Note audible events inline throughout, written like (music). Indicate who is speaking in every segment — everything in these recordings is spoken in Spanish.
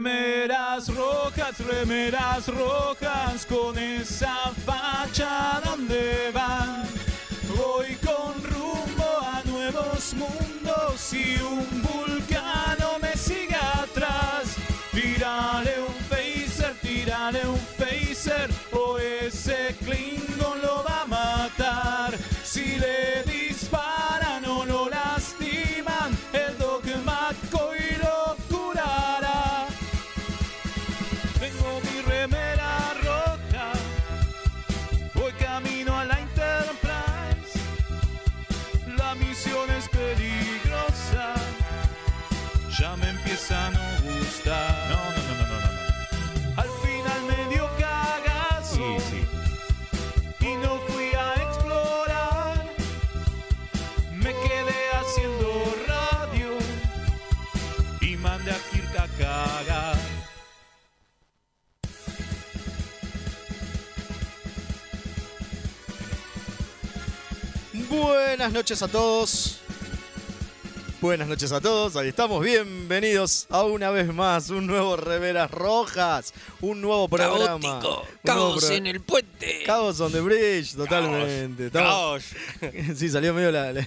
Speaker 1: remeras rojas, remeras rojas, con esa facha donde van. Voy con rumbo a nuevos mundos y un vulcano me sigue atrás. Tírale un phaser, tírale un phaser, o ese Klingon lo va a matar. Si le disparan o lo lastiman, el dogma y lo curará. Tengo mi remera roja, voy camino a la Enterprise. La misión es peligrosa, ya me empieza a no gustar.
Speaker 2: No, no, no, no, no, no.
Speaker 1: Al final me dio cagazo
Speaker 2: Sí, sí.
Speaker 1: y no fui a explorar. Me quedé haciendo radio y mandé a Kirk a cagar.
Speaker 3: Buenas noches a todos. Buenas noches a todos, ahí estamos, bienvenidos a una vez más un nuevo Reveras Rojas, un nuevo programa.
Speaker 4: Caótico.
Speaker 3: un nuevo
Speaker 4: Caos
Speaker 3: pro-
Speaker 4: en el puente.
Speaker 3: Cabos on the Bridge, totalmente. Estamos-
Speaker 4: Caos.
Speaker 3: (laughs) Sí, salió medio la- la-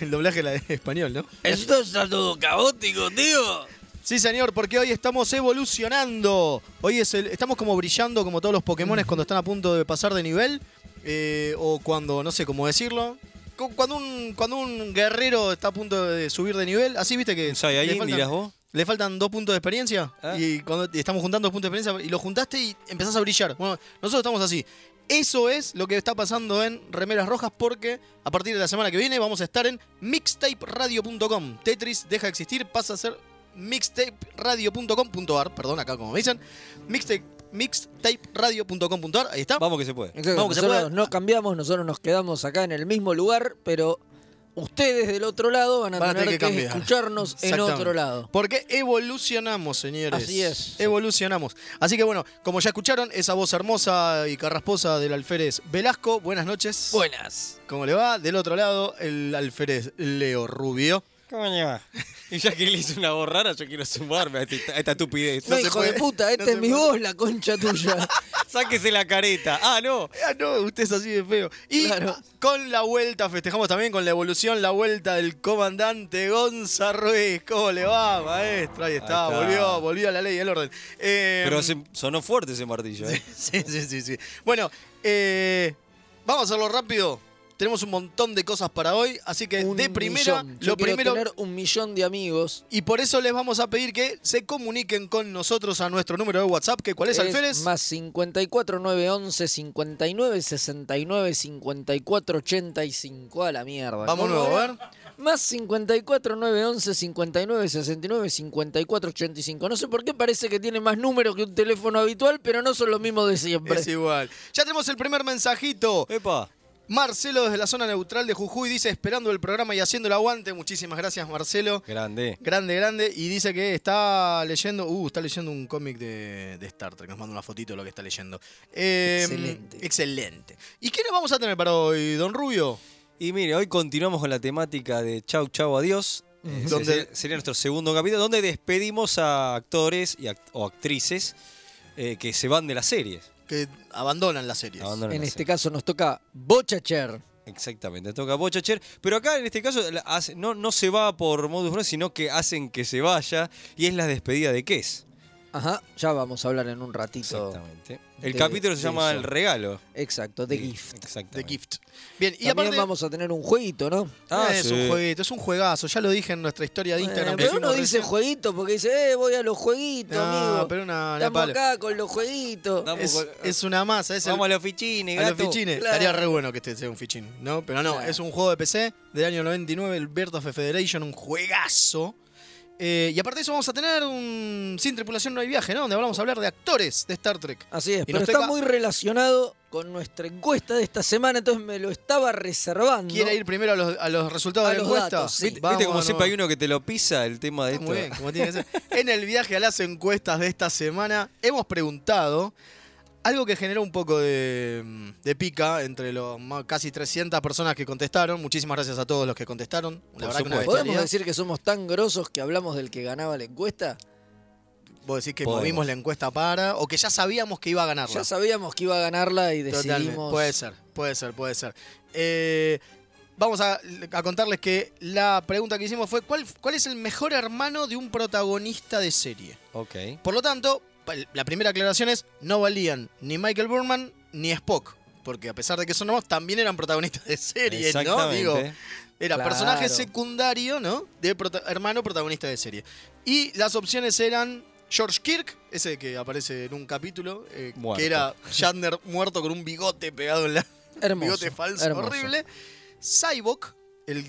Speaker 3: el doblaje la- español, ¿no?
Speaker 4: Esto está todo caótico, tío.
Speaker 3: Sí, señor, porque hoy estamos evolucionando. Hoy es el, estamos como brillando como todos los Pokémon
Speaker 2: Mm.
Speaker 3: cuando están a punto de pasar de nivel. eh, o cuando, no sé cómo decirlo. Cu- Cuando un, cuando un guerrero está a punto de subir de nivel, así viste que.
Speaker 2: Un Saiyajin,
Speaker 3: le faltan-
Speaker 2: dirás vos.
Speaker 3: Le faltan dos puntos de experiencia.
Speaker 2: Ah.
Speaker 3: Y cuando y estamos juntando dos puntos de experiencia y lo juntaste y empezás a brillar. Bueno, nosotros estamos así. Eso es lo que está pasando en Remeras Rojas porque a partir de la semana que viene vamos a estar en mixtaperadio.com. Tetris deja de existir, pasa a ser mixtaperadio.com.ar, perdón, acá como me dicen. Mixtape mixtaperadio.com.ar, ahí está.
Speaker 2: Vamos que se puede.
Speaker 4: Nosotros
Speaker 3: Vamos, que se puede.
Speaker 4: no cambiamos, nosotros nos quedamos acá en el mismo lugar, pero ustedes del otro lado van a,
Speaker 3: Van a
Speaker 4: tener
Speaker 3: tener que
Speaker 4: que,
Speaker 3: cambiar.
Speaker 4: escucharnos en
Speaker 3: Exactamente.
Speaker 4: otro lado.
Speaker 3: Porque evolucionamos, señores.
Speaker 4: Así es.
Speaker 3: Evolucionamos. Así que bueno, como ya escucharon, esa voz hermosa y carrasposa del alférez Velasco, buenas noches.
Speaker 4: Buenas.
Speaker 3: ¿Cómo le va? Del otro lado, el alférez Leo Rubio.
Speaker 2: Coño. (laughs) Y ya que le hice una voz rara, yo quiero sumarme a, este- a esta estupidez.
Speaker 4: No,
Speaker 3: se
Speaker 4: hijo
Speaker 3: puede.
Speaker 4: de puta,
Speaker 3: (laughs)
Speaker 4: esta
Speaker 3: No
Speaker 4: es
Speaker 3: se
Speaker 4: mi
Speaker 3: puede.
Speaker 4: voz,
Speaker 3: (laughs)
Speaker 4: la concha tuya.
Speaker 2: Sáquese la careta. Ah, no.
Speaker 3: Ah, no, usted es así de feo. Y
Speaker 4: Claro.
Speaker 3: con la vuelta, festejamos también con la evolución, la vuelta del comandante Gonza Ruiz. ¿Cómo le va, maestro? Ahí está,
Speaker 2: Ahí está.
Speaker 3: volvió, volvió a la ley y al orden. Eh,
Speaker 2: Pero se- sonó fuerte ese martillo. ¿eh?
Speaker 3: Sí, sí, sí, sí. Bueno, eh, vamos a hacerlo rápido. Tenemos un montón de cosas para hoy, así que
Speaker 4: Un
Speaker 3: de primera,
Speaker 4: millón. Yo
Speaker 3: lo
Speaker 4: quiero
Speaker 3: primero...
Speaker 4: tener un millón de amigos.
Speaker 3: Y por eso les vamos a pedir que se comuniquen con nosotros a nuestro número de WhatsApp, que cuál es, Alférez.
Speaker 4: Más 54 911 59 69 54 85. A la mierda.
Speaker 3: Vamos
Speaker 4: ¿Cómo
Speaker 3: nuevo, a
Speaker 4: era?
Speaker 3: ver.
Speaker 4: Más 54 911 59 69 54 85. No sé por qué parece que tiene más números que un teléfono habitual, pero no son los mismos de siempre.
Speaker 3: Es igual. Ya tenemos el primer mensajito.
Speaker 2: Epa.
Speaker 3: Marcelo desde la zona neutral de Jujuy dice esperando el programa y haciendo el aguante. Muchísimas gracias, Marcelo.
Speaker 2: Grande.
Speaker 3: Grande, grande. Y dice que está leyendo. Uh, está leyendo un cómic de, de Star Trek. Nos manda una fotito de lo que está leyendo. Eh,
Speaker 4: Excelente.
Speaker 3: Excelente. ¿Y qué nos vamos a tener para hoy, don Rubio?
Speaker 2: Y mire, hoy continuamos con la temática de Chau, Chau, Adiós. Eh,
Speaker 3: Donde-
Speaker 2: sería, sería nuestro segundo capítulo, donde despedimos a actores y act- o actrices eh, que se van de las series.
Speaker 3: Que abandonan las series.
Speaker 2: Abandonan
Speaker 4: En
Speaker 2: las
Speaker 4: este caso nos toca Bochacher.
Speaker 2: Exactamente, toca Bochacher. Pero acá en este caso la- hace- no, no se va por modus operandi, sino que hacen que se vaya. Y es la despedida de Kes.
Speaker 4: Ajá, ya vamos a hablar en un ratito.
Speaker 2: Exactamente. El
Speaker 4: de-
Speaker 2: capítulo
Speaker 4: de
Speaker 2: se llama
Speaker 4: eso.
Speaker 2: El Regalo.
Speaker 4: Exacto, de GIF.
Speaker 3: The
Speaker 2: Exactamente.
Speaker 3: Gift. Bien, y
Speaker 4: También
Speaker 3: aparte.
Speaker 4: vamos a tener un jueguito, ¿no?
Speaker 2: Ah,
Speaker 3: es
Speaker 2: sí.
Speaker 3: un jueguito, es un juegazo. Ya lo dije en nuestra historia de Instagram.
Speaker 4: Eh,
Speaker 3: que
Speaker 4: pero
Speaker 3: hicimos
Speaker 4: uno dice
Speaker 3: recién.
Speaker 4: jueguito porque dice, eh, voy a los jueguitos,
Speaker 3: No,
Speaker 4: amigo.
Speaker 3: pero no, ni a
Speaker 4: Estamos
Speaker 3: palo.
Speaker 4: acá con los jueguitos.
Speaker 2: Damos
Speaker 3: Es,
Speaker 2: con-
Speaker 3: es una masa, es el-
Speaker 2: Vamos a los fichines,
Speaker 3: a los
Speaker 2: gato.
Speaker 3: fichines.
Speaker 4: Claro.
Speaker 3: Estaría re bueno que este sea un fichín, ¿no? Pero no,
Speaker 4: Claro.
Speaker 3: es un juego de PC del año 99, el Birth of a Federation, un juegazo. Eh, y aparte de eso vamos a tener un Sin Tripulación No Hay Viaje, ¿no? Donde vamos a hablar de actores de Star Trek.
Speaker 4: Así es,
Speaker 3: Y
Speaker 4: pero
Speaker 3: nos
Speaker 4: está
Speaker 3: toca-
Speaker 4: muy relacionado con nuestra encuesta de esta semana, entonces me lo estaba reservando.
Speaker 3: ¿Quiere ir primero a los, a los resultados
Speaker 4: A
Speaker 3: de la
Speaker 4: los
Speaker 3: encuesta?
Speaker 4: datos, sí.
Speaker 2: ¿Viste, como siempre hay uno que te lo pisa el tema de
Speaker 3: Está
Speaker 2: esto?
Speaker 3: muy bien, como tiene que ser. En el viaje a las encuestas de esta semana hemos preguntado algo que generó un poco de, de pica entre los más- casi 300 personas que contestaron. Muchísimas gracias a todos los que contestaron. La verdad
Speaker 2: Por
Speaker 3: que una
Speaker 2: supuesto.
Speaker 4: ¿Podemos
Speaker 3: bestialidad.
Speaker 4: decir que somos tan grosos que hablamos del que ganaba la encuesta?
Speaker 3: Vos decís que
Speaker 2: Podemos.
Speaker 3: movimos la encuesta para o que ya sabíamos que iba a ganarla.
Speaker 4: Ya sabíamos que iba a ganarla y decidimos.
Speaker 3: Totalmente. Puede ser, puede ser, puede ser. Eh, vamos a, a contarles que la pregunta que hicimos fue: ¿cuál, ¿Cuál es el mejor hermano de un protagonista de serie?
Speaker 2: Ok.
Speaker 3: Por lo tanto, pa- la primera aclaración es: no valían ni Michael Burman ni Spock. Porque a pesar de que son hermanos, también eran protagonistas de serie, ¿no? Digo, era
Speaker 4: Claro.
Speaker 3: personaje secundario, ¿no? De prota- hermano protagonista de serie. Y las opciones eran George Kirk, ese que aparece en un capítulo, eh,
Speaker 2: Muerto.
Speaker 3: que era Shatner muerto con un bigote pegado en la.
Speaker 4: Hermoso,
Speaker 3: bigote falso,
Speaker 4: hermoso.
Speaker 3: horrible. Cyborg, el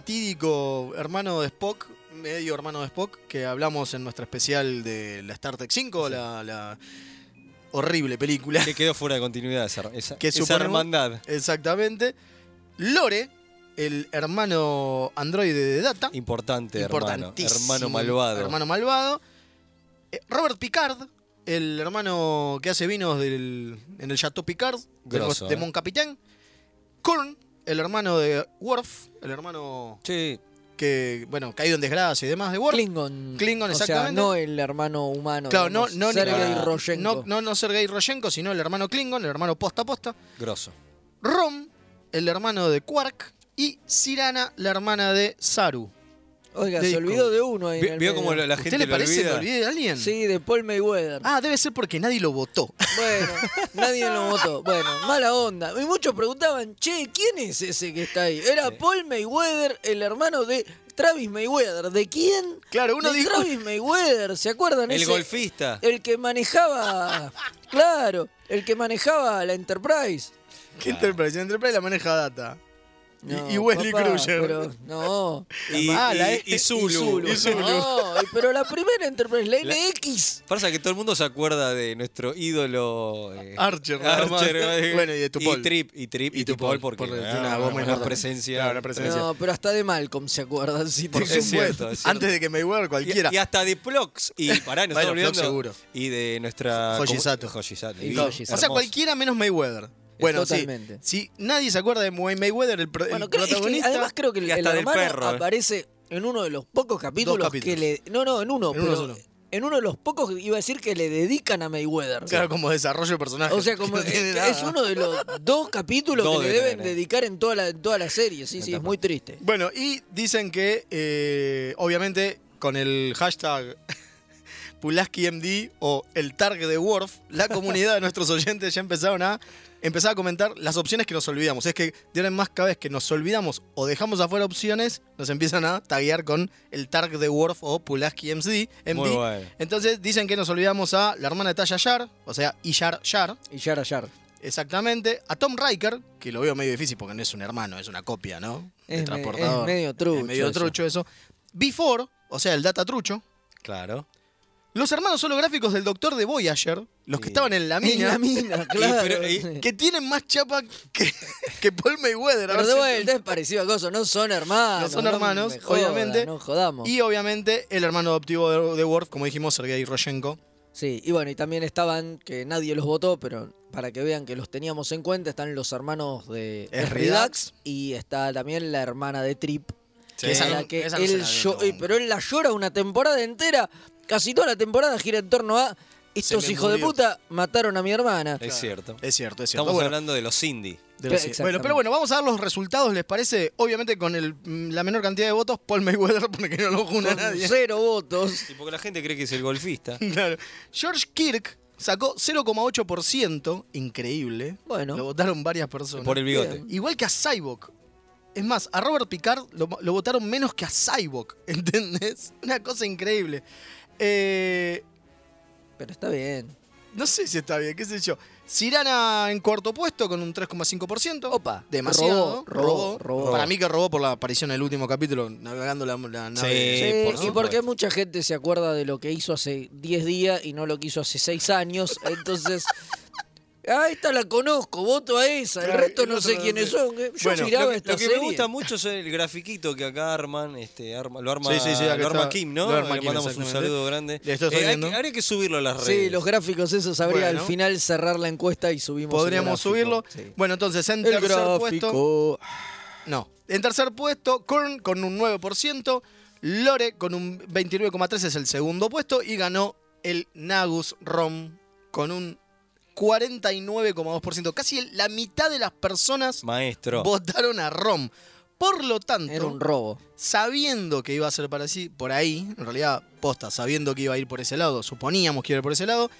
Speaker 3: fatídico hermano de Spock, medio hermano de Spock, que hablamos en nuestro especial de la Star Trek 5, la, la horrible película.
Speaker 2: Que quedó fuera de continuidad esa, esa,
Speaker 3: Que
Speaker 2: esa
Speaker 3: suponemos-
Speaker 2: hermandad.
Speaker 3: (laughs) Exactamente. Lore, el hermano androide de Data.
Speaker 2: Importante, hermano.
Speaker 3: Importantísimo.
Speaker 2: Hermano malvado.
Speaker 3: Hermano malvado. Eh, Robert Picard, el hermano que hace vinos del- en el Chateau Picard, del
Speaker 2: Grosso,
Speaker 3: bos- de
Speaker 2: eh.
Speaker 3: Montcapitán. Korn, el hermano de Worf, el hermano
Speaker 2: Sí,
Speaker 3: que, bueno, caído en desgracia y demás de Worf.
Speaker 4: Klingon.
Speaker 3: Klingon,
Speaker 4: o sea,
Speaker 3: exactamente.
Speaker 4: no el hermano humano.
Speaker 3: Claro, no, no,
Speaker 4: digamos, Sergei
Speaker 3: no, no,
Speaker 4: Royenko.
Speaker 3: no, no Sergei Royenko, sino el hermano Klingon, el hermano posta a posta.
Speaker 2: grosso.
Speaker 3: Rom, el hermano de Quark. Y Sirana, la hermana de Saru.
Speaker 4: Oiga, se
Speaker 3: Disco.
Speaker 4: olvidó de uno ahí. en
Speaker 2: Vi-
Speaker 4: el
Speaker 2: Vio como
Speaker 4: medio.
Speaker 2: la, la
Speaker 3: ¿Usted
Speaker 2: gente
Speaker 3: le
Speaker 2: lo
Speaker 3: parece
Speaker 2: olvida.
Speaker 3: que olvidé de alguien?
Speaker 4: Sí, de Paul Mayweather.
Speaker 3: Ah, debe ser porque nadie lo votó.
Speaker 4: Bueno, nadie lo votó. Bueno, mala onda. Y muchos preguntaban, che, ¿quién es ese que está ahí? Era Paul Mayweather, el hermano de Travis Mayweather. ¿De quién?
Speaker 3: Claro, uno
Speaker 4: de
Speaker 3: dijo-
Speaker 4: Travis Mayweather, ¿se acuerdan?
Speaker 2: El
Speaker 4: Ese-
Speaker 2: golfista.
Speaker 4: El que manejaba. Claro, el que manejaba la Enterprise.
Speaker 3: ¿Qué Enterprise? Enterprise la maneja Data. Y-
Speaker 4: No,
Speaker 3: y Wesley
Speaker 4: papá,
Speaker 3: Crusher.
Speaker 4: pero no. este,
Speaker 2: Y,
Speaker 3: Ah, la-
Speaker 2: y, y Zulu.
Speaker 3: y Zulu.
Speaker 4: No, y- pero la primera Enterprise, la NX.
Speaker 2: Pasa que todo el mundo se acuerda de nuestro ídolo eh,
Speaker 3: Archer, nada más.
Speaker 2: Archer eh,
Speaker 3: Bueno, y de Tupol.
Speaker 2: Y Trip, y Trip, y,
Speaker 3: Y
Speaker 2: Tupol,
Speaker 3: Tupol,
Speaker 2: porque
Speaker 3: por
Speaker 2: ah,
Speaker 3: una bomba
Speaker 2: una
Speaker 3: enorme.
Speaker 2: presencia.
Speaker 3: Claro, una presencia.
Speaker 4: No, pero hasta de Malcolm se acuerdan. Si
Speaker 3: Por
Speaker 4: te-
Speaker 2: Es
Speaker 3: supuesto.
Speaker 2: cierto, es cierto.
Speaker 3: Antes de que Mayweather
Speaker 2: Y,
Speaker 3: cualquiera.
Speaker 2: y hasta de Plox. Y pará, nos
Speaker 3: Bueno,
Speaker 2: estamos olvidando.
Speaker 3: Plox seguro.
Speaker 2: Y de nuestra.
Speaker 3: Hojisato.
Speaker 2: ¿cómo? Hojisato.
Speaker 4: Y
Speaker 2: Y-
Speaker 4: todo.
Speaker 3: o sea,
Speaker 2: hermoso.
Speaker 3: cualquiera menos Mayweather. Bueno, sí.
Speaker 4: Totalmente.
Speaker 3: Si nadie se acuerda de May- Mayweather, el, pro- el
Speaker 4: Bueno, creo- es que
Speaker 3: protagonista.
Speaker 4: además creo que el,
Speaker 2: Y hasta
Speaker 4: el
Speaker 2: del
Speaker 4: hermano
Speaker 2: perro, eh.
Speaker 4: aparece en uno de los pocos capítulos,
Speaker 3: capítulos.
Speaker 4: que le. No, no, en uno,
Speaker 3: En uno
Speaker 4: pero
Speaker 3: solo.
Speaker 4: en uno de los pocos iba a decir que le dedican a Mayweather.
Speaker 3: Claro, como desarrollo de personaje.
Speaker 4: (laughs) O sea,
Speaker 3: que (laughs)
Speaker 4: como
Speaker 3: no tiene
Speaker 4: es,
Speaker 3: nada.
Speaker 4: es uno de los dos capítulos
Speaker 2: Dos
Speaker 4: que le
Speaker 2: debe
Speaker 4: deben
Speaker 2: tener, eh.
Speaker 4: dedicar en toda la, en toda la serie. Sí, sí, es muy triste.
Speaker 3: Bueno, y dicen que, eh, obviamente, con el hashtag (laughs) PulaskiMD o el target de Worf,
Speaker 2: (laughs)
Speaker 3: la comunidad de nuestros oyentes ya empezaron a empezar a comentar las opciones que nos olvidamos. Es que de ahora en más cada vez que nos olvidamos o dejamos afuera opciones, nos empiezan a taguear con el target de Worf o PulaskiMD.
Speaker 2: Muy bueno.
Speaker 3: Entonces dicen que nos olvidamos a la hermana de Tasha Yar, o sea, Iyar Yar,
Speaker 4: Y Yara Yar.
Speaker 3: exactamente, a Tom Riker, que lo veo medio difícil porque no es un hermano, es una copia, ¿no? De
Speaker 4: Es me-
Speaker 3: transportador.
Speaker 4: es medio trucho
Speaker 3: Es medio
Speaker 4: eso.
Speaker 3: trucho eso. Before, o sea, el data trucho.
Speaker 2: Claro.
Speaker 3: Los hermanos holográficos del doctor de Voyager, los que
Speaker 2: Sí.
Speaker 3: estaban en la mina,
Speaker 4: En (laughs)
Speaker 3: (laughs)
Speaker 4: la mina, claro.
Speaker 2: pero, y-
Speaker 3: que tienen más chapa que, que Paul Mayweather.
Speaker 4: Pero
Speaker 3: ahora
Speaker 4: de
Speaker 3: sí.
Speaker 4: vuelta es parecido a Gozo, no son hermanos.
Speaker 3: No son
Speaker 4: me
Speaker 3: hermanos,
Speaker 4: jodan,
Speaker 3: obviamente.
Speaker 4: No jodamos.
Speaker 3: Y obviamente el hermano adoptivo de, de Worf, como dijimos, Sergei Roshenko.
Speaker 4: Sí, y bueno, y también estaban, que nadie los votó, pero para que vean que los teníamos en cuenta, están los hermanos de
Speaker 3: Es
Speaker 4: Ridax,
Speaker 3: Ridax.
Speaker 4: y está también la hermana de Trip.
Speaker 3: Sí.
Speaker 4: que es
Speaker 3: Esa
Speaker 4: la
Speaker 3: no-
Speaker 4: que
Speaker 3: esa no se
Speaker 4: él
Speaker 3: la vio
Speaker 4: llo-
Speaker 3: nunca.
Speaker 4: eh, pero él la llora una temporada entera, casi toda la temporada gira en torno a estos
Speaker 3: me
Speaker 4: hijos de
Speaker 3: murió".
Speaker 4: puta mataron a mi hermana.
Speaker 2: Es cierto.
Speaker 3: Es cierto, es cierto.
Speaker 2: Estamos
Speaker 3: Bueno,
Speaker 2: hablando de los indie.
Speaker 3: de los-
Speaker 4: Exactamente.
Speaker 3: bueno, pero bueno, vamos a dar los resultados, ¿les parece? Obviamente con el- mm, la menor cantidad de votos, Paul Mayweather, (laughs) porque no lo juna
Speaker 4: Con
Speaker 3: nadie.
Speaker 4: cero votos.
Speaker 2: Sí, porque la gente cree que es el golfista.
Speaker 3: (laughs) Claro. George Kirk sacó 0,8%, increíble.
Speaker 4: Bueno.
Speaker 3: Lo votaron varias personas.
Speaker 2: Por el bigote.
Speaker 3: Igual que a Cyborg. Es más, a Robert Picard lo, lo votaron menos que a Cyborg, (laughs) ¿entendés? Una cosa increíble. Eh,
Speaker 4: Pero está bien.
Speaker 3: no sé si está bien, qué sé yo. Sirana en cuarto puesto con un 3,5%.
Speaker 4: Opa,
Speaker 3: demasiado.
Speaker 4: robó, robó, robó.
Speaker 3: Para mí que robó por la aparición en el último capítulo, navegando la, la nave.
Speaker 2: Sí,
Speaker 4: Sí,
Speaker 2: Eh, por
Speaker 4: y
Speaker 2: supuesto.
Speaker 4: porque mucha gente se acuerda de lo que hizo hace 10 días y no lo que hizo hace 6
Speaker 2: (laughs)
Speaker 4: años. Entonces, ah, esta la conozco, voto a esa. El
Speaker 3: Claro,
Speaker 4: resto
Speaker 3: el
Speaker 4: no
Speaker 3: otro
Speaker 4: sé
Speaker 3: no
Speaker 4: quiénes
Speaker 3: sé.
Speaker 4: son. eh. Yo
Speaker 3: Bueno,
Speaker 4: miraba
Speaker 2: Lo que,
Speaker 4: esta
Speaker 2: lo que me
Speaker 4: serie.
Speaker 2: gusta mucho es el grafiquito que acá arman, este, arma, lo arma,
Speaker 3: Sí, sí, sí, acá
Speaker 2: lo arma
Speaker 3: está.
Speaker 2: Kim, ¿no?
Speaker 3: Lo arma
Speaker 2: Le
Speaker 3: Kim,
Speaker 2: mandamos un
Speaker 3: exactamente.
Speaker 2: saludo grande. Eh,
Speaker 3: Le estoy
Speaker 2: hay que-
Speaker 3: viendo.
Speaker 2: habría que subirlo a las redes.
Speaker 4: Sí, los gráficos esos habría
Speaker 3: Bueno.
Speaker 4: al final cerrar la encuesta y subimos. el
Speaker 3: Podríamos
Speaker 4: gráfico.
Speaker 3: subirlo.
Speaker 4: Sí.
Speaker 3: Bueno, entonces en
Speaker 4: El
Speaker 3: tercer
Speaker 4: gráfico.
Speaker 3: puesto. No. En tercer puesto, Korn con un 9%, Lore con un 29,3% es el segundo puesto y ganó el Nagus Rom con un 49,2%. Casi el- la mitad de las personas
Speaker 2: Maestro.
Speaker 3: votaron a Rom. Por lo tanto,
Speaker 4: Era un robo.
Speaker 3: sabiendo que iba a ser para sí, por ahí, en realidad, posta, sabiendo que iba a ir por ese lado, suponíamos que iba a ir por ese lado,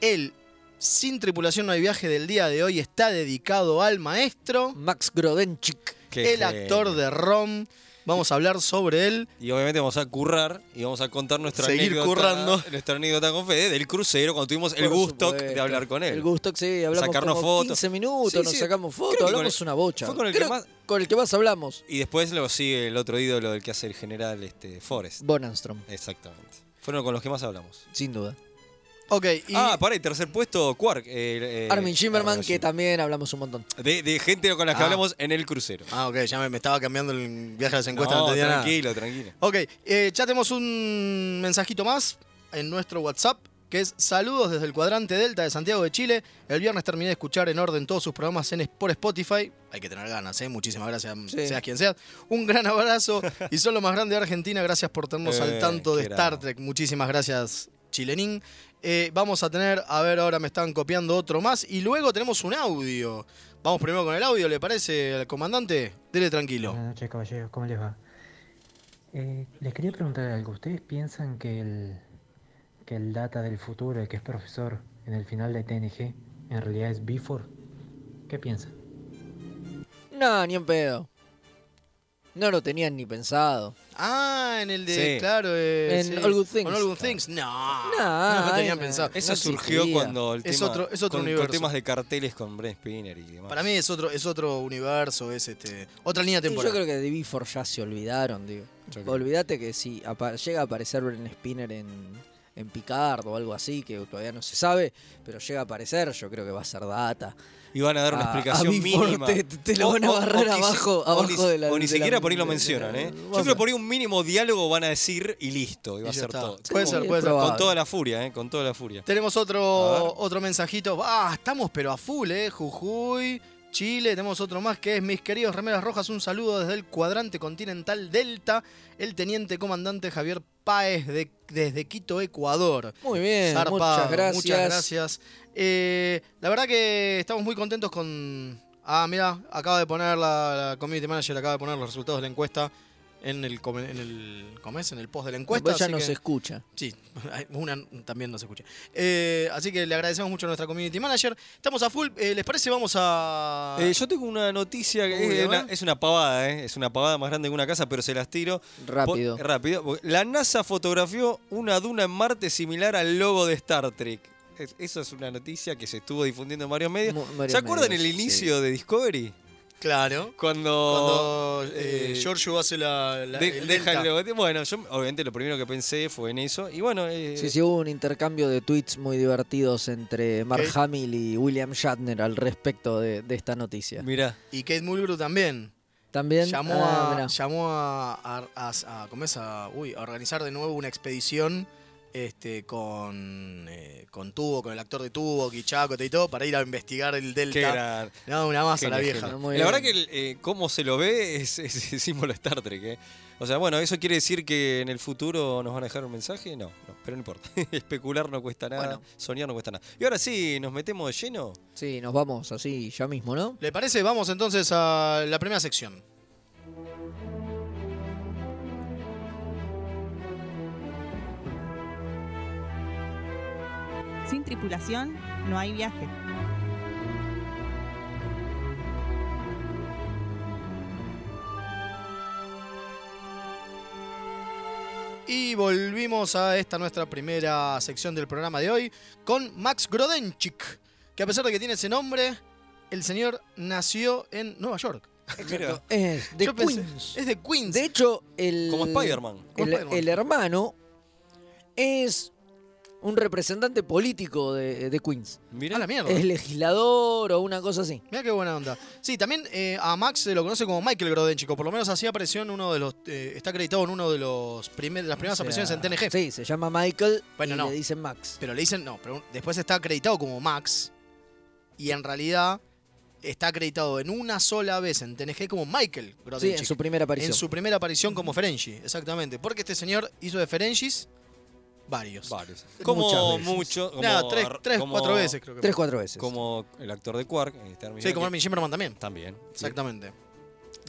Speaker 3: él, sin tripulación no hay viaje del día de hoy, está dedicado al maestro,
Speaker 4: Max Grodenchik.
Speaker 2: qué
Speaker 3: el
Speaker 2: genio.
Speaker 3: actor de Rom. Vamos a hablar sobre él.
Speaker 2: Y obviamente vamos a currar y vamos a contar nuestra
Speaker 3: Seguir
Speaker 2: anécdota.
Speaker 3: currando.
Speaker 2: Nuestra anécdota con Fede del crucero cuando tuvimos el
Speaker 4: Por
Speaker 2: gusto
Speaker 4: supuesto.
Speaker 2: de hablar con él.
Speaker 4: El gusto, sí, hablamos
Speaker 2: Sacarnos
Speaker 4: como
Speaker 2: fotos.
Speaker 4: 15 minutos,
Speaker 2: Sí,
Speaker 4: nos
Speaker 2: sí.
Speaker 4: sacamos
Speaker 2: Creo
Speaker 4: fotos,
Speaker 2: que con
Speaker 4: hablamos
Speaker 2: el-
Speaker 4: una bocha.
Speaker 2: fue con el que
Speaker 4: Creo
Speaker 2: más-
Speaker 4: con el que más hablamos,
Speaker 2: Y después lo sigue el otro ídolo del que hace el general este, Forrest.
Speaker 4: Von Armstrong,
Speaker 2: Exactamente. Fueron con los que más hablamos.
Speaker 4: sin duda.
Speaker 3: Ok, y
Speaker 2: Ah, para y tercer puesto, Quark. eh, eh,
Speaker 4: Armin Shimerman,
Speaker 2: Armin
Speaker 4: que también hablamos un montón.
Speaker 2: De, de gente con la que
Speaker 3: Ah.
Speaker 2: hablamos en el crucero.
Speaker 3: Ah, ok, ya me, me estaba cambiando el viaje a las encuestas, no,
Speaker 2: No,
Speaker 3: entendía nada.
Speaker 2: tranquilo, tranquilo.
Speaker 3: Ok, eh, ya tenemos un mensajito más en nuestro WhatsApp, que es saludos desde el cuadrante Delta de Santiago de Chile. El viernes terminé de escuchar en orden todos sus programas en, por Spotify. Hay que tener ganas, ¿eh? Muchísimas gracias,
Speaker 4: Sí.
Speaker 3: seas quien seas. Un gran abrazo y son lo más grande de Argentina. Gracias por tenernos
Speaker 2: Eh,
Speaker 3: al tanto de
Speaker 2: qué
Speaker 3: Star
Speaker 2: grande.
Speaker 3: Trek. Muchísimas gracias, Chilenín. Eh, vamos a tener, a ver, ahora me están copiando otro más y luego tenemos un audio. Vamos primero con el audio, ¿le parece al comandante? Dele tranquilo.
Speaker 5: Buenas noches, caballeros, ¿cómo les va? Eh, les quería preguntar algo. ¿Ustedes piensan que el, que el data del futuro, el que es profesor en el final de TNG, en realidad es Bifor? ¿Qué piensan?
Speaker 4: No, ni en pedo. No lo tenían ni pensado.
Speaker 3: Ah, en el de,
Speaker 2: Sí.
Speaker 3: claro. eh,
Speaker 4: En
Speaker 3: sí.
Speaker 4: All Good Things.
Speaker 3: Con All Good Things. No.
Speaker 4: No,
Speaker 3: No, lo tenían
Speaker 4: ay, no.
Speaker 3: pensado.
Speaker 2: Eso
Speaker 4: No
Speaker 2: surgió
Speaker 4: existía.
Speaker 2: cuando el
Speaker 3: Es
Speaker 2: tema,
Speaker 3: otro- es otro
Speaker 2: con- con,
Speaker 3: universo.
Speaker 2: temas de carteles con Brent Spinner y demás.
Speaker 3: Para mí es otro, es otro universo, es este, otra línea
Speaker 4: Y Yo
Speaker 3: temporal.
Speaker 4: creo que de Before ya se olvidaron, digo.
Speaker 2: Yo creo.
Speaker 4: Olvídate que si apa- llega a aparecer Bren Spinner en, en Picard o algo así, que todavía no se sabe, pero llega a aparecer, yo creo que va a ser data.
Speaker 2: Y van a dar una
Speaker 4: Ah, A- a
Speaker 2: explicación
Speaker 4: Big Four
Speaker 2: mínima.
Speaker 4: te- te- te lo van a barrar
Speaker 2: ni si-
Speaker 4: abajo-
Speaker 2: o ni
Speaker 4: abajo
Speaker 2: si-
Speaker 4: de la-
Speaker 2: O ni
Speaker 4: de la-
Speaker 2: siquiera por ahí lo
Speaker 4: de la-
Speaker 2: mencionan, ¿eh?
Speaker 4: vamos
Speaker 2: Yo
Speaker 4: a
Speaker 2: creo
Speaker 4: ver.
Speaker 2: por ahí un mínimo diálogo van a decir y listo. Y va
Speaker 3: Y
Speaker 2: a
Speaker 3: ya
Speaker 2: ser
Speaker 3: está.
Speaker 2: todo.
Speaker 3: Puede
Speaker 4: Sí,
Speaker 3: ser,
Speaker 4: es
Speaker 3: puede ser.
Speaker 4: probable.
Speaker 2: Con toda la furia, ¿eh? Con toda la furia.
Speaker 3: Tenemos
Speaker 2: A ver.
Speaker 3: otro, otro mensajito. Ah, estamos pero a full, eh. Jujuy, Chile. Tenemos otro más que es mis queridos remeras rojas. Un saludo desde el cuadrante continental Delta. El teniente comandante Javier Páez de- desde Quito, Ecuador.
Speaker 4: Muy bien,
Speaker 3: Zarpado,
Speaker 4: muchas gracias.
Speaker 3: muchas gracias. Eh, la verdad que estamos muy contentos con. Ah, mira, acaba de poner la, la community manager, acaba de poner los resultados de la encuesta en el, come- en el ¿cómo es? en el post de la encuesta.
Speaker 4: Después ya
Speaker 3: así
Speaker 4: nos
Speaker 3: que-
Speaker 4: escucha.
Speaker 3: Sí, (laughs) una también nos escucha. Eh, así que le agradecemos mucho a nuestra community manager. Estamos a full. eh, ¿Les parece? Vamos a.
Speaker 2: Eh, yo tengo una noticia que
Speaker 3: Uy,
Speaker 2: es,
Speaker 3: a
Speaker 2: una,
Speaker 3: ver.
Speaker 2: es una pavada, ¿eh? Es una pavada más grande que una casa, pero se las tiro.
Speaker 4: Rápido.
Speaker 2: Por- rápido. porque La NASA fotografió una duna en Marte similar al logo de Star Trek. Es- Eso es una noticia que se estuvo difundiendo en varios medios.
Speaker 4: Mu- varios
Speaker 2: ¿Se acuerdan
Speaker 4: medios,
Speaker 2: el
Speaker 4: sí.
Speaker 2: inicio de Discovery?
Speaker 3: Claro.
Speaker 2: Cuando,
Speaker 3: Cuando eh,
Speaker 2: eh,
Speaker 3: Giorgio hace la. la-
Speaker 2: de-
Speaker 3: el
Speaker 2: deja el
Speaker 3: delta.
Speaker 2: logotipo. Bueno, yo obviamente lo primero que pensé fue en eso. Y bueno, eh,
Speaker 4: Sí, sí, hubo un intercambio de tweets muy divertidos entre Mark
Speaker 3: Ok.
Speaker 4: Hamill y William Shatner al respecto de, de esta noticia.
Speaker 2: mirá.
Speaker 3: Y Kate Mulgrew también.
Speaker 4: También
Speaker 3: Llamó,
Speaker 4: ah,
Speaker 3: a,
Speaker 4: mirá.
Speaker 3: llamó a, a- a- a- ¿cómo es? A- uy, a organizar de nuevo una expedición este, con, eh, con Tubo, con el actor de Tubo, Quichaco y todo, para ir a investigar el
Speaker 2: Qué
Speaker 3: Delta.
Speaker 2: gran.
Speaker 3: No, una masa
Speaker 2: genio,
Speaker 3: la vieja.
Speaker 2: genio.
Speaker 4: Muy
Speaker 2: la
Speaker 4: bien.
Speaker 2: verdad que el, eh, cómo se lo ve es, es el símbolo de Star Trek. ¿eh? O sea, bueno, ¿eso quiere decir que en el futuro nos van a dejar un mensaje? No, no, pero no importa. (laughs) Especular no cuesta nada,
Speaker 4: Bueno.
Speaker 2: soñar no cuesta nada. Y ahora sí, nos metemos de lleno.
Speaker 4: Sí, nos vamos así ya mismo, ¿no?
Speaker 3: ¿Le parece? Vamos entonces a la primera sección.
Speaker 6: Sin tripulación no hay viaje.
Speaker 3: Y volvimos a esta nuestra primera sección del programa de hoy con Max Grodenchik, que a pesar de que tiene ese nombre, el señor nació en Nueva York.
Speaker 2: Mira,
Speaker 4: Es Eh, de
Speaker 3: Yo pensé-
Speaker 4: Queens.
Speaker 3: es de Queens.
Speaker 4: De hecho, el.
Speaker 2: como Spider-Man.
Speaker 3: Como
Speaker 4: El,
Speaker 3: Spider-Man.
Speaker 4: el hermano es un representante político de, de Queens.
Speaker 2: Mirá.
Speaker 3: A la mierda.
Speaker 4: Es legislador o una cosa así.
Speaker 3: Mira qué buena onda. Sí, también eh, a Max se lo conoce como Michael Grodenchik, o por lo menos así apareció en uno de los. eh, está acreditado en uno de los primer- de las primeras
Speaker 4: O sea,
Speaker 3: apariciones en TNG.
Speaker 4: Sí, se llama Michael
Speaker 3: Bueno,
Speaker 4: y
Speaker 3: no.
Speaker 4: le dicen Max.
Speaker 3: Pero le dicen, no, pero después está acreditado como Max. Y en realidad está acreditado en una sola vez en TNG como Michael
Speaker 4: sí,
Speaker 3: Grodenchik.
Speaker 4: en su primera aparición.
Speaker 3: En su primera aparición como Ferengi, exactamente. Porque este señor hizo de Ferengis Varios.
Speaker 2: Varios.
Speaker 3: Muchas
Speaker 2: Como
Speaker 3: veces.
Speaker 2: mucho. Como,
Speaker 3: Nah, tres, tres,
Speaker 2: como-
Speaker 3: cuatro veces creo que.
Speaker 4: Tres, cuatro veces.
Speaker 2: Como el actor de Quark. eh, Terminator,
Speaker 3: Sí, como
Speaker 2: que-
Speaker 3: Armin Shimmerman también.
Speaker 2: También. sí.
Speaker 3: Exactamente.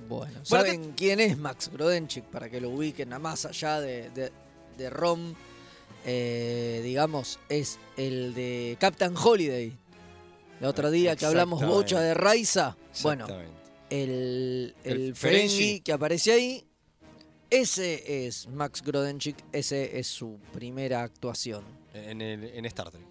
Speaker 4: Bueno,
Speaker 3: Bueno,
Speaker 4: ¿saben quién es Max Brodenchik? Para que lo ubiquen a más allá de, de- de Rom, eh, digamos, es el de Captain Holiday. El otro día que hablamos
Speaker 2: Exactamente.
Speaker 4: bocha de Raiza. Bueno,
Speaker 2: Exactamente.
Speaker 4: el, el
Speaker 2: El
Speaker 4: Ferengi
Speaker 2: Ferengi.
Speaker 4: que aparece ahí, ese es Max Grodenchik, ese es su primera actuación
Speaker 2: En, el, en Star Trek.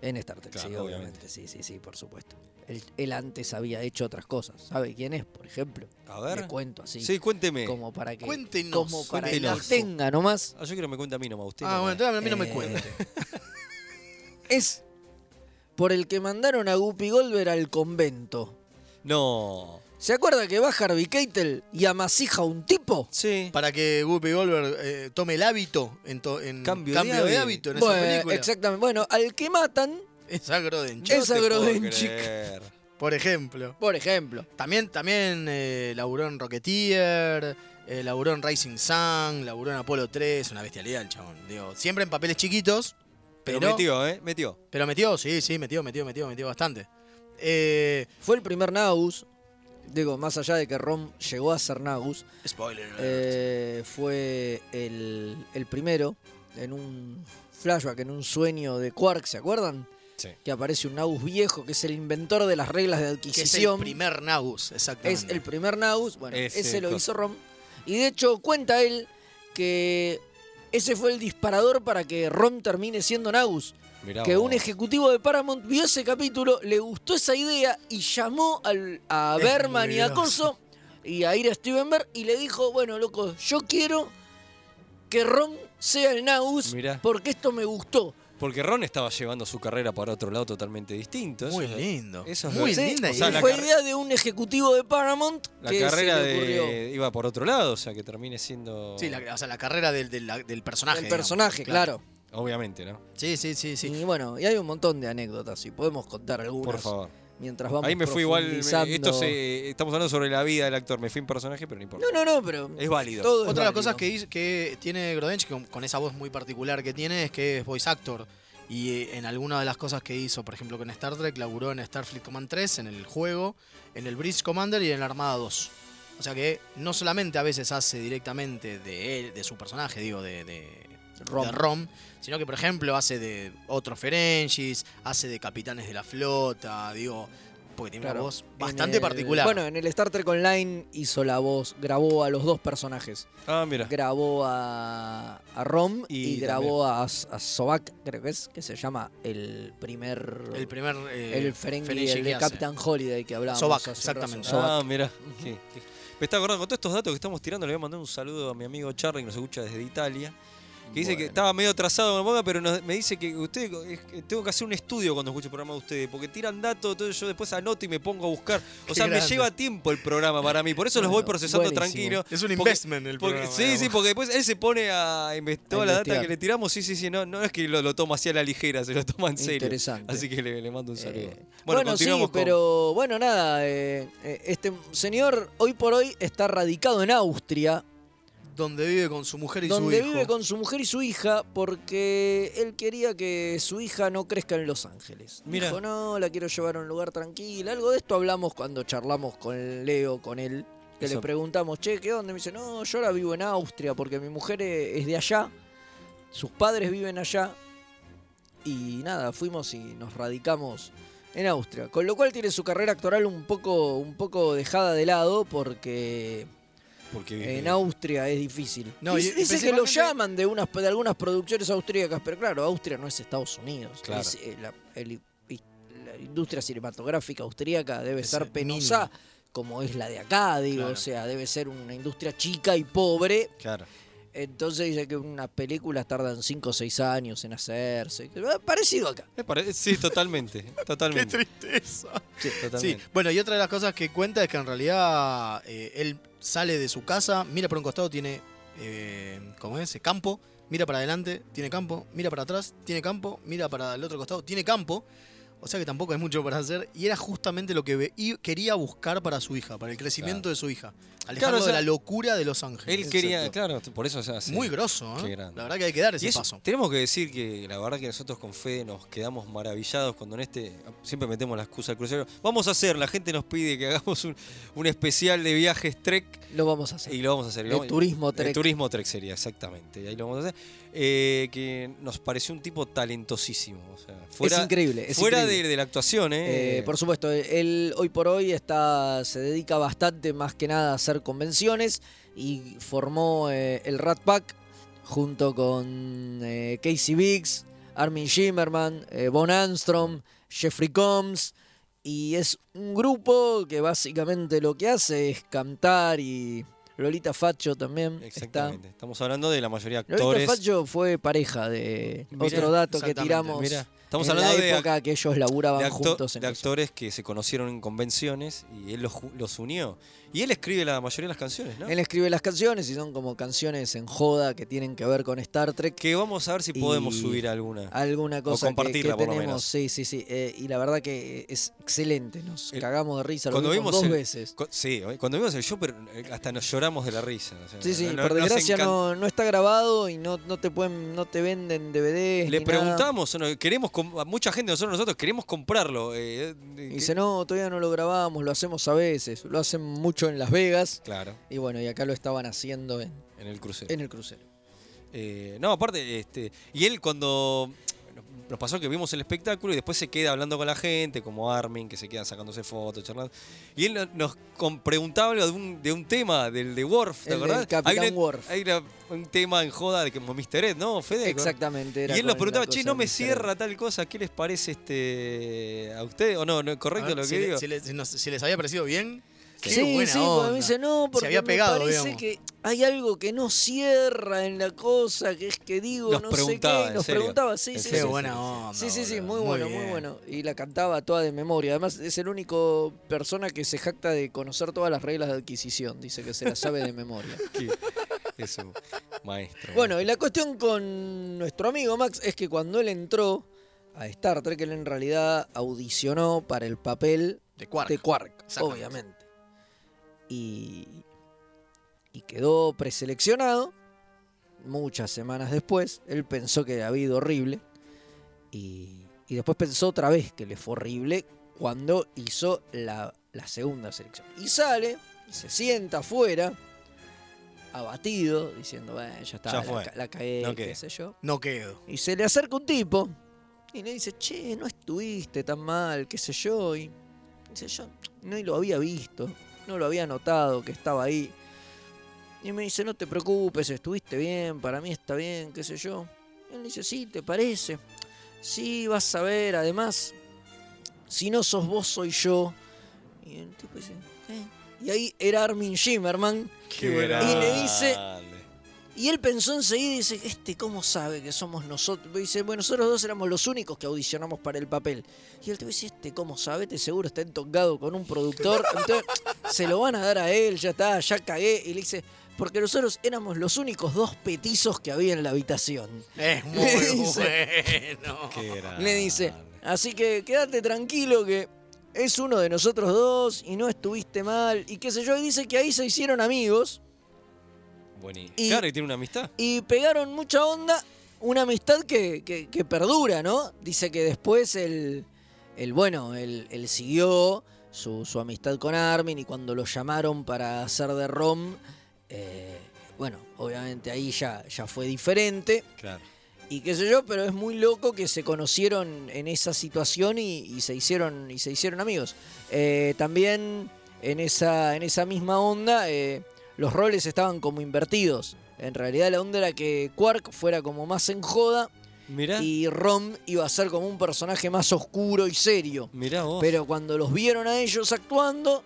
Speaker 4: en Star Trek.
Speaker 2: Claro,
Speaker 4: sí,
Speaker 2: obviamente.
Speaker 4: obviamente. sí, sí, sí, por supuesto. Él, él antes había hecho otras cosas. ¿Sabe quién es, por ejemplo?
Speaker 2: A ver.
Speaker 4: Le cuento así.
Speaker 2: Sí, cuénteme.
Speaker 4: Como para que,
Speaker 3: Cuéntenos,
Speaker 4: como para que
Speaker 2: cuéntenos.
Speaker 4: la tenga nomás.
Speaker 2: Ah, yo quiero que me cuente a mí nomás. Usted
Speaker 3: Ah, bueno,
Speaker 2: no me-
Speaker 3: entonces a mí no me
Speaker 4: Eh,
Speaker 3: cuente.
Speaker 4: (laughs) Es por el que mandaron a Guppy Goldberg al convento.
Speaker 2: No.
Speaker 4: ¿Se acuerda que va Harvey Keitel y amasija a un tipo?
Speaker 2: Sí.
Speaker 3: Para que Guppy Goldberg eh, tome el hábito en, to- en
Speaker 2: Cambio
Speaker 3: cambio,
Speaker 2: de
Speaker 3: de, hábito
Speaker 2: hábito.
Speaker 3: en
Speaker 4: Bueno,
Speaker 3: esa película.
Speaker 4: exactamente. Bueno, al que matan,
Speaker 3: Es Agrodench,
Speaker 4: Es Agrodenchik.
Speaker 2: creer.
Speaker 3: por ejemplo.
Speaker 4: por ejemplo.
Speaker 3: También, también eh, laburó en Rocketeer, eh, laburó en Rising Sun, laburó en Apolo 3, una bestialidad el chabón. Digo, siempre en papeles chiquitos,
Speaker 2: Pero,
Speaker 3: pero,
Speaker 2: metió, ¿eh? Metió.
Speaker 3: pero metió, sí, sí, metió, metió, metió, metió bastante. Eh,
Speaker 4: Fue el primer Nagus. Digo, más allá de que Rom llegó a ser Nagus,
Speaker 3: spoiler. alert.
Speaker 4: eh, fue el, el primero en un flashback, en un sueño de Quark, ¿se acuerdan?
Speaker 2: Sí.
Speaker 4: Que aparece un Nagus viejo, que es el inventor de las reglas de
Speaker 3: que es el
Speaker 4: adquisición.
Speaker 3: primer Nagus,
Speaker 4: Es
Speaker 3: exactamente.
Speaker 4: el primer Naus, bueno,
Speaker 2: Ese
Speaker 4: ese, lo
Speaker 2: cosa.
Speaker 4: hizo Rom. Y de hecho cuenta él que ese fue el disparador para que Rom termine siendo Naus.
Speaker 2: Mirá
Speaker 4: Que
Speaker 2: vos.
Speaker 4: un ejecutivo de Paramount vio ese capítulo, le gustó esa idea y llamó al- a
Speaker 3: Es
Speaker 4: Berman y a
Speaker 3: grosso.
Speaker 4: Corso y a Ira Stevenberg y le dijo, bueno, loco, yo quiero que Rom sea el Naus
Speaker 2: Mirá.
Speaker 4: porque esto me gustó.
Speaker 2: Porque Ron estaba llevando su carrera para otro lado totalmente distinto. Eso
Speaker 3: Muy
Speaker 2: es-
Speaker 3: lindo.
Speaker 2: Eso es
Speaker 3: Muy
Speaker 2: lo-
Speaker 3: linda
Speaker 2: o sea,
Speaker 3: idea.
Speaker 4: Y
Speaker 2: la
Speaker 4: fue
Speaker 2: carre-
Speaker 4: idea de un ejecutivo de Paramount
Speaker 2: La
Speaker 4: que se
Speaker 2: carrera
Speaker 4: le ocurrió.
Speaker 2: de, iba por otro lado, o sea, que termine siendo.
Speaker 3: Sí, la, o sea, la carrera del, del- del personaje.
Speaker 4: El
Speaker 3: digamos.
Speaker 4: personaje, claro.
Speaker 2: Obviamente, ¿no?
Speaker 3: Sí, sí, sí, sí.
Speaker 4: Y bueno, y hay un montón de anécdotas, y podemos contar algunas.
Speaker 2: Por favor.
Speaker 4: Mientras vamos
Speaker 2: Ahí me fui igual. me-
Speaker 4: profundizando.
Speaker 2: Esto se, estamos hablando sobre la vida del actor. Me fui en personaje, pero no importa.
Speaker 4: No, no, no, pero...
Speaker 2: Es válido.
Speaker 4: todo es
Speaker 3: Otra de las
Speaker 4: válido.
Speaker 3: cosas que, hizo- que tiene Grodench, con, con esa voz muy particular que tiene, es que es voice actor. Y eh, en alguna de las cosas que hizo, por ejemplo, con Star Trek, laburó en Starfleet Command 3, en el juego, en el Bridge Commander y en la Armada 2. O sea que no solamente a veces hace directamente de él, de su personaje, digo, de, de-
Speaker 4: Rom.
Speaker 3: de Rom, sino que, por ejemplo, hace de otros Ferengis, hace de capitanes de la flota, digo, porque tiene
Speaker 4: Claro.
Speaker 3: una voz
Speaker 4: En
Speaker 3: bastante
Speaker 4: el-
Speaker 3: particular.
Speaker 4: Bueno, en el Star Trek Online hizo la voz, grabó a los dos personajes.
Speaker 2: Ah, mira.
Speaker 4: Grabó a, a Rom
Speaker 2: Y
Speaker 4: y, grabó a, a Sobak, creo que es, que se llama el primer...
Speaker 3: el primer. eh,
Speaker 4: el Ferengi,
Speaker 3: Ferengi
Speaker 4: el
Speaker 3: que
Speaker 4: de
Speaker 3: hace.
Speaker 4: Captain Holiday que hablábamos.
Speaker 3: Sobak,
Speaker 4: hace un
Speaker 3: exactamente.
Speaker 4: rato. Sobak.
Speaker 2: Ah, mira. Qué- qué- Me está acordando con todos estos datos que estamos tirando. Le voy a mandar un saludo a mi amigo Charlie, que nos escucha desde Italia. Que dice que
Speaker 4: Bueno.
Speaker 2: estaba medio atrasado con la moda, pero nos- me dice que usted es que tengo que hacer un estudio cuando escucho el programa de ustedes, porque tiran datos, entonces yo después anoto y me pongo
Speaker 4: (laughs)
Speaker 2: a buscar. O
Speaker 3: Qué
Speaker 2: sea, me
Speaker 3: grande.
Speaker 2: lleva tiempo el programa para mí, por eso los voy
Speaker 4: Bueno,
Speaker 2: procesando
Speaker 4: buenísimo.
Speaker 2: tranquilo.
Speaker 3: Es un
Speaker 2: Porque-
Speaker 3: investment el
Speaker 2: porque-
Speaker 3: programa.
Speaker 2: sí, sí, porque después él se pone a investigar toda la data
Speaker 4: investigar.
Speaker 2: que le tiramos. Sí, sí, sí, no, no es que lo, lo toma así a la ligera, se lo toma en serio.
Speaker 4: Interesante.
Speaker 2: Así que le, le mando un saludo.
Speaker 4: Eh, bueno, sí,
Speaker 2: con-
Speaker 4: pero bueno, nada, eh, eh, este señor hoy por hoy está radicado en Austria,
Speaker 3: Donde vive con su mujer y
Speaker 4: donde
Speaker 3: su hijo.
Speaker 4: vive con su mujer y su hija, porque él quería que su hija no crezca en Los Ángeles.
Speaker 2: Mira.
Speaker 4: Dijo, no, la quiero llevar a un lugar tranquilo. Algo de esto hablamos cuando charlamos con Leo, con él, que
Speaker 2: Eso.
Speaker 4: le preguntamos, che, ¿qué onda? Y Me dice, no, yo ahora vivo en Austria porque mi mujer e- es de allá, sus padres viven allá. Y nada, fuimos y nos radicamos en Austria. Con lo cual tiene su carrera actoral un poco, un poco dejada de lado porque
Speaker 2: Porque vive-
Speaker 4: en Austria es difícil.
Speaker 3: No,
Speaker 4: Dice-
Speaker 3: y- y
Speaker 4: dice que lo
Speaker 3: principalmente-
Speaker 4: llaman de, unas, de algunas producciones austríacas, pero claro, Austria no es Estados Unidos.
Speaker 2: Claro.
Speaker 4: Es, eh, la, el- i- la industria cinematográfica austríaca debe
Speaker 3: Es, eh,
Speaker 4: ser penosa
Speaker 3: mínima.
Speaker 4: como es la de acá, digo.
Speaker 3: Claro.
Speaker 4: O sea, debe ser una industria chica y pobre.
Speaker 2: Claro.
Speaker 4: Entonces dice que unas películas tardan 5 o 6 años en hacerse. que- ah, Parecido acá.
Speaker 2: Me parece- sí, (laughs) totalmente.
Speaker 3: Qué
Speaker 2: totalmente.
Speaker 3: tristeza.
Speaker 2: Sí,
Speaker 3: Sí,
Speaker 2: totalmente.
Speaker 3: bueno, y otra de las cosas que cuenta es que en realidad eh, él sale de su casa, mira por un costado, tiene, eh, ¿cómo es? Campo, mira para adelante, tiene campo, mira para atrás, tiene campo, mira para el otro costado, tiene campo. O sea que tampoco hay mucho para hacer. Y era justamente lo que ve- y quería buscar para su hija, para el crecimiento
Speaker 2: Claro.
Speaker 3: de su hija. Alejarlo
Speaker 2: Claro, o sea,
Speaker 3: de la locura de Los Ángeles.
Speaker 2: Él quería,
Speaker 3: Exacto.
Speaker 2: claro, por eso se hace.
Speaker 3: Muy grosso, ¿eh?
Speaker 2: Qué grande.
Speaker 3: La verdad que hay que dar
Speaker 2: Y
Speaker 3: ese
Speaker 2: eso,
Speaker 3: paso.
Speaker 2: tenemos que decir que la verdad que nosotros con Fede nos quedamos maravillados cuando en este siempre metemos la excusa al crucero. Vamos a hacer, la gente nos pide que (laughs) hagamos un, un especial de viajes Trek
Speaker 4: Lo vamos a hacer.
Speaker 2: y lo vamos a hacer.
Speaker 4: De
Speaker 2: Lo vamos-
Speaker 4: turismo Trek.
Speaker 2: De turismo Trek sería, exactamente. Ahí lo vamos a hacer. Eh, que nos pareció un tipo talentosísimo. o sea, fuera,
Speaker 4: es increíble. es
Speaker 2: fuera
Speaker 4: increíble.
Speaker 2: De, de la actuación, ¿eh?
Speaker 4: Eh, por supuesto, él, él hoy por hoy está, se dedica bastante más que nada a hacer convenciones y formó eh, el Rat Pack junto con eh, Casey Biggs, Armin Shimmerman, eh, Von Armstrong, Jeffrey Combs. Y es un grupo que básicamente lo que hace es cantar y Lolita Facho también. Está.
Speaker 2: Exactamente. Estamos hablando de la mayoría de
Speaker 4: Lolita
Speaker 2: actores.
Speaker 4: Facho fue pareja de
Speaker 2: Mirá,
Speaker 4: otro dato que
Speaker 3: exactamente,
Speaker 4: tiramos.
Speaker 2: Mira, estamos
Speaker 4: en
Speaker 2: hablando
Speaker 4: la
Speaker 2: de ac-
Speaker 4: época que ellos laburaban
Speaker 2: de, acto-
Speaker 4: juntos en
Speaker 2: de
Speaker 4: eso.
Speaker 2: actores que se conocieron en convenciones y él los, ju- los unió. Y él escribe la mayoría de las canciones, ¿no?
Speaker 4: Él escribe las canciones y son como canciones en joda que tienen que ver con Star Trek.
Speaker 2: Que vamos a ver si
Speaker 4: Y-
Speaker 2: podemos subir alguna.
Speaker 4: Alguna cosa que-
Speaker 2: compartirla,
Speaker 4: que,
Speaker 2: por lo
Speaker 4: tenemos.
Speaker 2: menos.
Speaker 4: Sí, sí, sí. Eh, y la verdad que es excelente. Nos
Speaker 2: El-
Speaker 4: cagamos de risa. Lo
Speaker 2: Cuando
Speaker 4: vimos
Speaker 2: vimos
Speaker 4: dos
Speaker 2: el-
Speaker 4: veces.
Speaker 2: Cu- Sí, oye, cuando vimos el show, pero, eh, hasta nos lloramos de la risa. o sea,
Speaker 4: Sí, sí,
Speaker 2: no- no-
Speaker 4: por
Speaker 2: nos
Speaker 4: desgracia
Speaker 2: encanta.
Speaker 4: no, no está grabado y no, no te pueden, no te venden DVDs.
Speaker 2: Le
Speaker 4: ni nada.
Speaker 2: preguntamos, o no, queremos com- a mucha gente, nosotros nosotros queremos comprarlo. eh, eh,
Speaker 4: Y
Speaker 2: que-
Speaker 4: dice, no, todavía no lo grabamos, lo hacemos a veces, lo hacen mucho en Las Vegas.
Speaker 2: Claro,
Speaker 4: Y bueno, y acá lo estaban haciendo en,
Speaker 2: en el crucero.
Speaker 4: en el crucero.
Speaker 2: Eh, no, aparte, este, y él cuando nos pasó que vimos el espectáculo y después se queda hablando con la gente, como Armin, que se quedan sacándose fotos, charlando. Y él no- nos con- preguntaba algo de un, de un tema, del de Worf, ¿te
Speaker 4: El del
Speaker 2: acordás?
Speaker 4: Capitán
Speaker 2: hay una-
Speaker 4: Worf.
Speaker 2: Hay una- un tema en joda de que como Mr. Ed, ¿no, Fede?
Speaker 4: Exactamente.
Speaker 2: Y
Speaker 4: era
Speaker 2: él
Speaker 4: con la
Speaker 2: nos preguntaba,
Speaker 4: cosa
Speaker 2: che, no
Speaker 4: de
Speaker 2: me
Speaker 4: Mr. Ed".
Speaker 2: cierra tal cosa, ¿qué les parece este a ustedes? ¿O no? ¿No es correcto
Speaker 3: A ver,
Speaker 2: lo que
Speaker 3: Ah, si, le-
Speaker 2: digo?
Speaker 3: si le- si nos- si les había parecido bien, qué
Speaker 4: sí,
Speaker 3: buena
Speaker 4: sí,
Speaker 3: onda.
Speaker 4: porque me dice, no,
Speaker 3: Se
Speaker 4: porque
Speaker 3: había pegado,
Speaker 4: me parece
Speaker 3: digamos.
Speaker 4: que hay algo que no cierra en la cosa, que es que digo,
Speaker 2: Nos
Speaker 4: no sé qué.
Speaker 2: preguntaba,
Speaker 4: y
Speaker 2: en
Speaker 4: Nos
Speaker 2: serio.
Speaker 4: preguntaba, sí,
Speaker 2: En
Speaker 4: sí,
Speaker 3: qué
Speaker 4: sí.
Speaker 2: serio,
Speaker 3: buena
Speaker 2: sí, sí,
Speaker 3: onda.
Speaker 4: Sí, sí, sí,
Speaker 3: boludo.
Speaker 4: muy bueno, muy
Speaker 3: bien.
Speaker 4: bueno. Y la cantaba toda de memoria. Además, es el único persona que se jacta de conocer todas las reglas de adquisición. Dice que se las sabe
Speaker 3: (laughs)
Speaker 4: de memoria.
Speaker 2: (laughs) Es un maestro.
Speaker 4: Bueno, y la cuestión con nuestro amigo Max es que cuando él entró a Star Trek, él en realidad audicionó para el papel
Speaker 3: De cuarto.
Speaker 4: de Quark,
Speaker 3: Exactamente.
Speaker 4: obviamente. Y, y quedó preseleccionado. Muchas semanas después, él pensó que había ido horrible. Y, y después pensó otra vez que le fue horrible cuando hizo la, la segunda selección. Y sale, se sienta afuera, abatido, diciendo, bueno, ya está,
Speaker 2: Ya
Speaker 4: la
Speaker 2: fue.
Speaker 4: ca- la, cagué,
Speaker 2: No
Speaker 4: qué
Speaker 2: quedé".
Speaker 4: sé yo.
Speaker 3: No quedo.
Speaker 4: Y se le acerca un tipo y le dice, che, no estuviste tan mal, qué sé yo. Y dice, yo no lo había visto, no lo había notado que estaba ahí. Y me dice, no te preocupes, estuviste bien, para mí está bien, qué sé yo. Y él dice, sí, ¿te parece? Sí, vas a ver, además, si no sos vos, soy yo. Y el tipo dice, ¿qué? Y ahí era Armin Shimmerman.
Speaker 2: Qué
Speaker 4: Y le dice-
Speaker 2: grande.
Speaker 4: Y él pensó enseguida y dice, este, ¿cómo sabe que somos nosotros? Dice, bueno, nosotros dos éramos los únicos que audicionamos para el papel. Y él te dice, este, ¿cómo sabe? Este seguro está entongado con un productor. Entonces, se lo van a dar a él, ya está, ya cagué. Y le dice, porque nosotros éramos los únicos dos petizos que había en la habitación.
Speaker 3: (laughs) Es muy bueno.
Speaker 2: Qué grande.
Speaker 4: Le dice, así que quédate tranquilo que es uno de nosotros dos y no estuviste mal. Y qué sé yo, y dice que ahí se hicieron amigos.
Speaker 2: Buenísimo.
Speaker 4: y-
Speaker 2: Claro, y tiene una amistad.
Speaker 4: (laughs) y pegaron mucha onda, una amistad que, que- que perdura, ¿no? Dice que después el, el bueno, él el siguió su, su amistad con Armin y cuando lo llamaron para hacer de Rom, eh, bueno, obviamente ahí ya, ya fue diferente
Speaker 2: Claro.
Speaker 4: y qué sé yo, pero es muy loco que se conocieron en esa situación y, y se hicieron y se hicieron amigos. Eh, también en esa en esa misma onda eh, los roles estaban como invertidos. En realidad la onda era que Quark fuera como más en joda
Speaker 2: Mirá.
Speaker 4: y Rom iba a ser como un personaje más oscuro y serio.
Speaker 2: Mirá vos.
Speaker 4: Pero cuando los vieron a ellos actuando,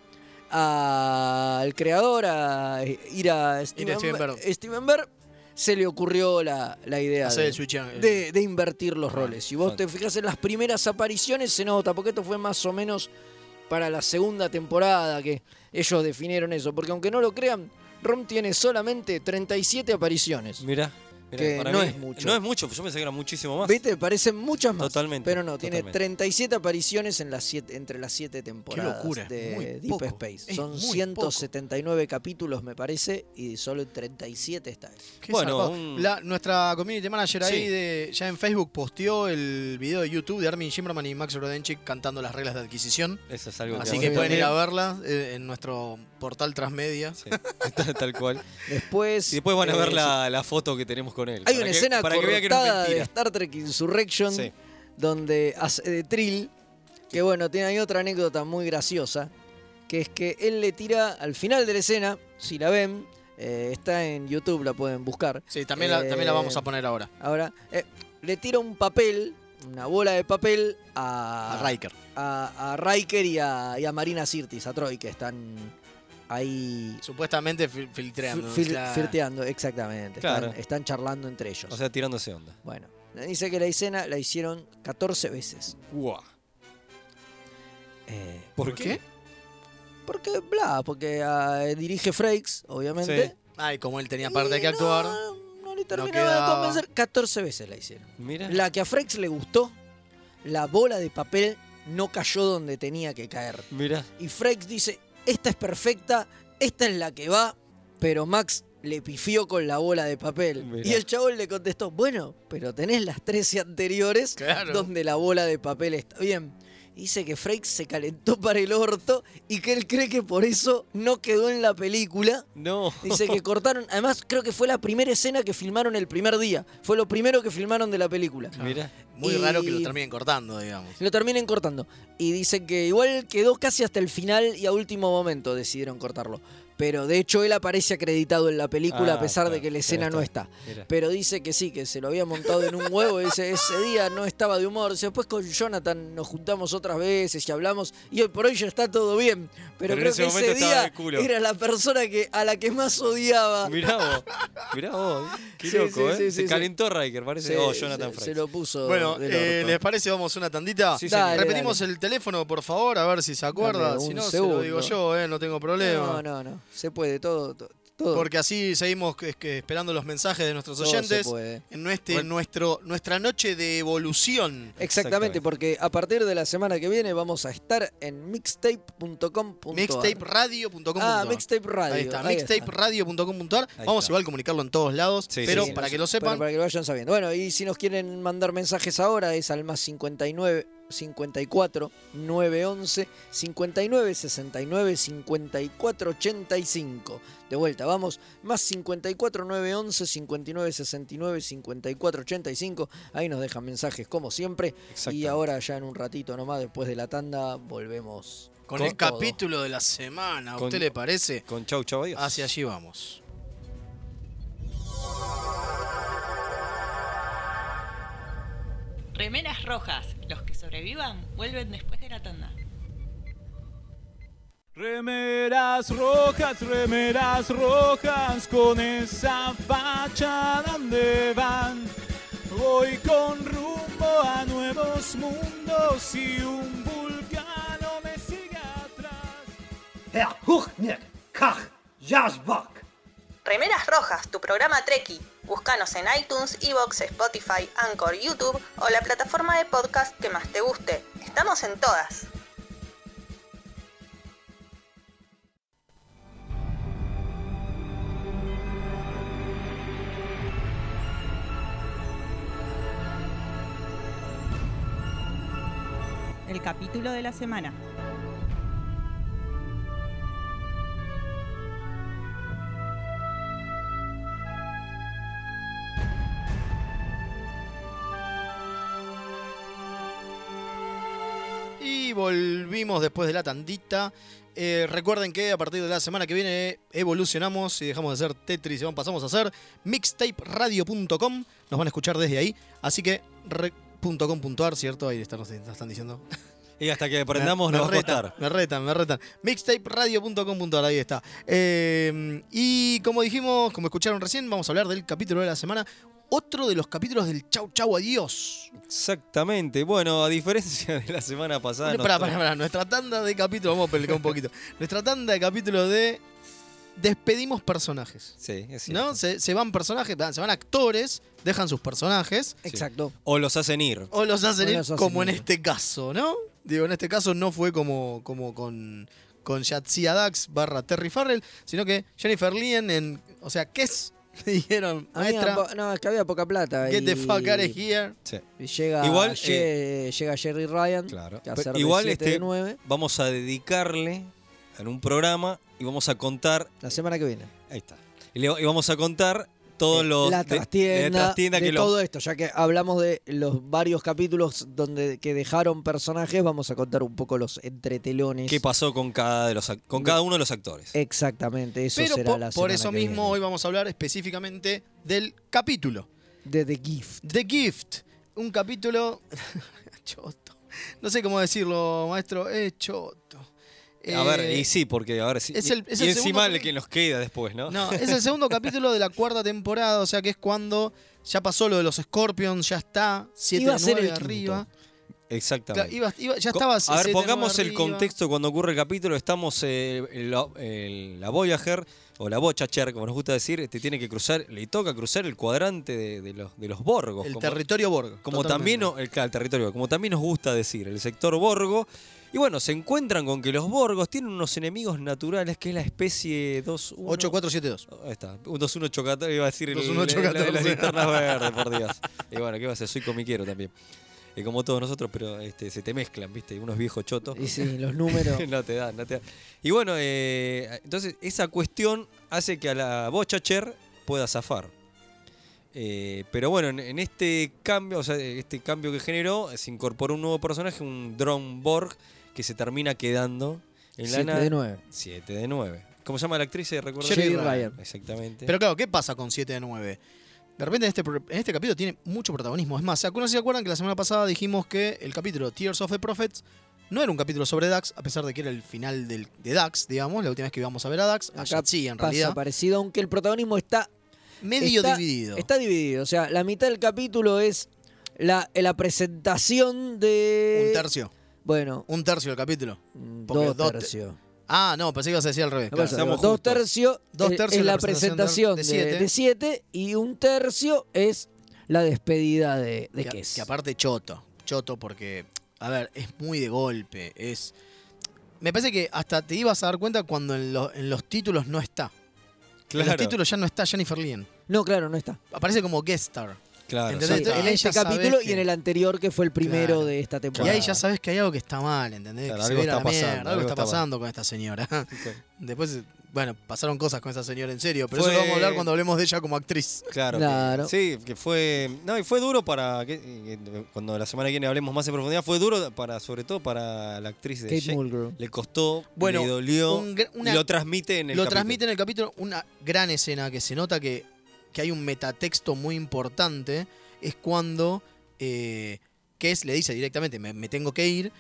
Speaker 4: a- al creador, a Ira Steven,
Speaker 3: Steven Berg.
Speaker 4: Steven Berg, se le ocurrió la, la idea
Speaker 3: Hacer
Speaker 4: de,
Speaker 3: el switch. eh,
Speaker 4: de- de invertir los roles. Si vos
Speaker 2: ah, Exacto.
Speaker 4: te fijas en las primeras apariciones, se nota, porque esto fue más o menos para la segunda temporada que ellos definieron eso. Porque aunque no lo crean, Rom tiene solamente 37 apariciones.
Speaker 2: Mirá. Mirá,
Speaker 4: Que
Speaker 2: para
Speaker 4: no
Speaker 2: mí
Speaker 4: es mucho.
Speaker 2: No es mucho, yo pensé que era muchísimo más.
Speaker 4: ¿Viste? Parecen muchas más.
Speaker 2: Totalmente,
Speaker 4: Pero no, tiene
Speaker 2: totalmente.
Speaker 4: 37 apariciones en las siete, entre las 7 temporadas
Speaker 3: locura, es muy
Speaker 4: de Deep
Speaker 3: poco,
Speaker 4: Space.
Speaker 3: es
Speaker 4: Son
Speaker 3: muy
Speaker 4: 179 capítulos, me parece, y solo 37 está él.
Speaker 3: Qué
Speaker 2: Bueno,
Speaker 3: zarpado.
Speaker 2: un-
Speaker 3: La- nuestra community manager ahí
Speaker 2: Sí.
Speaker 3: de, ya en Facebook posteó el video de YouTube de Armin Shimmerman y Max Rodenchik cantando las reglas de adquisición.
Speaker 2: Eso es algo
Speaker 3: Así
Speaker 4: vamos
Speaker 3: que
Speaker 4: a
Speaker 2: vamos
Speaker 3: pueden
Speaker 4: ver.
Speaker 3: ir a verla eh, en nuestro portal Transmedia.
Speaker 2: a- sí, (laughs) tal, tal cual.
Speaker 4: Después.
Speaker 2: Y después van a
Speaker 4: eh,
Speaker 2: ver la, la foto que tenemos con él.
Speaker 4: Hay
Speaker 2: para
Speaker 4: una
Speaker 2: que-
Speaker 4: escena
Speaker 2: para que vea que no es
Speaker 4: cortada de
Speaker 2: mentira.
Speaker 4: Star Trek Insurrection
Speaker 2: Sí.
Speaker 4: donde hace de Trill, que bueno, tiene ahí otra anécdota muy graciosa, que es que él le tira al final de la escena, si la ven, eh, está en YouTube, la pueden buscar.
Speaker 3: Sí, también, la, también la
Speaker 4: Eh,
Speaker 3: vamos a poner ahora.
Speaker 4: Ahora, eh, le tira un papel, una bola de papel a,
Speaker 3: A Riker.
Speaker 4: a- a Riker y a, y a Marina Sirtis, a Troy, que están ahí
Speaker 3: Supuestamente fil- filtreando.
Speaker 4: fil-
Speaker 3: claro.
Speaker 4: flirteando, exactamente, están-
Speaker 2: Claro.
Speaker 4: están, charlando entre ellos.
Speaker 2: O sea, tirándose onda.
Speaker 4: bueno, dice que la escena la hicieron 14 veces.
Speaker 2: Guau.
Speaker 4: Eh,
Speaker 2: ¿Por,
Speaker 3: ¿Por qué?
Speaker 4: Porque, bla, porque ah, dirige Frakes, obviamente.
Speaker 2: Sí.
Speaker 3: Ay, como él tenía
Speaker 4: Y
Speaker 3: parte que
Speaker 4: no,
Speaker 3: actuar.
Speaker 4: No, le terminaba de
Speaker 3: quedaba.
Speaker 4: convencer. 14 veces la hicieron.
Speaker 2: Mira.
Speaker 4: La que a Frakes le gustó, la bola de papel no cayó donde tenía que caer.
Speaker 2: Mira.
Speaker 4: Y Frakes dice, esta es perfecta, esta es la que va, pero Max le pifió con la bola de papel.
Speaker 2: Mirá.
Speaker 4: Y el chabón le contestó, bueno, pero tenés las 13 anteriores
Speaker 3: Claro.
Speaker 4: donde la bola de papel está bien. Dice que Frakes se calentó para el orto y que él cree que por eso no quedó en la película.
Speaker 2: No.
Speaker 4: Dice que cortaron, además creo que fue la primera escena que filmaron el primer día. Fue lo primero que filmaron de la película.
Speaker 2: Mira.
Speaker 3: Muy
Speaker 4: Y-
Speaker 3: raro que lo terminen cortando, digamos.
Speaker 4: Lo terminen cortando. Y dicen que igual quedó casi hasta el final y a último momento decidieron cortarlo. Pero de hecho él aparece acreditado en la película
Speaker 2: Ah,
Speaker 4: a pesar de
Speaker 2: claro,
Speaker 4: que la
Speaker 2: ahí
Speaker 4: escena no
Speaker 2: está.
Speaker 4: está.
Speaker 2: Mira.
Speaker 4: Pero dice que sí, que se lo había montado en un huevo. Dice, ese día no estaba de humor. Dice, después con Jonathan nos juntamos otras veces y hablamos. Y hoy por hoy ya está todo bien. Pero,
Speaker 2: Pero en
Speaker 4: creo
Speaker 2: ese
Speaker 4: que ese
Speaker 2: momento estaba
Speaker 4: día
Speaker 2: de culo.
Speaker 4: era la persona que, a la que más odiaba.
Speaker 2: Mirá vos. Mirá vos. Qué
Speaker 4: Ah. Sí,
Speaker 2: loco,
Speaker 4: sí,
Speaker 2: ¿eh?
Speaker 4: sí,
Speaker 2: se
Speaker 4: sí,
Speaker 2: calentó Riker, parece.
Speaker 4: Se,
Speaker 2: oh, Jonathan
Speaker 4: se-
Speaker 2: Frakes.
Speaker 4: se lo puso.
Speaker 3: Bueno,
Speaker 4: del
Speaker 3: eh,
Speaker 4: orto.
Speaker 3: ¿les parece? Vamos a una tandita.
Speaker 2: Sí,
Speaker 4: Dale,
Speaker 3: Repetimos el teléfono, por favor, a ver si se acuerda.
Speaker 4: Dame
Speaker 3: Si
Speaker 4: un
Speaker 3: no, se lo digo
Speaker 4: segundo.
Speaker 3: yo, eh, no tengo problema.
Speaker 4: No, no, no. Se puede todo. to- todo
Speaker 3: Porque así seguimos que- que esperando los mensajes de nuestros
Speaker 4: todo se
Speaker 3: oyentes
Speaker 4: puede.
Speaker 3: en nuestro,
Speaker 2: Bueno.
Speaker 3: nuestro, nuestra noche de evolución.
Speaker 4: Exactamente,
Speaker 2: Exactamente.
Speaker 4: porque a partir de la semana que viene vamos a estar en mixtape.com.ar.
Speaker 3: Mixtaperadio.com.
Speaker 4: Ah, mixtape radio.
Speaker 3: Ahí está,
Speaker 4: ahí está.
Speaker 3: mixtaperadio.com.ar.
Speaker 2: Ahí
Speaker 3: Vamos
Speaker 2: está.
Speaker 3: igual a comunicarlo en todos lados,
Speaker 2: Sí, sí,
Speaker 3: pero
Speaker 2: sí.
Speaker 3: para que lo
Speaker 4: Pero
Speaker 3: sepan,
Speaker 4: para que lo vayan sabiendo. Bueno, y si nos quieren mandar mensajes ahora es al más 59 54 911 59 69 54 85. De vuelta, vamos, más 54 911 59 69 54 85. Ahí nos dejan mensajes como siempre. Y
Speaker 2: Exactamente.
Speaker 4: ahora ya en un ratito nomás, después de la tanda, volvemos.
Speaker 3: con, el
Speaker 4: todo.
Speaker 3: capítulo de la semana, ¿a
Speaker 2: Con-
Speaker 3: usted le parece?
Speaker 2: Con chau, chau, adiós.
Speaker 3: Hacia allí vamos.
Speaker 6: Remeras rojas. Los que sobrevivan vuelven después de la tanda.
Speaker 1: Remeras rojas, remeras rojas, con esa facha donde van. Voy con rumbo a nuevos mundos y un vulcano me sigue atrás.
Speaker 7: Herr Huchnick, Kach, Jasbach.
Speaker 8: Remeras Rojas, tu programa Treki. Búscanos en iTunes, Evox, Spotify, Anchor, YouTube o la plataforma de podcast que más te guste. Estamos en todas.
Speaker 6: El capítulo de la semana.
Speaker 3: Y volvimos después de la tandita. Eh, recuerden que a partir de la semana que viene evolucionamos y dejamos de ser Tetris y vamos- pasamos a ser mixtaperadio.com. Nos van a escuchar desde ahí. Así que re- punto .com punto ar, ¿cierto? Ahí están, nos están
Speaker 2: (laughs)
Speaker 3: diciendo.
Speaker 2: Y hasta que aprendamos
Speaker 3: Me-
Speaker 2: nos va
Speaker 3: me
Speaker 2: a costar.
Speaker 3: retan, Me retan, me retan. Mixtaperadio.com.ar, ahí está. Eh, y como dijimos, como escucharon recién, vamos a hablar del capítulo de la semana. Otro de los capítulos del Chau Chau Adiós.
Speaker 2: Exactamente. Bueno, a diferencia de la semana pasada.
Speaker 3: Pará,
Speaker 2: nos
Speaker 3: pará,
Speaker 4: (laughs)
Speaker 2: to-
Speaker 3: pará. Nuestra tanda de capítulos, vamos a pelear un poquito. Nuestra tanda de capítulos de despedimos personajes.
Speaker 2: Sí, es cierto.
Speaker 3: ¿No? Se, se van personajes, van- se van actores, dejan sus personajes
Speaker 4: Exacto.
Speaker 2: O los hacen ir.
Speaker 3: o los hacen
Speaker 4: O
Speaker 3: ir
Speaker 4: los hacen
Speaker 3: como en
Speaker 4: ir.
Speaker 3: este caso, ¿no? Digo, en este caso no fue como, como con, con Yatsia Dax barra Terry Farrell, sino que Jennifer Lien en. O sea, ¿qué es? (laughs) Le dijeron,
Speaker 4: Había
Speaker 3: maestra,
Speaker 4: po- no, es que había poca plata.
Speaker 3: get
Speaker 4: y-
Speaker 3: the fuck out of here.
Speaker 2: Sí.
Speaker 4: y Llega,
Speaker 2: Igual,
Speaker 4: Ye- llega Jerry Ryan.
Speaker 2: Claro.
Speaker 4: Que
Speaker 2: Pero
Speaker 4: hace
Speaker 2: igual,
Speaker 4: igual este,
Speaker 2: este-
Speaker 4: de 9
Speaker 2: Vamos a dedicarle en un programa y vamos a contar.
Speaker 4: la semana que viene. Eh,
Speaker 2: Ahí está. Y, le- y vamos a contar todos los.
Speaker 4: la
Speaker 2: de- de
Speaker 4: trastienda, de,
Speaker 2: trastienda que lo-
Speaker 4: todo esto, ya que hablamos de los varios capítulos donde que dejaron personajes, vamos a contar un poco los entretelones.
Speaker 2: ¿Qué pasó con cada, de los, ac- con cada uno de los actores?
Speaker 4: Exactamente, eso
Speaker 3: Pero
Speaker 4: será
Speaker 3: po-
Speaker 4: la
Speaker 3: por
Speaker 4: semana
Speaker 3: eso
Speaker 4: que
Speaker 3: mismo hoy
Speaker 4: viene.
Speaker 3: vamos a hablar específicamente del capítulo.
Speaker 4: de The Gift.
Speaker 3: The Gift. Un capítulo. (laughs) choto. No sé cómo decirlo, maestro. Es choto.
Speaker 2: a ver,
Speaker 3: Eh,
Speaker 2: y sí, porque a ver, sí-
Speaker 3: es el- es
Speaker 2: y
Speaker 3: el
Speaker 2: encima
Speaker 3: segundo
Speaker 2: el que nos queda después, ¿no?
Speaker 3: No, es el
Speaker 2: (laughs)
Speaker 3: segundo capítulo de la cuarta temporada, o sea que es cuando ya pasó lo de los Scorpions, ya está, 7
Speaker 4: Iba
Speaker 3: de
Speaker 4: a ser
Speaker 3: 9
Speaker 4: el
Speaker 3: arriba.
Speaker 2: Exactamente.
Speaker 3: Claro, iba- iba- ya estaba
Speaker 2: Co- a ver,
Speaker 3: siete de
Speaker 2: pongamos
Speaker 3: nueve
Speaker 2: el
Speaker 3: arriba.
Speaker 2: contexto cuando ocurre el capítulo. Estamos eh, en la, en la Voyager o la Bochacher, como nos gusta decir, este, tiene que cruzar, le toca cruzar el cuadrante de, de los, de los borgos.
Speaker 3: El
Speaker 2: como-
Speaker 3: territorio Borgo.
Speaker 2: como
Speaker 3: totalmente.
Speaker 2: también no- el, claro, el territorio, como también nos gusta decir, el sector Borgo. Y bueno, se encuentran con que los Borgos tienen unos enemigos naturales, que es la especie 21.
Speaker 3: 8472.
Speaker 2: Ahí está, un 21814, iba a decir el-
Speaker 3: 21814.
Speaker 2: el- el- las linternas verdes, por Dios. Y bueno, ¿qué va a hacer? Soy comiquero también. Y como todos nosotros, pero este, se te mezclan, ¿viste? Unos viejos chotos.
Speaker 4: Y sí, los números.
Speaker 2: (laughs) no te dan, no te dan. Y bueno, eh, entonces esa cuestión hace que a la Bochacher pueda zafar. Eh, pero bueno, en, en este cambio, o sea, este cambio que generó, se incorporó un nuevo personaje, un Drone Borg, que se termina quedando en la
Speaker 4: siete
Speaker 2: nave.
Speaker 4: de 9.
Speaker 2: 7 de 9. ¿Cómo se llama la actriz? ¿Recuerdas?
Speaker 3: Jerry Jerry Ryan.
Speaker 4: Ryan.
Speaker 2: Exactamente.
Speaker 3: Pero claro, ¿qué pasa con 7 de 9? De repente en este, pro- en este capítulo tiene mucho protagonismo. Es más, ¿se acuerdan, ¿se acuerdan que la semana pasada dijimos que el capítulo Tears of the Prophets no era un capítulo sobre Dax, a pesar de que era el final del- de Dax, digamos, la última vez que íbamos a ver a Dax? A
Speaker 4: Acá
Speaker 3: sí, en
Speaker 4: pasa
Speaker 3: realidad.
Speaker 4: parecido, aunque el protagonismo está
Speaker 3: Medio
Speaker 4: está-
Speaker 3: dividido.
Speaker 4: Está dividido, o sea, la mitad del capítulo es la, la presentación de...
Speaker 3: un tercio.
Speaker 4: Bueno,
Speaker 3: Un tercio del capítulo.
Speaker 4: mm,
Speaker 3: Porque
Speaker 4: dos
Speaker 3: dos te-
Speaker 4: tercios.
Speaker 3: Ah, no, pensé que ibas a decir al revés.
Speaker 4: No
Speaker 3: claro.
Speaker 4: pasa
Speaker 2: estamos
Speaker 4: nada. dos
Speaker 2: justos.
Speaker 4: tercios
Speaker 3: Dos
Speaker 4: es-
Speaker 3: tercios
Speaker 4: es la presentación de
Speaker 3: siete.
Speaker 4: de 7 y un tercio es la despedida de, de
Speaker 3: que,
Speaker 4: Kes.
Speaker 3: que aparte choto. Choto porque, a ver, es muy de golpe. Es. Me parece que hasta te ibas a dar cuenta cuando en, lo- en los títulos no está. En los
Speaker 2: Claro.
Speaker 3: títulos ya no está Jennifer Lien.
Speaker 4: No, claro, no está.
Speaker 3: Aparece como guest star.
Speaker 2: Claro,
Speaker 3: ¿Entendés?
Speaker 2: sí.
Speaker 3: Entonces,
Speaker 4: en
Speaker 3: ahí
Speaker 4: este
Speaker 3: ya
Speaker 4: capítulo
Speaker 3: sabés
Speaker 4: y en
Speaker 3: que-
Speaker 4: el anterior que fue el primero
Speaker 3: Claro.
Speaker 4: de esta
Speaker 3: Y
Speaker 4: temporada.
Speaker 3: ahí ya sabes que hay algo que está mal, ¿entendés?
Speaker 2: Claro,
Speaker 3: que se
Speaker 2: algo
Speaker 3: ve la
Speaker 2: está pasando,
Speaker 3: mierda, algo,
Speaker 2: algo
Speaker 3: está
Speaker 2: está
Speaker 3: pasando con esta señora. (laughs) Después, bueno, pasaron cosas con esta señora en serio, pero
Speaker 2: Fue-
Speaker 3: eso lo vamos a hablar cuando hablemos de ella como actriz.
Speaker 2: Claro, que-
Speaker 4: Claro.
Speaker 2: sí, que fue. No, y fue duro para. que- que- cuando la semana que viene hablemos más en profundidad, fue duro para, sobre todo para la actriz de
Speaker 4: Kate
Speaker 2: Jake.
Speaker 4: Mulgrew.
Speaker 2: Le costó,
Speaker 3: Bueno,
Speaker 2: le dolió.
Speaker 3: un gr- una-
Speaker 2: y lo transmite en el
Speaker 3: Lo
Speaker 2: capítulo.
Speaker 3: transmite en el capítulo una gran escena que se nota que, que hay un metatexto muy importante. Es cuando eh, Kes le dice directamente, me, me tengo que ir.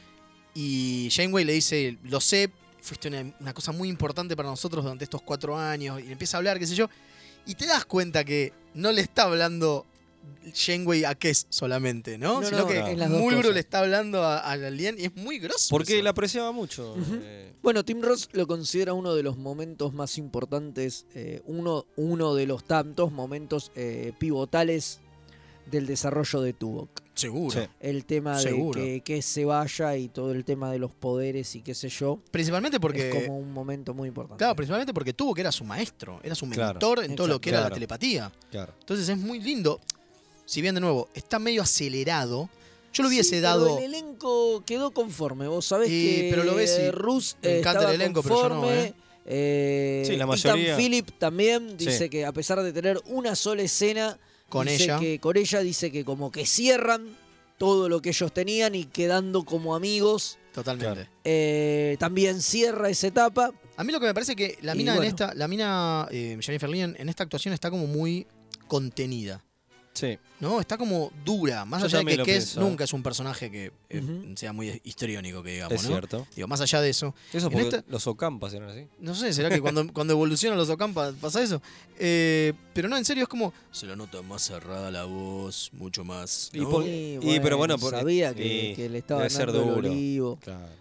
Speaker 3: Y Janeway le dice, lo sé, fuiste una, una cosa muy importante para nosotros durante estos cuatro años. Y le empieza a hablar, qué sé yo. Y te das cuenta que no le está hablando Janeway a Kes solamente, ¿no?
Speaker 4: No,
Speaker 3: Sino
Speaker 4: no,
Speaker 3: que
Speaker 2: no.
Speaker 4: en las dos
Speaker 3: Mulgrew
Speaker 4: cosas.
Speaker 3: le está hablando a, a la Lien y es muy grosso.
Speaker 2: Porque
Speaker 3: eso.
Speaker 2: la apreciaba mucho.
Speaker 4: Ujú.
Speaker 2: eh,
Speaker 4: Bueno, Tim Ross lo considera uno de los momentos más importantes, eh, uno, uno de los tantos momentos eh, pivotales del desarrollo de Tuvok.
Speaker 3: Seguro.
Speaker 2: Sí.
Speaker 4: El tema de
Speaker 3: Seguro.
Speaker 4: que, que se vaya y todo el tema de los poderes y qué sé yo,
Speaker 3: Principalmente porque...
Speaker 4: es como un momento muy importante.
Speaker 3: Claro, principalmente porque tuvo que era su maestro, era su
Speaker 2: Claro.
Speaker 3: mentor en todo lo que era
Speaker 2: Claro.
Speaker 3: la telepatía.
Speaker 2: claro.
Speaker 3: Entonces es muy lindo. Si bien, de nuevo, está medio acelerado. Yo lo hubiese
Speaker 4: Sí, pero
Speaker 3: dado.
Speaker 4: el elenco quedó conforme, vos sabés
Speaker 3: Y,
Speaker 4: que
Speaker 3: pero lo ves y
Speaker 4: Rus
Speaker 3: me
Speaker 4: eh,
Speaker 3: encanta
Speaker 4: estaba
Speaker 3: el elenco, pero yo no,
Speaker 4: conforme.
Speaker 3: ¿eh?
Speaker 4: eh,
Speaker 2: Sí, la
Speaker 4: Ethan
Speaker 2: mayoría.
Speaker 4: Phillip también
Speaker 2: Sí.
Speaker 4: dice que a pesar de tener una sola escena
Speaker 3: Con
Speaker 4: dice
Speaker 3: ella.
Speaker 4: que con ella dice que como que cierran todo lo que ellos tenían y quedando como amigos.
Speaker 3: Totalmente.
Speaker 4: Eh, también cierra esa etapa.
Speaker 3: A mí lo que me parece que la
Speaker 4: Y
Speaker 3: mina en
Speaker 4: bueno.
Speaker 3: esta. La mina eh, Jennifer Lien en esta actuación está como muy contenida.
Speaker 2: Sí.
Speaker 3: ¿No? Está como dura. Más
Speaker 2: Yo
Speaker 3: allá de
Speaker 2: también
Speaker 3: que
Speaker 2: lo
Speaker 3: Kes
Speaker 2: pienso.
Speaker 3: nunca es un personaje que eh,
Speaker 4: Ujú.
Speaker 3: sea muy histriónico, que digamos,
Speaker 2: Es
Speaker 3: ¿no?
Speaker 2: cierto.
Speaker 3: Digo, más allá de eso.
Speaker 2: Eso
Speaker 3: En
Speaker 2: porque
Speaker 3: esta-
Speaker 2: los Ocampas eran así.
Speaker 3: No sé, ¿será que
Speaker 2: (laughs)
Speaker 3: cuando, cuando evolucionan los Ocampa pasa eso? Eh, pero no, en serio, es como... Se lo nota más cerrada la voz, mucho más.
Speaker 2: Y
Speaker 3: ¿no?
Speaker 2: por-
Speaker 4: Y
Speaker 2: y, pero bueno, por-
Speaker 4: sabía que,
Speaker 2: y
Speaker 4: que le estaba
Speaker 2: debe ser
Speaker 4: dando el
Speaker 2: duro.
Speaker 4: olivo.
Speaker 2: Claro.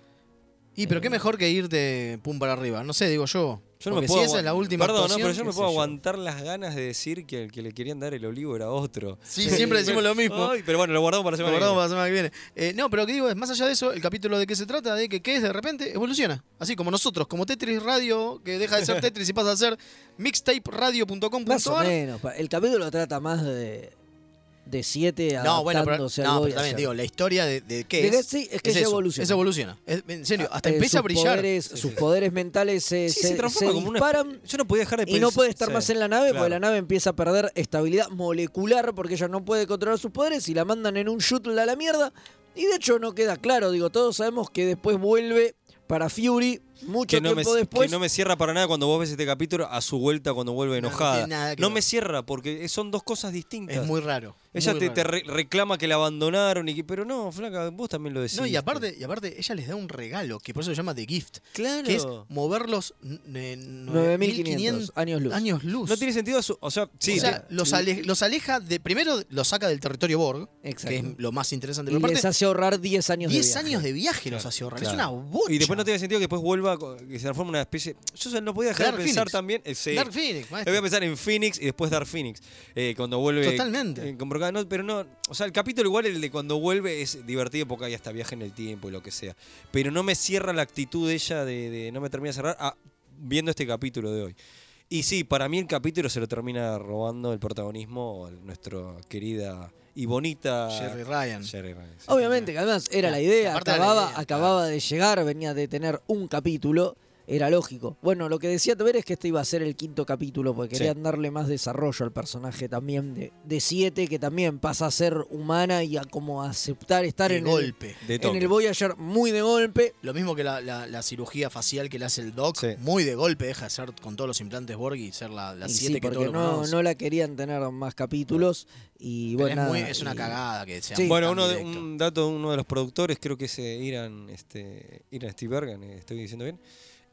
Speaker 3: Y pero qué mejor que ir de pum para arriba. No sé, digo yo.
Speaker 2: Eh. Yo no
Speaker 3: Porque
Speaker 2: me puedo
Speaker 3: si esa
Speaker 2: aguan-
Speaker 3: es la última
Speaker 2: Perdón, no,
Speaker 3: actuación,
Speaker 2: pero yo me
Speaker 3: qué
Speaker 2: puedo
Speaker 3: sé
Speaker 2: aguantar las ganas de decir que el que le querían dar el olivo era otro.
Speaker 3: Sí, siempre decimos lo mismo.
Speaker 2: Ay, pero bueno, lo guardamos para la
Speaker 3: Lo
Speaker 2: semana que
Speaker 3: guardamos para la
Speaker 2: viene.
Speaker 3: semana que viene. Eh, no, pero que digo es, más allá de eso, el capítulo de qué se trata, de que qué es de repente, evoluciona. Así como nosotros, como Tetris Radio, que deja de
Speaker 2: (laughs)
Speaker 3: ser Tetris y pasa a ser
Speaker 4: Más o
Speaker 3: mixtaperadio.com.ar.
Speaker 4: menos. pa- El capítulo trata más de. De 7 a.
Speaker 3: No, bueno, pero,
Speaker 4: adaptándose al
Speaker 3: no,
Speaker 4: hoy
Speaker 3: pero también
Speaker 4: ayer.
Speaker 3: digo, la historia de, de qué
Speaker 4: De
Speaker 3: es.
Speaker 4: que sí, es que ella
Speaker 3: eso,
Speaker 4: evoluciona.
Speaker 3: eso evoluciona. Es- en serio, hasta
Speaker 4: Eh,
Speaker 3: empieza
Speaker 4: sus
Speaker 3: a brillar.
Speaker 4: poderes- sus poderes mentales se,
Speaker 2: Sí,
Speaker 4: se-
Speaker 2: se transforma
Speaker 4: se
Speaker 2: como una-
Speaker 4: disparan.
Speaker 2: Yo no podía dejar de
Speaker 4: Y no
Speaker 2: pens-
Speaker 4: puede estar
Speaker 2: sí,
Speaker 4: más en la nave porque
Speaker 2: claro.
Speaker 4: la nave empieza a perder estabilidad molecular porque ella no puede controlar sus poderes y la mandan en un shuttle a la mierda. Y de hecho no queda claro, digo, todos sabemos que después vuelve para Fury mucho
Speaker 2: Que no, me,
Speaker 4: tiempo
Speaker 2: que
Speaker 4: después.
Speaker 2: no me cierra para nada cuando vos ves este capítulo a su vuelta cuando
Speaker 3: No,
Speaker 2: vuelve
Speaker 3: no
Speaker 2: enojada. No,
Speaker 3: tiene nada que ver.
Speaker 2: me cierra porque son dos cosas distintas.
Speaker 3: Es muy raro.
Speaker 2: Ella
Speaker 3: muy
Speaker 2: te,
Speaker 3: raro.
Speaker 2: te re- reclama que la abandonaron y que, pero no, flaca, vos también lo decís.
Speaker 3: No, y aparte, y aparte, ella les da un regalo, que por eso se llama The Gift,
Speaker 2: claro.
Speaker 3: que es moverlos n- eh,
Speaker 4: 9500 años luz.
Speaker 3: años luz.
Speaker 2: No tiene sentido su- o sea, sí,
Speaker 3: o sea,
Speaker 2: te-
Speaker 3: los, ale- los aleja de. Primero los saca del territorio Borg, que es
Speaker 4: Exacto.
Speaker 3: lo más interesante.
Speaker 4: Y
Speaker 3: Pero
Speaker 4: les
Speaker 3: aparte,
Speaker 4: hace ahorrar 10 años
Speaker 3: 10
Speaker 4: de viaje.
Speaker 3: años de viaje los
Speaker 2: Claro,
Speaker 3: hace ahorrar.
Speaker 2: claro.
Speaker 3: Es una bocha.
Speaker 2: y después no tiene sentido que después vuelva co- que se transforme en una especie. Yo o sea, no podía dejar
Speaker 3: Dark
Speaker 2: de pensar
Speaker 3: Phoenix.
Speaker 2: también. eh, sí.
Speaker 3: Dark Phoenix,
Speaker 2: Yo
Speaker 3: maestro.
Speaker 2: voy a pensar en Phoenix y después Dark Phoenix. eh, cuando vuelve.
Speaker 3: Totalmente.
Speaker 2: eh, con Brocada. No, pero no. O sea, el capítulo igual, el de cuando vuelve, es divertido porque hay hasta viaje en el tiempo y lo que sea. Pero no me cierra la actitud de ella de. de- no me termina de cerrar ah, viendo este capítulo de hoy. Y sí, para mí el capítulo se lo termina robando el protagonismo a nuestra querida y bonita.
Speaker 3: Jerry Ryan. Oh,
Speaker 2: Jerry Ryan, sí.
Speaker 4: Obviamente, que además era la idea,
Speaker 3: Aparte de la
Speaker 4: acababa,
Speaker 3: idea,
Speaker 4: acababa de llegar, venía de tener un capítulo, era lógico. Bueno, lo que decía Teber es que este iba a ser el quinto capítulo, porque
Speaker 2: Sí.
Speaker 4: querían darle más desarrollo al personaje también de, de siete, que también pasa a ser humana y a como aceptar estar
Speaker 3: De
Speaker 4: en
Speaker 3: golpe.
Speaker 4: El,
Speaker 2: De
Speaker 4: en
Speaker 2: toque.
Speaker 4: el Voyager muy de golpe.
Speaker 3: Lo mismo que la, la- la cirugía facial que le hace el Doc,
Speaker 2: Sí.
Speaker 3: muy de golpe deja de ser con todos los implantes Borg y ser la, la
Speaker 4: Y
Speaker 3: siete
Speaker 4: sí,
Speaker 3: que
Speaker 4: porque
Speaker 3: todos
Speaker 4: no,
Speaker 3: conocen.
Speaker 4: no la querían tener más capítulos. Y
Speaker 3: Pero
Speaker 4: bueno,
Speaker 3: es,
Speaker 4: nada,
Speaker 3: muy- es una
Speaker 4: y-
Speaker 3: cagada que sea
Speaker 4: Sí.
Speaker 2: Bueno, uno de- un dato de uno de los productores, creo que es eh, Iran, este, Iran Steve Bergen, eh, estoy diciendo bien,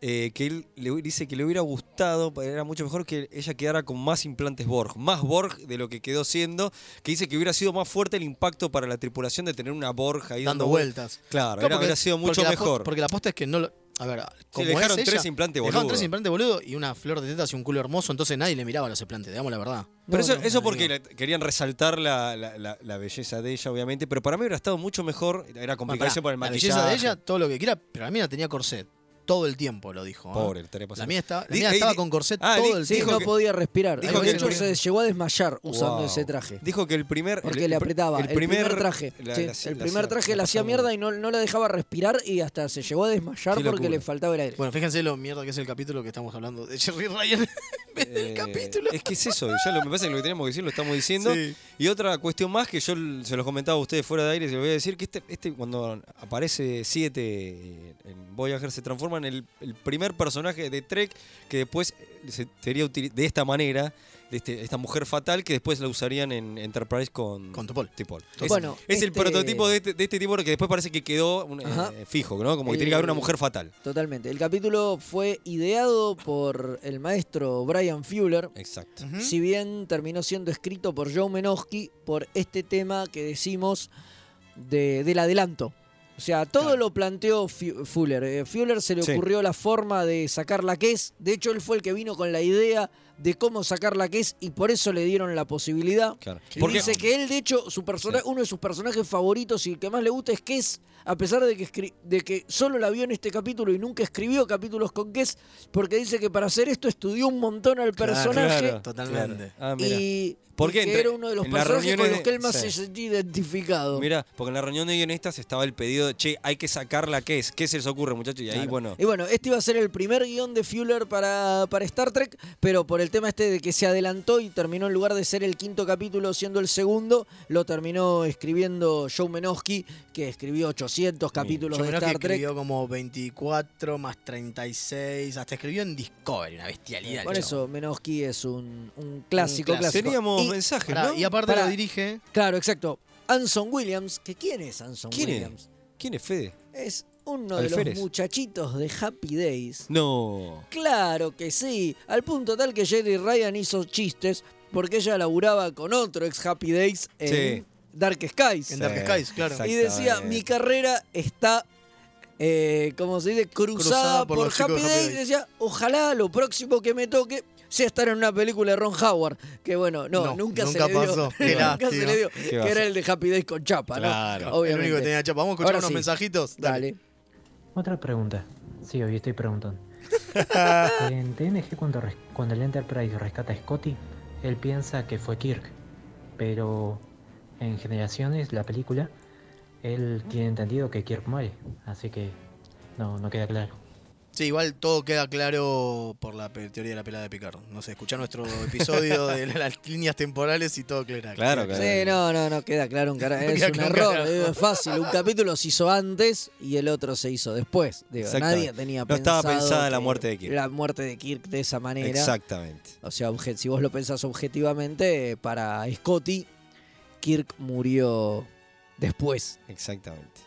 Speaker 2: eh, que él le hu- dice que le hubiera gustado, pa- era mucho mejor que ella quedara con más implantes Borg, más Borg de lo que quedó siendo, que dice que hubiera sido más fuerte el impacto para la tripulación de tener una Borg ahí
Speaker 3: dando
Speaker 2: dando, vueltas.
Speaker 3: vueltas.
Speaker 2: Claro,
Speaker 3: Claro,
Speaker 2: era- hubiera sido mucho
Speaker 3: la po-
Speaker 2: mejor.
Speaker 3: porque la aposta es que no lo. A ver, como
Speaker 2: le dejaron
Speaker 3: es ella,
Speaker 2: tres implantes
Speaker 3: le Dejaron
Speaker 2: boludo.
Speaker 3: tres implantes boludo y una flor de tetas y un culo hermoso, entonces nadie le miraba los implantes, digamos la verdad.
Speaker 2: Pero
Speaker 4: No,
Speaker 2: eso,
Speaker 4: no,
Speaker 2: eso
Speaker 3: no,
Speaker 2: porque
Speaker 3: digo.
Speaker 2: la- querían resaltar la, la- la- la belleza de ella, obviamente, pero para mí hubiera estado mucho mejor, era complicación por el
Speaker 3: Bueno, pará,
Speaker 2: maquillaje.
Speaker 3: La belleza de ella, todo lo que quiera, pero la mía tenía corset. Todo el tiempo lo dijo. ¿eh?
Speaker 2: Pobre, el tarea
Speaker 3: La
Speaker 2: pasada.
Speaker 3: mía estaba, la
Speaker 2: Di-
Speaker 3: mía
Speaker 2: eh,
Speaker 3: estaba
Speaker 2: di-
Speaker 3: con corset
Speaker 2: Ah, di-
Speaker 3: todo el
Speaker 4: Sí,
Speaker 3: tiempo.
Speaker 4: no podía respirar.
Speaker 2: dijo
Speaker 4: de
Speaker 2: que-
Speaker 4: hecho, se llegó a desmayar usando
Speaker 2: Wow.
Speaker 4: ese traje.
Speaker 2: Dijo que el primer.
Speaker 4: Porque
Speaker 2: el- el
Speaker 4: le
Speaker 2: pri-
Speaker 4: apretaba. El primer, traje.
Speaker 2: la-
Speaker 4: sí,
Speaker 2: la-
Speaker 4: el
Speaker 2: la-
Speaker 4: primer traje la hacía
Speaker 2: pasaba.
Speaker 4: mierda y no, no la dejaba respirar y hasta se llegó a desmayar
Speaker 2: Qué
Speaker 4: porque
Speaker 2: locura.
Speaker 4: le faltaba el aire.
Speaker 3: Bueno, fíjense lo mierda que es el capítulo que estamos hablando de Jerry Ryan en vez del
Speaker 2: Eh,
Speaker 3: capítulo.
Speaker 2: Es que es eso, ya lo, me parece que lo que tenemos que decir lo estamos diciendo.
Speaker 3: Sí.
Speaker 2: Y otra cuestión más que yo l- se los comentaba a ustedes fuera de aire, se lo voy a decir, que este, este cuando aparece 7 en Voyager se transforma en el, el primer personaje de Trek que después eh, se- sería util- de esta manera, de este- esta mujer fatal que después la usarían en Enterprise
Speaker 4: Mm.
Speaker 2: con,
Speaker 3: Con Topol.
Speaker 2: Tipol. Es,
Speaker 4: Bueno,
Speaker 2: es el
Speaker 4: este-
Speaker 2: prototipo de este, de este tipo que después parece que quedó un, eh,
Speaker 4: Ajá. Eh,
Speaker 2: fijo, ¿no? Como que tiene que haber una mujer fatal.
Speaker 4: Totalmente. El capítulo fue ideado por el maestro Brian Fuller.
Speaker 2: Exacto.
Speaker 3: Ujú.
Speaker 4: Si bien terminó siendo escrito por Joe Menosky por este tema que decimos de- del adelanto. O sea, todo
Speaker 3: Claro.
Speaker 4: lo planteó Fu- Fuller. Eh, Fuller se le
Speaker 2: Sí.
Speaker 4: ocurrió la forma de sacar la que es. De hecho, él fue el que vino con la idea de cómo sacar la que es y por eso le dieron la posibilidad.
Speaker 2: Claro.
Speaker 3: Qué
Speaker 2: Porque-
Speaker 4: Dice que él, de hecho, su persona-
Speaker 2: Sí.
Speaker 4: uno de sus personajes favoritos y el que más le gusta es Kess, a pesar de que, escri- de que solo la vio en este capítulo y nunca escribió capítulos con Kess, porque dice que para hacer esto estudió un montón al personaje.
Speaker 2: Claro,
Speaker 3: Totalmente.
Speaker 2: claro. Ah, mira.
Speaker 4: Y,
Speaker 2: ¿Por
Speaker 4: y
Speaker 2: qué
Speaker 4: que
Speaker 2: entre-
Speaker 4: era uno de los
Speaker 2: en las
Speaker 4: personajes con
Speaker 2: reuniones
Speaker 4: los que él
Speaker 2: de-
Speaker 4: más
Speaker 2: sí.
Speaker 4: se sentía identificado.
Speaker 2: Mira, porque en la reunión de guionistas estaba el pedido de, che, hay que sacarla, ¿qué es? ¿Qué se les ocurre, muchachos? Y ahí,
Speaker 4: Claro.
Speaker 2: bueno,
Speaker 4: Y bueno, este iba a ser el primer guión de Fuller para, para Star Trek, pero por el tema este de que se adelantó y terminó en lugar de ser el quinto capítulo siendo el segundo, lo terminó escribiendo Joe Menosky, que escribió 800 capítulos
Speaker 3: Yo
Speaker 4: de
Speaker 3: creo que
Speaker 4: Star Trek.
Speaker 3: escribió como 24 más 36, hasta escribió en Discovery, una bestialidad. el
Speaker 4: Por
Speaker 3: chabón.
Speaker 4: eso Menosky es un, un clásico,
Speaker 3: Un
Speaker 4: clásico.
Speaker 2: teníamos
Speaker 4: Y-
Speaker 2: mensajes,
Speaker 3: Pará,
Speaker 2: ¿no?
Speaker 3: Y aparte
Speaker 4: Pará.
Speaker 3: lo dirige.
Speaker 4: claro, exacto. Anson Williams, que ¿quién es Anson
Speaker 2: ¿Quién es?
Speaker 4: Williams?
Speaker 2: ¿Quién es Fede?
Speaker 4: Es uno de
Speaker 2: Alférez.
Speaker 4: los muchachitos de Happy Days.
Speaker 2: No.
Speaker 4: Claro que sí, al punto tal que Jerry Ryan hizo chistes porque ella laburaba con otro ex Happy Days en
Speaker 2: Sí.
Speaker 4: Dark Skies.
Speaker 3: En Dark Skies, claro.
Speaker 4: Y decía, mi carrera está eh, ¿cómo se dice? Cruzada,
Speaker 3: Cruzada por
Speaker 4: por,
Speaker 3: los chicos
Speaker 4: Happy
Speaker 3: de Happy
Speaker 4: Days.
Speaker 3: Days.
Speaker 4: Decía, ojalá lo próximo que me toque sea estar en una película de Ron Howard. Que bueno, no,
Speaker 3: No,
Speaker 4: (laughs) nunca, se
Speaker 3: nunca
Speaker 4: le dio.
Speaker 3: pasó. Qué
Speaker 4: nunca se
Speaker 3: lástima.
Speaker 4: le dio.
Speaker 2: Qué
Speaker 4: Que
Speaker 2: base.
Speaker 4: era el de Happy Days con Chapa, ¿no?
Speaker 2: Claro.
Speaker 4: Obviamente.
Speaker 3: El único que tenía chapa. Vamos a escuchar
Speaker 4: Ahora
Speaker 3: unos
Speaker 4: sí.
Speaker 3: mensajitos. Dale.
Speaker 4: Dale.
Speaker 5: Otra pregunta. Sí, hoy estoy preguntando. en TNG, cuando, res- cuando el Enterprise rescata a Scotty, él piensa que fue Kirk. Pero en Generaciones, la película, él tiene entendido que Kirk muere. Así que no, no queda claro.
Speaker 3: Sí, igual todo queda claro por la pe- teoría de la pelada de Picard. No sé, escuchá
Speaker 4: (laughs)
Speaker 3: nuestro episodio de la- las líneas temporales y todo queda
Speaker 2: Claro, claro.
Speaker 4: Sí, no, no, no, queda claro un carajo.
Speaker 3: (laughs) No
Speaker 4: es
Speaker 3: queda
Speaker 4: un
Speaker 3: claro un
Speaker 4: error,
Speaker 3: carajo.
Speaker 4: digo, es fácil. Un capítulo se hizo antes y el otro se hizo después. Digo,
Speaker 2: Exactamente.
Speaker 4: nadie tenía
Speaker 2: No estaba
Speaker 4: pensado
Speaker 2: pensada la
Speaker 4: que
Speaker 2: muerte de Kirk.
Speaker 4: La muerte de Kirk de esa manera.
Speaker 2: Exactamente.
Speaker 4: O sea, obje- si vos lo pensás objetivamente, para Scotty, Kirk murió después.
Speaker 2: Exactamente.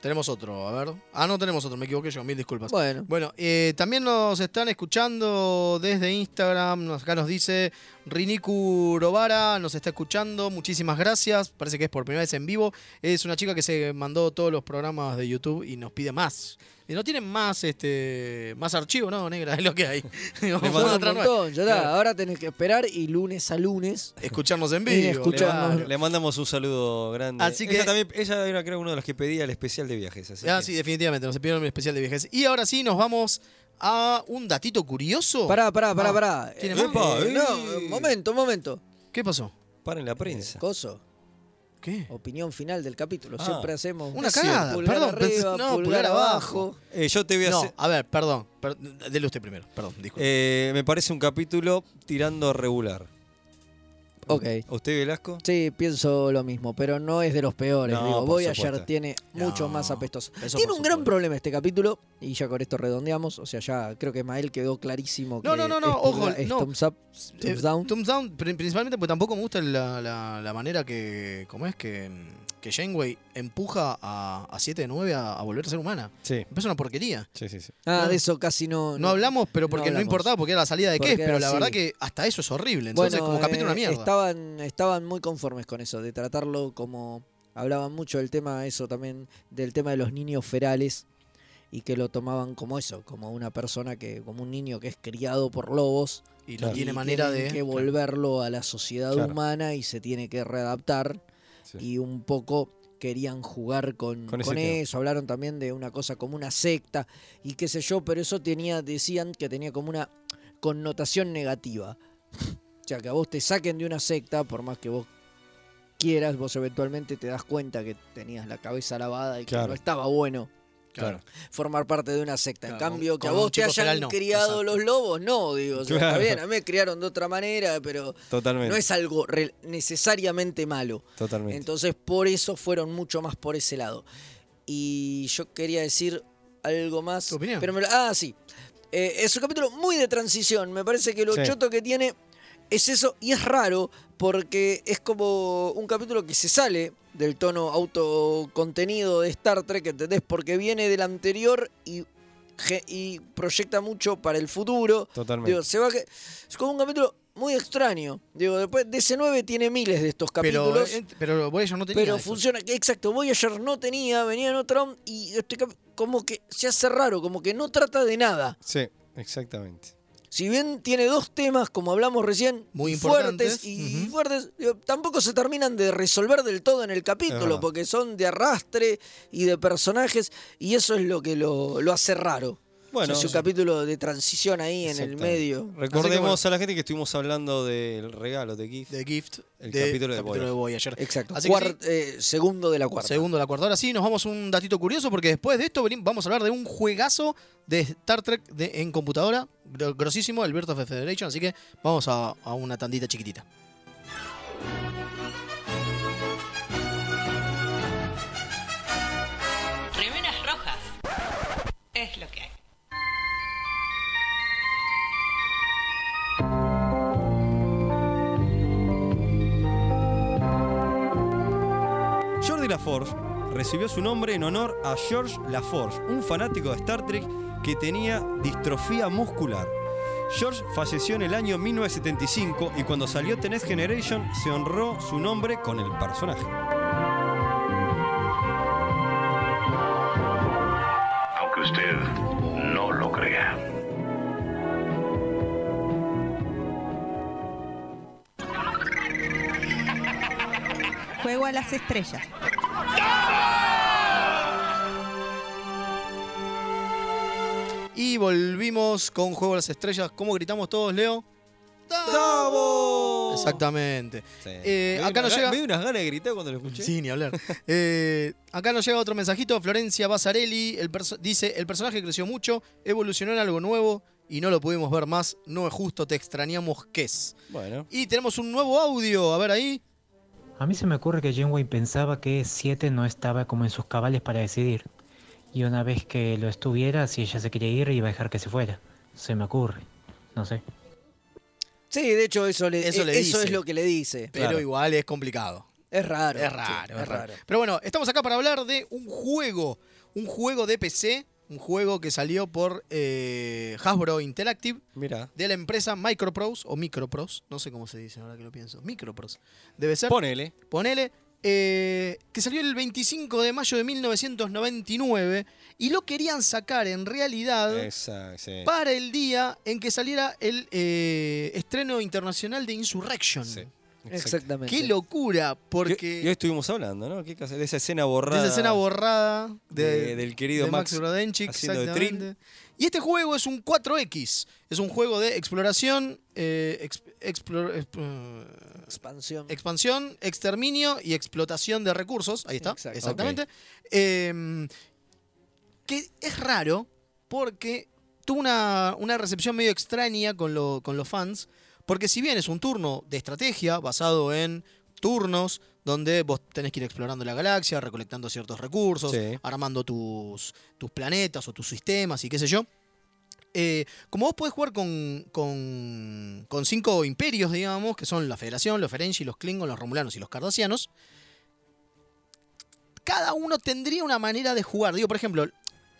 Speaker 3: Tenemos otro, a ver. Ah, no tenemos otro, me equivoqué yo, mil disculpas.
Speaker 4: Bueno,
Speaker 3: Bueno, eh, también nos están escuchando desde Instagram. Nos- Acá nos dice Riniku Robara, nos está escuchando. Muchísimas gracias. Parece que es por primera vez en vivo. Es una chica que se mandó todos los programas de YouTube y nos pide más. Y no tienen más este más archivo, ¿no, negra? (laughs) Es lo
Speaker 4: (laughs)
Speaker 3: que hay. Vamos
Speaker 4: son
Speaker 3: a
Speaker 4: un
Speaker 3: otra nueva.
Speaker 4: montón, ya está.
Speaker 3: Claro.
Speaker 4: Ahora tenés que esperar y lunes a lunes.
Speaker 3: Escucharnos en
Speaker 4: Y
Speaker 3: vivo.
Speaker 4: escucharnos.
Speaker 3: claro.
Speaker 2: Le mandamos un saludo grande.
Speaker 3: Así que-
Speaker 2: Ella, también, ella era creo uno de los que pedía el especial de viajes. así
Speaker 3: Ah,
Speaker 2: que-
Speaker 3: sí, definitivamente. Nos pidieron un especial de viajes. Y ahora sí, nos vamos a un datito curioso.
Speaker 4: Pará, pará, pará,
Speaker 3: Ah,
Speaker 4: pará.
Speaker 3: tiene
Speaker 4: Eh,
Speaker 2: más.
Speaker 4: eh,
Speaker 2: Epa,
Speaker 4: no,
Speaker 2: eh.
Speaker 4: momento, momento.
Speaker 3: ¿Qué pasó?
Speaker 2: Paren la prensa.
Speaker 4: Coso,
Speaker 3: ¿Qué?
Speaker 4: opinión final del capítulo.
Speaker 2: Ah.
Speaker 4: Siempre hacemos
Speaker 3: Una
Speaker 4: Sí,
Speaker 3: cagada,
Speaker 4: Pulgar
Speaker 3: perdón,
Speaker 4: arriba,
Speaker 3: pensé- no,
Speaker 4: pulgar,
Speaker 3: pulgar abajo.
Speaker 4: abajo.
Speaker 2: Eh, yo te voy a
Speaker 3: No,
Speaker 2: hacer-
Speaker 3: a ver, perdón. per- dele usted primero. Perdón, disculpe.
Speaker 2: eh, me parece un capítulo tirando regular.
Speaker 4: Ok.
Speaker 2: ¿A usted, Velasco?
Speaker 4: Sí, pienso lo mismo, pero no es de los peores.
Speaker 2: No,
Speaker 4: digo,
Speaker 2: por
Speaker 4: Voy
Speaker 2: supuesto.
Speaker 4: ayer tiene
Speaker 3: No,
Speaker 4: muchos más apestosos.
Speaker 3: eso
Speaker 4: tiene
Speaker 3: por
Speaker 4: un gran
Speaker 3: supuesto.
Speaker 4: problema este capítulo, y ya con esto redondeamos. O sea, ya creo que Mael quedó clarísimo.
Speaker 3: No,
Speaker 4: que
Speaker 3: no, no, no,
Speaker 4: es
Speaker 3: ojo,
Speaker 4: pulga- es
Speaker 3: no.
Speaker 4: thumbs up,
Speaker 3: Eh,
Speaker 4: thumbs down.
Speaker 3: Thumbs down, pri- principalmente porque tampoco me gusta la, la- la manera que. ¿Cómo es? Que, mm, que Janeway empuja a, a 7 de 9 a, a volver a ser humana.
Speaker 2: Sí.
Speaker 3: Me parece una porquería.
Speaker 2: Sí, sí, sí.
Speaker 4: Ah,
Speaker 3: no.
Speaker 4: de eso casi no.
Speaker 3: No hablamos, pero porque no,
Speaker 4: hablamos.
Speaker 3: importaba, porque era la salida de qué,
Speaker 4: Porque
Speaker 3: pero
Speaker 4: era
Speaker 3: la
Speaker 4: así.
Speaker 3: verdad que hasta eso es horrible. Entonces,
Speaker 4: Bueno,
Speaker 3: como capítulo,
Speaker 4: eh,
Speaker 3: una mierda.
Speaker 4: Estaban, estaban muy conformes con eso, de tratarlo como. Hablaban mucho del tema, eso también, del tema de los niños ferales y que lo tomaban como eso, como una persona que, como un niño que es criado por lobos
Speaker 3: y no
Speaker 2: claro.
Speaker 3: tiene
Speaker 4: y
Speaker 3: manera
Speaker 4: tienen
Speaker 3: de.
Speaker 4: que volverlo a la sociedad
Speaker 2: Claro.
Speaker 4: humana y se tiene que readaptar
Speaker 2: Sí.
Speaker 4: y un poco querían jugar con,
Speaker 2: Con
Speaker 4: con,
Speaker 2: ese tema.
Speaker 4: eso, hablaron también de una cosa como una secta y qué sé yo, pero eso tenía, decían que tenía como una connotación negativa. O sea, que a vos te saquen de una secta, por más que vos quieras, vos eventualmente te das cuenta que tenías la cabeza lavada y
Speaker 2: Claro.
Speaker 4: que no estaba bueno
Speaker 3: Claro.
Speaker 4: formar parte de una secta. en
Speaker 3: Claro,
Speaker 4: cambio,
Speaker 3: con-
Speaker 4: que a
Speaker 3: con un
Speaker 4: vos te
Speaker 3: chico
Speaker 4: hayan
Speaker 3: feral no,
Speaker 4: criado
Speaker 3: exacto.
Speaker 4: los lobos, no, digo. o sea,
Speaker 2: Claro.
Speaker 4: Está bien, a mí me criaron de otra manera, pero
Speaker 2: Totalmente.
Speaker 4: no es algo re- necesariamente malo.
Speaker 2: Totalmente.
Speaker 4: Entonces, por eso fueron mucho más por ese lado. Y yo quería decir algo más.
Speaker 3: ¿Tu opinión?
Speaker 4: Pero me lo- ah, sí. Eh, es un capítulo muy de transición. Me parece que lo
Speaker 2: Sí.
Speaker 4: choto que tiene es eso. Y es raro porque es como un capítulo que se sale del tono autocontenido de Star Trek, ¿entendés? Porque viene del anterior y, ge- y proyecta mucho para el futuro.
Speaker 2: Totalmente.
Speaker 4: Digo, se va que- es como un capítulo muy extraño. Digo, después DC9 tiene miles de estos capítulos.
Speaker 3: Pero, eh, pero Voyager no tenía.
Speaker 4: Pero
Speaker 3: eso.
Speaker 4: funciona, que- exacto. Voyager no tenía, venía en otro on- y este cap- como que se hace raro, como que no trata de nada.
Speaker 2: Sí, exactamente.
Speaker 4: Si bien tiene dos temas, como hablamos recién,
Speaker 3: Muy importantes,
Speaker 4: fuertes y
Speaker 3: ujú.
Speaker 4: fuertes, digo, tampoco se terminan de resolver del todo en el
Speaker 2: Es
Speaker 4: capítulo,
Speaker 2: verdad.
Speaker 4: porque son de arrastre y de personajes, y eso es lo que lo, lo hace raro.
Speaker 2: Bueno,
Speaker 4: es un
Speaker 2: sí.
Speaker 4: capítulo de transición ahí en el
Speaker 2: Exactamente.
Speaker 4: medio.
Speaker 2: Recordemos
Speaker 3: Así
Speaker 2: a la gente que estuvimos hablando del regalo de GIF.
Speaker 3: The Gift.
Speaker 2: El
Speaker 3: de-
Speaker 2: capítulo de
Speaker 3: Voyager.
Speaker 4: Exacto.
Speaker 3: Así que
Speaker 4: Cuar- eh, segundo de la cuarta.
Speaker 3: Segundo la cuarta. Ahora sí, nos vamos a un datito curioso porque después de esto venim- vamos a hablar de un juegazo de Star Trek de- en computadora, gro- grosísimo, el Birth of the Federation. Así que vamos a, a una tandita chiquitita.
Speaker 6: Remeras rojas. Es lo que hay.
Speaker 2: Jordi LaForge recibió su nombre en honor a George LaForge, un fanático de Star Trek que tenía distrofía muscular. George falleció en el año 1975 y cuando salió The Next Generation se honró su nombre con el personaje.
Speaker 9: a las estrellas.
Speaker 3: Y volvimos con Juego de las Estrellas. ¿Cómo gritamos todos, Leo?
Speaker 2: ¡Davo!
Speaker 3: Exactamente.
Speaker 2: Oh. Sí.
Speaker 3: Eh,
Speaker 2: Me dio
Speaker 3: acá
Speaker 2: una
Speaker 3: nos
Speaker 2: ga-
Speaker 3: llega-
Speaker 2: Me dio unas ganas de gritar cuando lo escuché.
Speaker 3: Sí, ni hablar. (laughs) Eh, acá nos llega otro mensajito. Florencia Basarelli el perso- dice: El personaje creció mucho, evolucionó en algo nuevo y no lo pudimos ver más. No es justo, te extrañamos, ¿qué es?
Speaker 2: Bueno.
Speaker 3: Y tenemos un nuevo audio. A ver ahí.
Speaker 5: A mí se me ocurre que Janeway pensaba que 7 no estaba como en sus cabales para decidir. Y una vez que lo estuviera, si ella se quería ir, iba a dejar que se fuera. Se me ocurre. No sé.
Speaker 4: Sí, de hecho, eso, le,
Speaker 3: Eso
Speaker 4: eso,
Speaker 3: le dice.
Speaker 4: es lo que le dice.
Speaker 3: Pero
Speaker 2: Claro.
Speaker 3: igual es complicado.
Speaker 4: Es raro.
Speaker 3: Es
Speaker 4: sí,
Speaker 3: raro,
Speaker 4: es raro.
Speaker 3: Pero bueno, estamos acá para hablar de un juego, un juego de PC, un juego que salió por eh, Hasbro Interactive
Speaker 2: Mira.
Speaker 3: de la empresa Microprose o Microprose, no sé cómo se dice ahora que lo pienso, Microprose. Debe ser,
Speaker 2: Ponele.
Speaker 3: ponele, eh, que salió el 25 de mayo de 1999 y lo querían sacar en realidad
Speaker 2: Exacto. sí.
Speaker 3: para el día en que saliera el eh, estreno internacional de Insurrection.
Speaker 2: Sí, exacto.
Speaker 4: Exactamente.
Speaker 3: Qué locura, porque...
Speaker 2: Y, y hoy estuvimos hablando, ¿no? ¿Qué cosa? De esa escena
Speaker 3: De
Speaker 2: borrada.
Speaker 3: esa escena borrada de-
Speaker 2: de- del querido
Speaker 3: de
Speaker 2: Max
Speaker 3: Rodenchik,
Speaker 2: haciendo de
Speaker 3: exactamente. Y este juego es un 4X. Es un juego de exploración, eh, ex- explor- exp- eh,
Speaker 4: Expansión.
Speaker 3: expansión, exterminio y explotación de recursos. Ahí está,
Speaker 4: Exacto.
Speaker 3: exactamente. Eh, que es raro porque tuvo una, una recepción medio extraña con, lo- con los fans. Porque si bien es un turno de estrategia basado en turnos donde vos tenés que ir explorando la galaxia, recolectando ciertos recursos,
Speaker 2: Sí.
Speaker 3: armando tus, tus planetas o tus sistemas y qué sé yo. Eh, como vos podés jugar con, con, con cinco imperios, digamos, que son la Federación, los Ferengi, los Klingons, los Romulanos y los Cardassianos, cada uno tendría una manera de jugar. Digo, por ejemplo,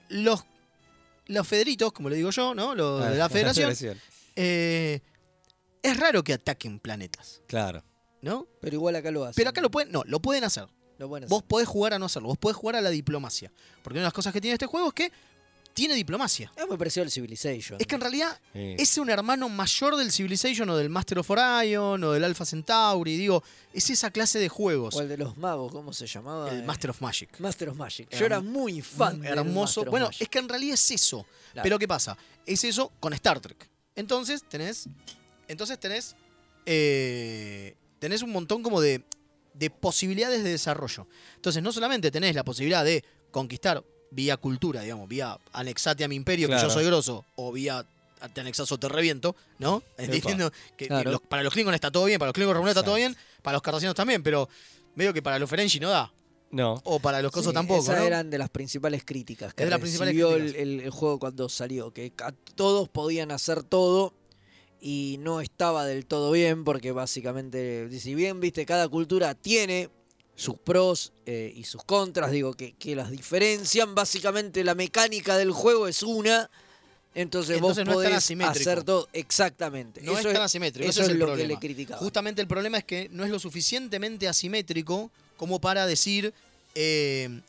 Speaker 3: los, los Federitos, como le digo yo, ¿no? Los
Speaker 2: Ah, (laughs)
Speaker 3: de la Federación, eh, es raro que ataquen planetas,
Speaker 2: Claro.
Speaker 3: ¿no?
Speaker 4: Pero igual acá lo hacen.
Speaker 3: Pero acá lo pueden, no, lo pueden hacer.
Speaker 4: Lo pueden hacer.
Speaker 3: Vos podés jugar a no hacerlo, vos podés jugar a la diplomacia. Porque una de las cosas que tiene este juego es que tiene diplomacia.
Speaker 4: Es muy parecido al Civilization.
Speaker 3: Es que en realidad
Speaker 2: Sí.
Speaker 3: es un hermano mayor del Civilization o del Master of Orion o del Alpha Centauri, digo, es esa clase de juegos.
Speaker 4: O el de los magos, ¿cómo se llamaba?
Speaker 3: el
Speaker 4: Eh,
Speaker 3: Master of Magic.
Speaker 4: Master of Magic.
Speaker 3: Herm-
Speaker 4: Yo era muy fan.
Speaker 3: Un
Speaker 4: del
Speaker 3: hermoso.
Speaker 4: Master of
Speaker 3: Bueno,
Speaker 4: Magic.
Speaker 3: es que en realidad es eso.
Speaker 4: Claro.
Speaker 3: Pero ¿qué pasa? Es eso con Star Trek. Entonces tenés. Entonces tenés. eh, tenés un montón como de, de posibilidades de desarrollo. Entonces, no solamente tenés la posibilidad de conquistar vía cultura, digamos, vía anexate a mi imperio, que
Speaker 2: Claro.
Speaker 3: yo soy grosso, o vía te anexas o te reviento, ¿no?
Speaker 2: Epa.
Speaker 3: (laughs) Diciendo que
Speaker 4: Claro.
Speaker 3: los- para los Klingons está todo bien, para los Klingons Romulanos está todo bien, para los Cardassianos también, pero medio que para los Ferengi no da,
Speaker 2: No.
Speaker 3: o para los cosos
Speaker 4: Sí,
Speaker 3: tampoco,
Speaker 4: Esas
Speaker 3: ¿no?
Speaker 4: eran de las principales críticas que
Speaker 3: Es de las principales
Speaker 4: recibió el-
Speaker 3: críticas.
Speaker 4: El, el juego cuando salió, que a todos podían hacer todo y no estaba del todo bien porque básicamente, si bien viste, cada cultura tiene sus pros eh, y sus contras, digo, que, que las diferencian, básicamente la mecánica del juego es una, entonces,
Speaker 3: Entonces no
Speaker 4: vos
Speaker 3: es tan
Speaker 4: podés
Speaker 3: asimétrico.
Speaker 4: hacer todo exactamente.
Speaker 3: No
Speaker 4: eso
Speaker 3: es tan asimétrico.
Speaker 4: Eso
Speaker 3: ese
Speaker 4: es,
Speaker 3: el
Speaker 4: lo
Speaker 3: problema.
Speaker 4: que le criticaba.
Speaker 3: Justamente el problema es que no es lo suficientemente asimétrico como para decir eh,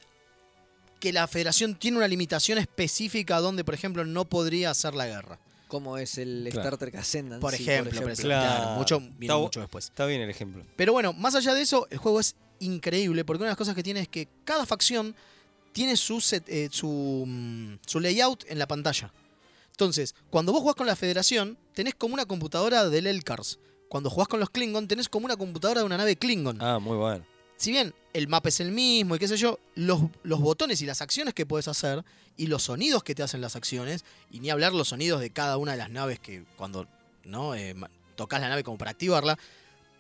Speaker 3: que la federación tiene una limitación específica donde, por ejemplo, no podría hacer la guerra.
Speaker 4: Como es el
Speaker 2: Claro.
Speaker 4: Star Trek Ascendancy,
Speaker 3: Por ejemplo, por ejemplo.
Speaker 2: Claro.
Speaker 3: mucho, vino
Speaker 2: Está bu-
Speaker 3: mucho después.
Speaker 2: Está bien el ejemplo.
Speaker 3: Pero bueno, más allá de eso, el juego es increíble porque una de las cosas que tiene es que cada facción tiene su, set- eh, su, mm, su layout en la pantalla. Entonces, cuando vos jugás con la Federación, tenés como una computadora del Elcars. Cuando jugás con los Klingon, tenés como una computadora de una nave Klingon.
Speaker 2: Ah, muy bueno.
Speaker 3: Si bien el mapa es el mismo y qué sé yo, los, los botones y las acciones que puedes hacer y los sonidos que te hacen las acciones, y ni hablar los sonidos de cada una de las naves que cuando no eh, ma- tocas la nave como para activarla,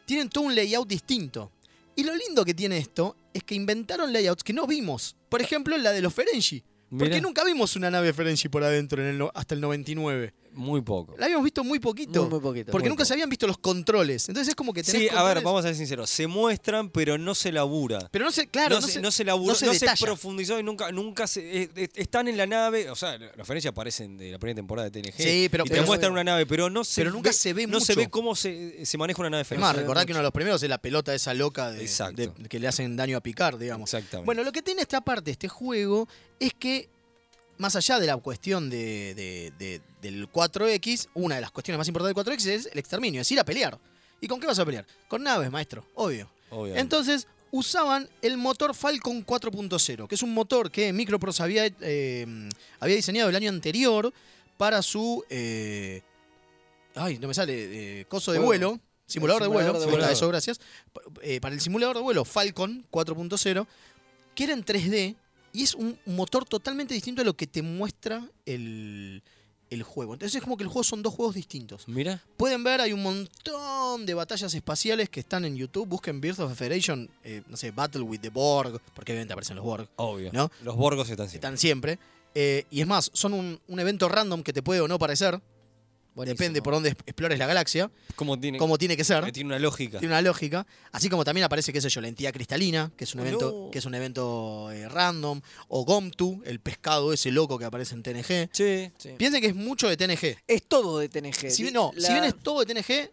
Speaker 3: tienen todo un layout distinto. Y lo lindo que tiene esto es que inventaron layouts que no vimos. Por ejemplo, la de los Ferengi. Porque
Speaker 2: Mirá,
Speaker 3: nunca vimos una nave Ferengi por adentro en el no- hasta el 99.
Speaker 2: Muy poco.
Speaker 3: La habíamos visto muy poquito.
Speaker 4: Muy, muy poquito.
Speaker 3: porque
Speaker 4: Muy
Speaker 3: nunca se habían visto los controles. Entonces es como que tenés
Speaker 2: Sí, a ver,
Speaker 3: controles-
Speaker 2: vamos a ser sinceros. Se muestran, pero no se labura.
Speaker 3: Pero no sé, claro,
Speaker 2: no, se, no se laburó,
Speaker 3: no
Speaker 2: no
Speaker 3: se
Speaker 2: se,
Speaker 3: detalla.
Speaker 2: profundizó y nunca, nunca se, es- es- están en la nave. O sea, las referencias aparecen de la primera temporada de TNG.
Speaker 3: Sí, pero-
Speaker 2: y te
Speaker 3: pero-
Speaker 2: muestran una nave, pero no se
Speaker 3: pero nunca se ve
Speaker 2: No se
Speaker 3: mucho.
Speaker 2: ve cómo se, se maneja una nave
Speaker 3: Es
Speaker 2: feroz.
Speaker 3: más, recordá que uno de los primeros es la pelota esa loca de,
Speaker 2: Exacto.
Speaker 3: de- que le hacen daño a picar, digamos.
Speaker 2: Exactamente.
Speaker 3: Bueno, lo que tiene esta parte, este juego, es que más allá de la cuestión de, de- de- del 4X, una de las cuestiones más importantes del 4X es el exterminio, es ir a pelear. ¿Y con qué vas a pelear? Con naves, maestro, obvio.
Speaker 2: Obviamente.
Speaker 3: Entonces, usaban el motor Falcon 4.0, que es un motor que Microprose había, eh, había diseñado el año anterior para su... eh, ay, no me sale, eh, coso de
Speaker 4: Vuelo.
Speaker 3: vuelo, simulador de vuelo,
Speaker 4: simulador de
Speaker 3: ahí está,
Speaker 4: vuelo.
Speaker 3: eso, gracias. Pa- eh, para el simulador de vuelo Falcon 4.0, que era en 3D y es un motor totalmente distinto a lo que te muestra el, el juego. Entonces es como que el juego son dos juegos distintos.
Speaker 2: Mira.
Speaker 3: Pueden ver, hay un montón de batallas espaciales que están en YouTube. Busquen Birth of the Federation, eh, no sé, Battle with the Borg, porque obviamente aparecen los Borg,
Speaker 2: Obvio.
Speaker 3: ¿no?
Speaker 2: Los borgos están siempre.
Speaker 3: Están siempre. Eh, y es más, son un, un evento random que te puede o no parecer.
Speaker 4: Buenísimo.
Speaker 3: Depende por dónde explores la galaxia,
Speaker 2: Como tiene,
Speaker 3: como tiene que ser.
Speaker 2: que tiene una lógica.
Speaker 3: Tiene una lógica. Así como también aparece, qué sé yo, la entidad cristalina, que es un
Speaker 2: Oh,
Speaker 3: evento,
Speaker 2: no.
Speaker 3: que es un evento eh, random. O Gomtu, el pescado ese loco que aparece en TNG.
Speaker 2: Che.
Speaker 4: Sí.
Speaker 3: Piensen que es mucho de TNG.
Speaker 4: Es todo de TNG.
Speaker 3: Si bien, no,
Speaker 4: La-
Speaker 3: si bien es todo de TNG,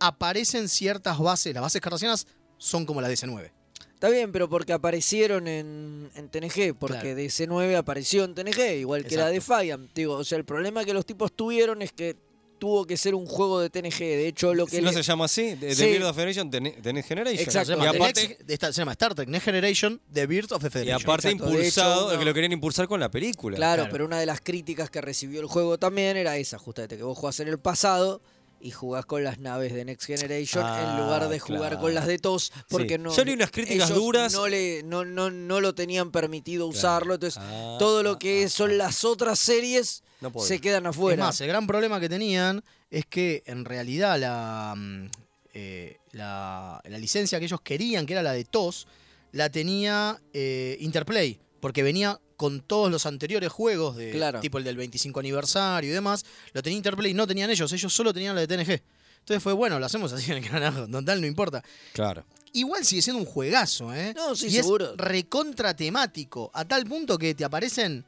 Speaker 3: aparecen ciertas bases. Las bases cartesianas son como las de S9.
Speaker 4: Está bien, pero porque aparecieron en, en TNG, porque
Speaker 3: Claro.
Speaker 4: de DC9 apareció en TNG, igual que la de Defiant. Digo, o sea, el problema que los tipos tuvieron es que tuvo que ser un juego de TNG. De hecho, lo que...
Speaker 2: Si no
Speaker 4: le-
Speaker 2: se llama así, de,
Speaker 4: Sí.
Speaker 2: de Bird of Federation tenés, tenés Generation.
Speaker 4: Exacto.
Speaker 2: Y
Speaker 3: llama The
Speaker 2: aparte,
Speaker 3: Next- esta- se llama Star Trek Next Generation The Birth of the
Speaker 2: y
Speaker 3: Federation.
Speaker 2: aparte
Speaker 4: Exacto. De
Speaker 2: impulsado,
Speaker 4: hecho,
Speaker 2: que
Speaker 4: no.
Speaker 2: lo querían impulsar con la película.
Speaker 4: Claro,
Speaker 3: Claro.
Speaker 4: pero una de las críticas que recibió el juego también era esa, justamente, que vos jugás en el pasado y jugás con las naves de Next Generation
Speaker 2: Ah,
Speaker 4: en lugar de jugar
Speaker 2: claro.
Speaker 4: con las de TOS, porque
Speaker 2: Sí.
Speaker 4: no...
Speaker 2: Yo leí unas críticas
Speaker 4: ellos
Speaker 2: duras.
Speaker 4: No, le, no, no, no lo tenían permitido usarlo, entonces
Speaker 2: Ah,
Speaker 4: todo lo que
Speaker 2: ah,
Speaker 4: son las otras series
Speaker 2: No podía.
Speaker 4: se quedan
Speaker 3: Es
Speaker 4: afuera.
Speaker 3: más, eh. el gran problema que tenían es que en realidad la, mm, eh, la, la licencia que ellos querían, que era la de TOS, la tenía eh, Interplay, porque venía con todos los anteriores juegos, de,
Speaker 4: Claro.
Speaker 3: tipo el del 25 aniversario y demás, lo tenía Interplay, no tenían ellos, ellos solo tenían la de TNG. Entonces fue, bueno, lo hacemos así en el carajo, (laughs) total, no importa.
Speaker 2: Claro.
Speaker 3: Igual sigue siendo un juegazo, ¿eh?
Speaker 4: No, sí,
Speaker 3: y
Speaker 4: seguro.
Speaker 3: es recontra temático, a tal punto que te aparecen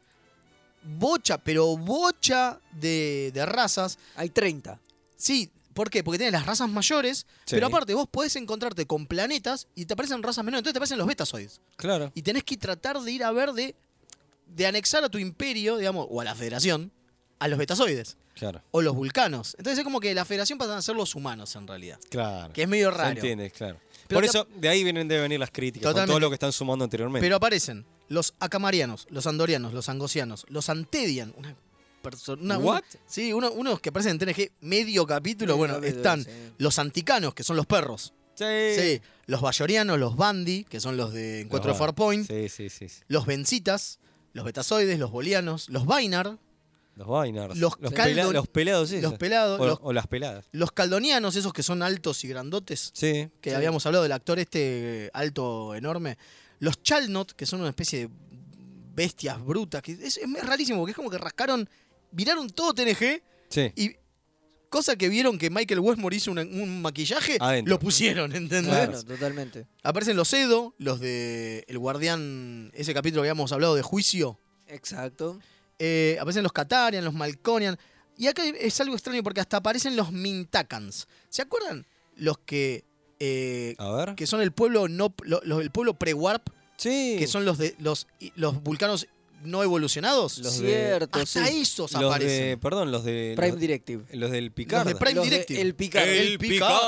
Speaker 3: bocha, pero bocha de, de razas.
Speaker 4: Hay 30.
Speaker 3: Sí, ¿por qué? Porque tienes las razas mayores,
Speaker 2: Sí.
Speaker 3: pero aparte vos podés encontrarte con planetas y te aparecen razas menores, entonces te aparecen los betazoides.
Speaker 2: Claro.
Speaker 3: Y tenés que tratar de ir a ver de, de anexar a tu imperio, digamos, o a la federación, a los betazoides.
Speaker 2: Claro.
Speaker 3: O los vulcanos. Entonces es como que la federación pasan a ser los humanos en realidad.
Speaker 2: Claro.
Speaker 3: Que es medio
Speaker 2: Se
Speaker 3: raro.
Speaker 2: entiende, claro.
Speaker 3: Pero
Speaker 2: Por
Speaker 3: te-
Speaker 2: eso, de ahí vienen deben venir las críticas, con todo
Speaker 3: Totalmente.
Speaker 2: lo que están sumando anteriormente.
Speaker 3: Pero aparecen los acamarianos, los andorianos, los angosianos, los antedian. Una persona.
Speaker 2: What?
Speaker 3: sí, uno- unos que aparecen en TNG medio capítulo.
Speaker 4: Medio
Speaker 3: bueno,
Speaker 4: capítulo,
Speaker 3: están
Speaker 4: sí.
Speaker 3: los anticanos, que son los perros. Sí. Los bayorianos, los bandi, que son los de Encuentro de
Speaker 2: Los-
Speaker 3: Farpoint.
Speaker 2: Sí, sí, sí. sí.
Speaker 3: Los bencitas, los betazoides, los bolianos, los vainar,
Speaker 2: Los Vinars.
Speaker 3: Los caldo-
Speaker 2: los pelados, esos.
Speaker 3: los pelados,
Speaker 2: O,
Speaker 3: los-
Speaker 2: o las peladas.
Speaker 3: los caldonianos, esos que son altos y grandotes.
Speaker 2: Sí.
Speaker 3: que habíamos hablado del actor este eh, alto, enorme. Los Chalnot, que son una especie de bestias brutas, que es, es rarísimo, porque es como que rascaron, miraron todo TNG
Speaker 2: Sí.
Speaker 3: y cosa que vieron que Michael Westmore hizo una- un maquillaje,
Speaker 2: Adentro.
Speaker 3: lo pusieron, ¿entendés?
Speaker 4: Claro, totalmente.
Speaker 3: Aparecen los Edo, los de El Guardián, ese capítulo que habíamos hablado de juicio.
Speaker 4: Exacto.
Speaker 3: Eh, aparecen los Katarian, los Malconian. Y acá es algo extraño porque hasta aparecen los Mintakans. ¿Se acuerdan? Los que eh,
Speaker 2: A ver.
Speaker 3: que son el pueblo no lo- lo- el pueblo pre-warp,
Speaker 2: Sí.
Speaker 3: que son los de los y- los vulcanos no evolucionados.
Speaker 2: Los de-
Speaker 4: Cierto,
Speaker 3: Hasta
Speaker 4: sí.
Speaker 3: esos
Speaker 2: los de,
Speaker 3: aparecen.
Speaker 2: perdón, los de
Speaker 4: Prime
Speaker 2: los,
Speaker 4: Directive.
Speaker 2: los del
Speaker 3: los
Speaker 2: Picard.
Speaker 3: de Prime
Speaker 4: Los de
Speaker 3: Directive. Eh,
Speaker 4: El Picard.
Speaker 2: El Picard.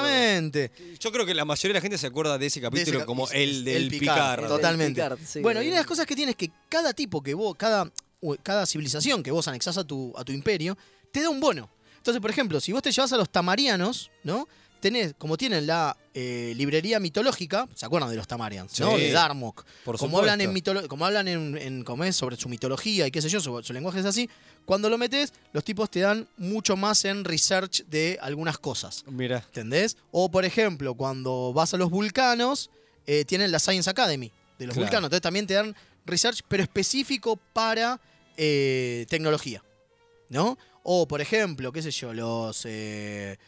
Speaker 3: Exactamente.
Speaker 2: Yo creo que la mayoría de la gente se acuerda de ese capítulo
Speaker 3: cap-
Speaker 2: como
Speaker 3: es- es
Speaker 2: el del
Speaker 3: el Picard,
Speaker 2: Picard.
Speaker 4: El del
Speaker 3: Totalmente.
Speaker 4: Picard, sí.
Speaker 3: bueno, y una de las cosas que tienes que cada tipo que vos cada u- cada civilización que vos anexás a tu a tu imperio te da un bono. Entonces, por ejemplo, si vos te llevas a los tamarianos, ¿no? Tenés, como tienen la eh, librería mitológica, ¿se acuerdan de los Tamarians?
Speaker 2: Sí.
Speaker 3: ¿no? De Darmok.
Speaker 2: Por
Speaker 3: como hablan en
Speaker 2: supuesto.
Speaker 3: mitolo- como hablan en, en- como es, sobre su mitología y qué sé yo, su, su lenguaje es así. Cuando lo metes, los tipos te dan mucho más en research de algunas cosas.
Speaker 2: Mira.
Speaker 3: ¿Entendés? O por ejemplo, cuando vas a los vulcanos, eh, tienen la Science Academy de los
Speaker 2: Claro.
Speaker 3: vulcanos. Entonces también te dan research, pero específico para eh, tecnología. ¿No? O por ejemplo, qué sé yo, los. eh,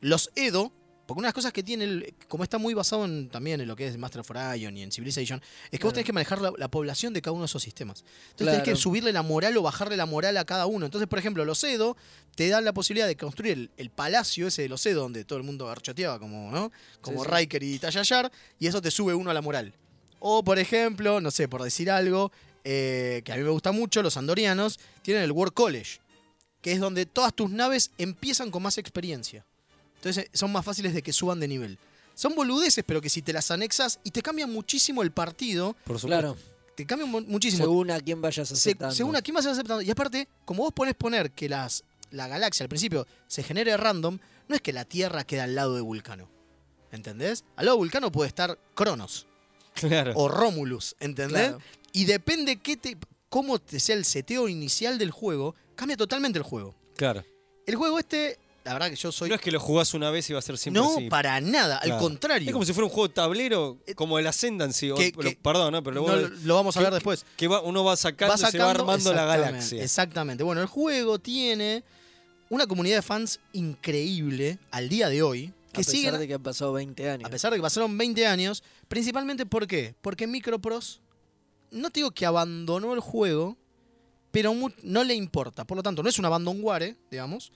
Speaker 3: los Edo. Porque una de las cosas que tiene, el- como está muy basado en, también en lo que es Master of Orion y en Civilization, es que vos tenés que manejar la, la población de cada uno de esos sistemas. Entonces tenés
Speaker 4: Claro.
Speaker 3: que subirle la moral o bajarle la moral a cada uno. Entonces, por ejemplo, los Edo te dan la posibilidad de construir el, el palacio ese de los Edo, donde todo el mundo archoteaba, como, ¿no? Como
Speaker 4: Sí, sí.
Speaker 3: Riker y Tallayar, y eso te sube uno a la moral. O, por ejemplo, no sé, por decir algo, eh, que a mí me gusta mucho, los andorianos tienen el War College, que es donde todas tus naves empiezan con más experiencia. Entonces eh, son más fáciles de que suban de nivel. Son boludeces, pero que si te las anexas y te cambia muchísimo el partido,
Speaker 2: Por supuesto.
Speaker 4: Claro,
Speaker 3: te cambia mu- muchísimo.
Speaker 4: según a quién vayas
Speaker 3: Se-
Speaker 4: aceptando.
Speaker 3: según a quién vas aceptando. Y aparte, como vos ponés poner que las, la galaxia al principio se genere random, no es que la Tierra queda al lado de Vulcano. ¿Entendés? Al lado de Vulcano puede estar Cronos
Speaker 2: (laughs) Claro.
Speaker 3: o Romulus, ¿entendés?
Speaker 4: Claro.
Speaker 3: Y depende qué te, cómo te sea el seteo inicial del juego, cambia totalmente el juego.
Speaker 2: claro.
Speaker 3: El juego este, la verdad que yo soy...
Speaker 2: No es que lo jugás una vez y va a ser siempre
Speaker 3: No,
Speaker 2: así.
Speaker 3: para nada, al
Speaker 2: Claro.
Speaker 3: contrario. Eh,
Speaker 2: Es como si fuera un juego de tablero, como el Ascendancy. o-
Speaker 3: que-
Speaker 2: pero-
Speaker 3: que-
Speaker 2: perdón, ¿no? pero lo,
Speaker 3: No, lo,
Speaker 2: bueno-
Speaker 3: lo vamos a
Speaker 2: que-
Speaker 3: ver después.
Speaker 2: Que va- uno va sacando,
Speaker 3: Va
Speaker 2: se va
Speaker 3: sacando-
Speaker 2: armando la
Speaker 3: exactamente,
Speaker 2: galaxia.
Speaker 3: Exactamente. Bueno, el juego tiene una comunidad de fans increíble al día de hoy.
Speaker 4: a
Speaker 3: Que
Speaker 4: pesar
Speaker 3: siguen,
Speaker 4: de que han pasado 20 años.
Speaker 3: a pesar de que pasaron 20 años, principalmente ¿por qué? Porque Micropros, no te digo que abandonó el juego, pero mu- no le importa. Por lo tanto, no es un abandonware, digamos,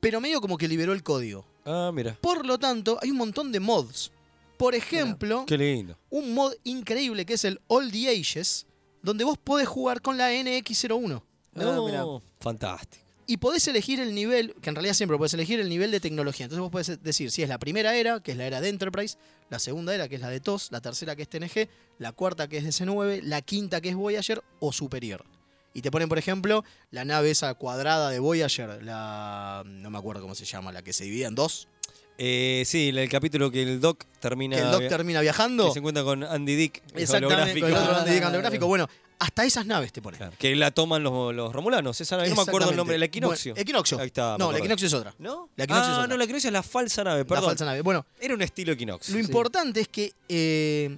Speaker 3: pero medio como que liberó el código.
Speaker 2: Ah, mira.
Speaker 3: Por lo tanto, hay un montón de mods. Por ejemplo,
Speaker 2: Qué lindo.
Speaker 3: un mod increíble que es el All the Ages, donde vos podés jugar con la NX01.
Speaker 4: Ah,
Speaker 2: No,
Speaker 4: mirá.
Speaker 2: fantástico.
Speaker 3: Y podés elegir el nivel, que en realidad siempre podés elegir el nivel de tecnología. Entonces vos podés decir si es la primera era, que es la era de Enterprise, la segunda era, que es la de TOS, la tercera que es TNG, la cuarta que es DC9, la quinta que es Voyager o Superior. Y te ponen, por ejemplo, la nave esa cuadrada de Voyager, la... no me acuerdo cómo se llama, la que se divide en dos,
Speaker 2: Eh, sí, el, el capítulo que el Doc termina.
Speaker 3: que el Doc
Speaker 2: via-
Speaker 3: termina viajando.
Speaker 2: que se encuentra con Andy Dick. el
Speaker 3: Exactamente,
Speaker 2: holográfico.
Speaker 3: con el otro
Speaker 4: Ah,
Speaker 3: lado de gráfico. Bueno, hasta esas naves te ponen.
Speaker 2: (laughs) Claro, Que la toman los, los romulanos. Esa nave, no me acuerdo el nombre. El
Speaker 3: Exactamente.
Speaker 2: equinoccio.
Speaker 3: Bueno, equinoccio.
Speaker 2: Ahí está. me
Speaker 3: No, el
Speaker 2: acordé.
Speaker 3: equinoccio es otra.
Speaker 2: ¿No?
Speaker 3: La equinoccio es
Speaker 2: ah,
Speaker 3: otra.
Speaker 2: no, la equinoccio es la falsa nave, perdón.
Speaker 3: La falsa nave. Bueno,
Speaker 2: Era un estilo equinoccio.
Speaker 3: lo
Speaker 4: Sí.
Speaker 3: importante es que. eh,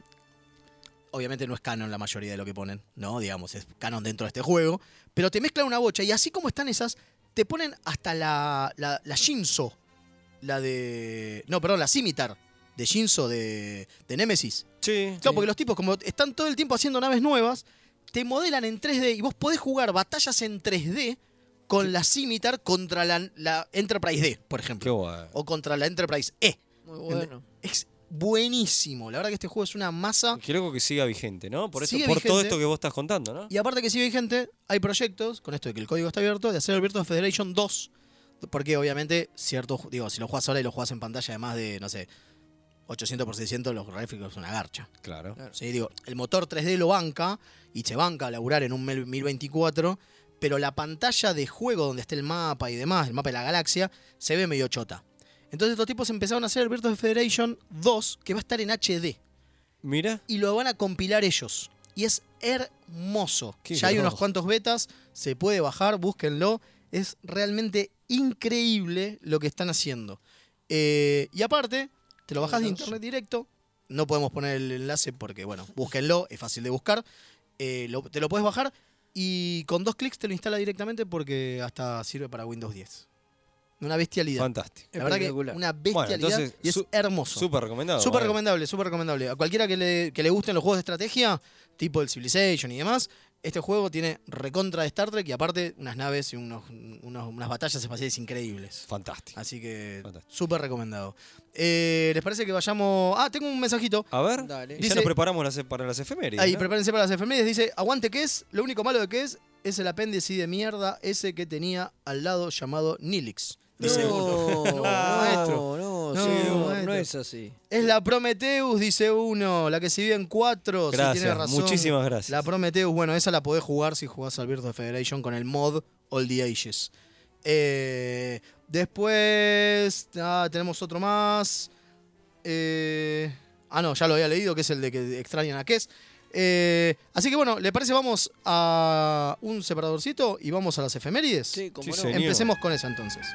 Speaker 3: obviamente no es canon la mayoría de lo que ponen, ¿no? Digamos, es canon dentro de este juego. Pero te mezclan una bocha y así como están esas, te ponen hasta la, la, la Shinzo. La de. No, perdón, la Scimitar. De Shinzo, de, de Nemesis.
Speaker 2: Sí.
Speaker 3: Claro, porque los tipos, como están todo el tiempo haciendo naves nuevas, te modelan en 3D y vos podés jugar batallas en 3D con la Scimitar contra la, la Enterprise D, por
Speaker 2: Qué
Speaker 3: ejemplo.
Speaker 2: guay.
Speaker 3: O contra la Enterprise E.
Speaker 4: Muy bueno.
Speaker 3: Es buenísimo. La verdad que este juego es una masa.
Speaker 2: Qué loco que siga vigente, ¿no? Por, esto,
Speaker 3: Sigue
Speaker 2: por todo
Speaker 3: vigente.
Speaker 2: esto que vos estás contando, ¿no?
Speaker 3: Y aparte que sigue gente, hay proyectos, con esto de que el código está abierto, de hacer el Virtua Federation 2. Porque obviamente, cierto, digo, si lo jugás ahora y lo jugás en pantalla de más de, no sé, 800 x 600, los gráficos son una garcha.
Speaker 2: Claro.
Speaker 3: Sí, digo, el motor 3D lo banca y se banca a laburar en un 1024, pero la pantalla de juego donde está el mapa y demás, el mapa de la galaxia, se ve medio chota. Entonces estos tipos empezaron a hacer el Virtua Federation 2, que va a estar en HD,
Speaker 2: Mira.
Speaker 3: y lo van a compilar ellos. Y es hermoso.
Speaker 2: Qué
Speaker 3: ya hay
Speaker 2: groso.
Speaker 3: unos cuantos betas, se puede bajar, búsquenlo. Es realmente increíble lo que están haciendo. Eh, y aparte, te lo bajas de internet directo. No podemos poner el enlace porque, bueno, búsquenlo, es fácil de buscar. Eh, lo- te lo puedes bajar y con dos clics te lo instala directamente porque hasta sirve para Windows 10. Una bestialidad.
Speaker 2: Fantástico.
Speaker 3: La verdad que
Speaker 4: Espectacular.
Speaker 3: una bestialidad
Speaker 2: entonces,
Speaker 3: y es
Speaker 2: su-
Speaker 3: hermoso.
Speaker 2: Súper recomendado.
Speaker 3: Súper
Speaker 2: vale.
Speaker 3: recomendable, súper recomendable. A cualquiera que le, que le gusten los juegos de estrategia, tipo el Civilization y demás, este juego tiene recontra de Star Trek y aparte unas naves y unos, unos- unas batallas espaciales increíbles.
Speaker 2: Fantástico.
Speaker 3: Así que
Speaker 2: Fantástico.
Speaker 3: súper recomendado. Eh, ¿Les parece que vayamos...? Ah, tengo un mensajito.
Speaker 2: A ver,
Speaker 4: Dale.
Speaker 2: y ya
Speaker 3: Dice-
Speaker 2: nos preparamos las- e- para las efemérides.
Speaker 3: Ahí, (laughs)
Speaker 2: ¿no?
Speaker 3: prepárense para las enfermedades. Dice, aguante que es, lo único malo de que es, es el apéndice de mierda ese que tenía al lado llamado Nilix. Dice uno.
Speaker 4: no, (laughs) no,
Speaker 3: maestro.
Speaker 4: Ah, no,
Speaker 3: No,
Speaker 4: señor, no,
Speaker 3: maestro.
Speaker 4: es así.
Speaker 3: Es la Prometheus, dice uno, la que se vive en cuatro. Sí,
Speaker 2: Gracias,
Speaker 3: tiene razón.
Speaker 2: muchísimas gracias.
Speaker 3: La Prometheus, bueno, esa la podés jugar si jugás al Virtua Federation con el mod All the Ages. Eh, después ah, tenemos otro más. Eh, ah, no, ya lo había leído, que es el de que extrañan a Kes. Eh, así que bueno, ¿le parece? Vamos a un separadorcito y vamos a las efemérides.
Speaker 4: Sí, como
Speaker 2: Sí,
Speaker 4: no.
Speaker 2: señor.
Speaker 3: Empecemos con eso entonces.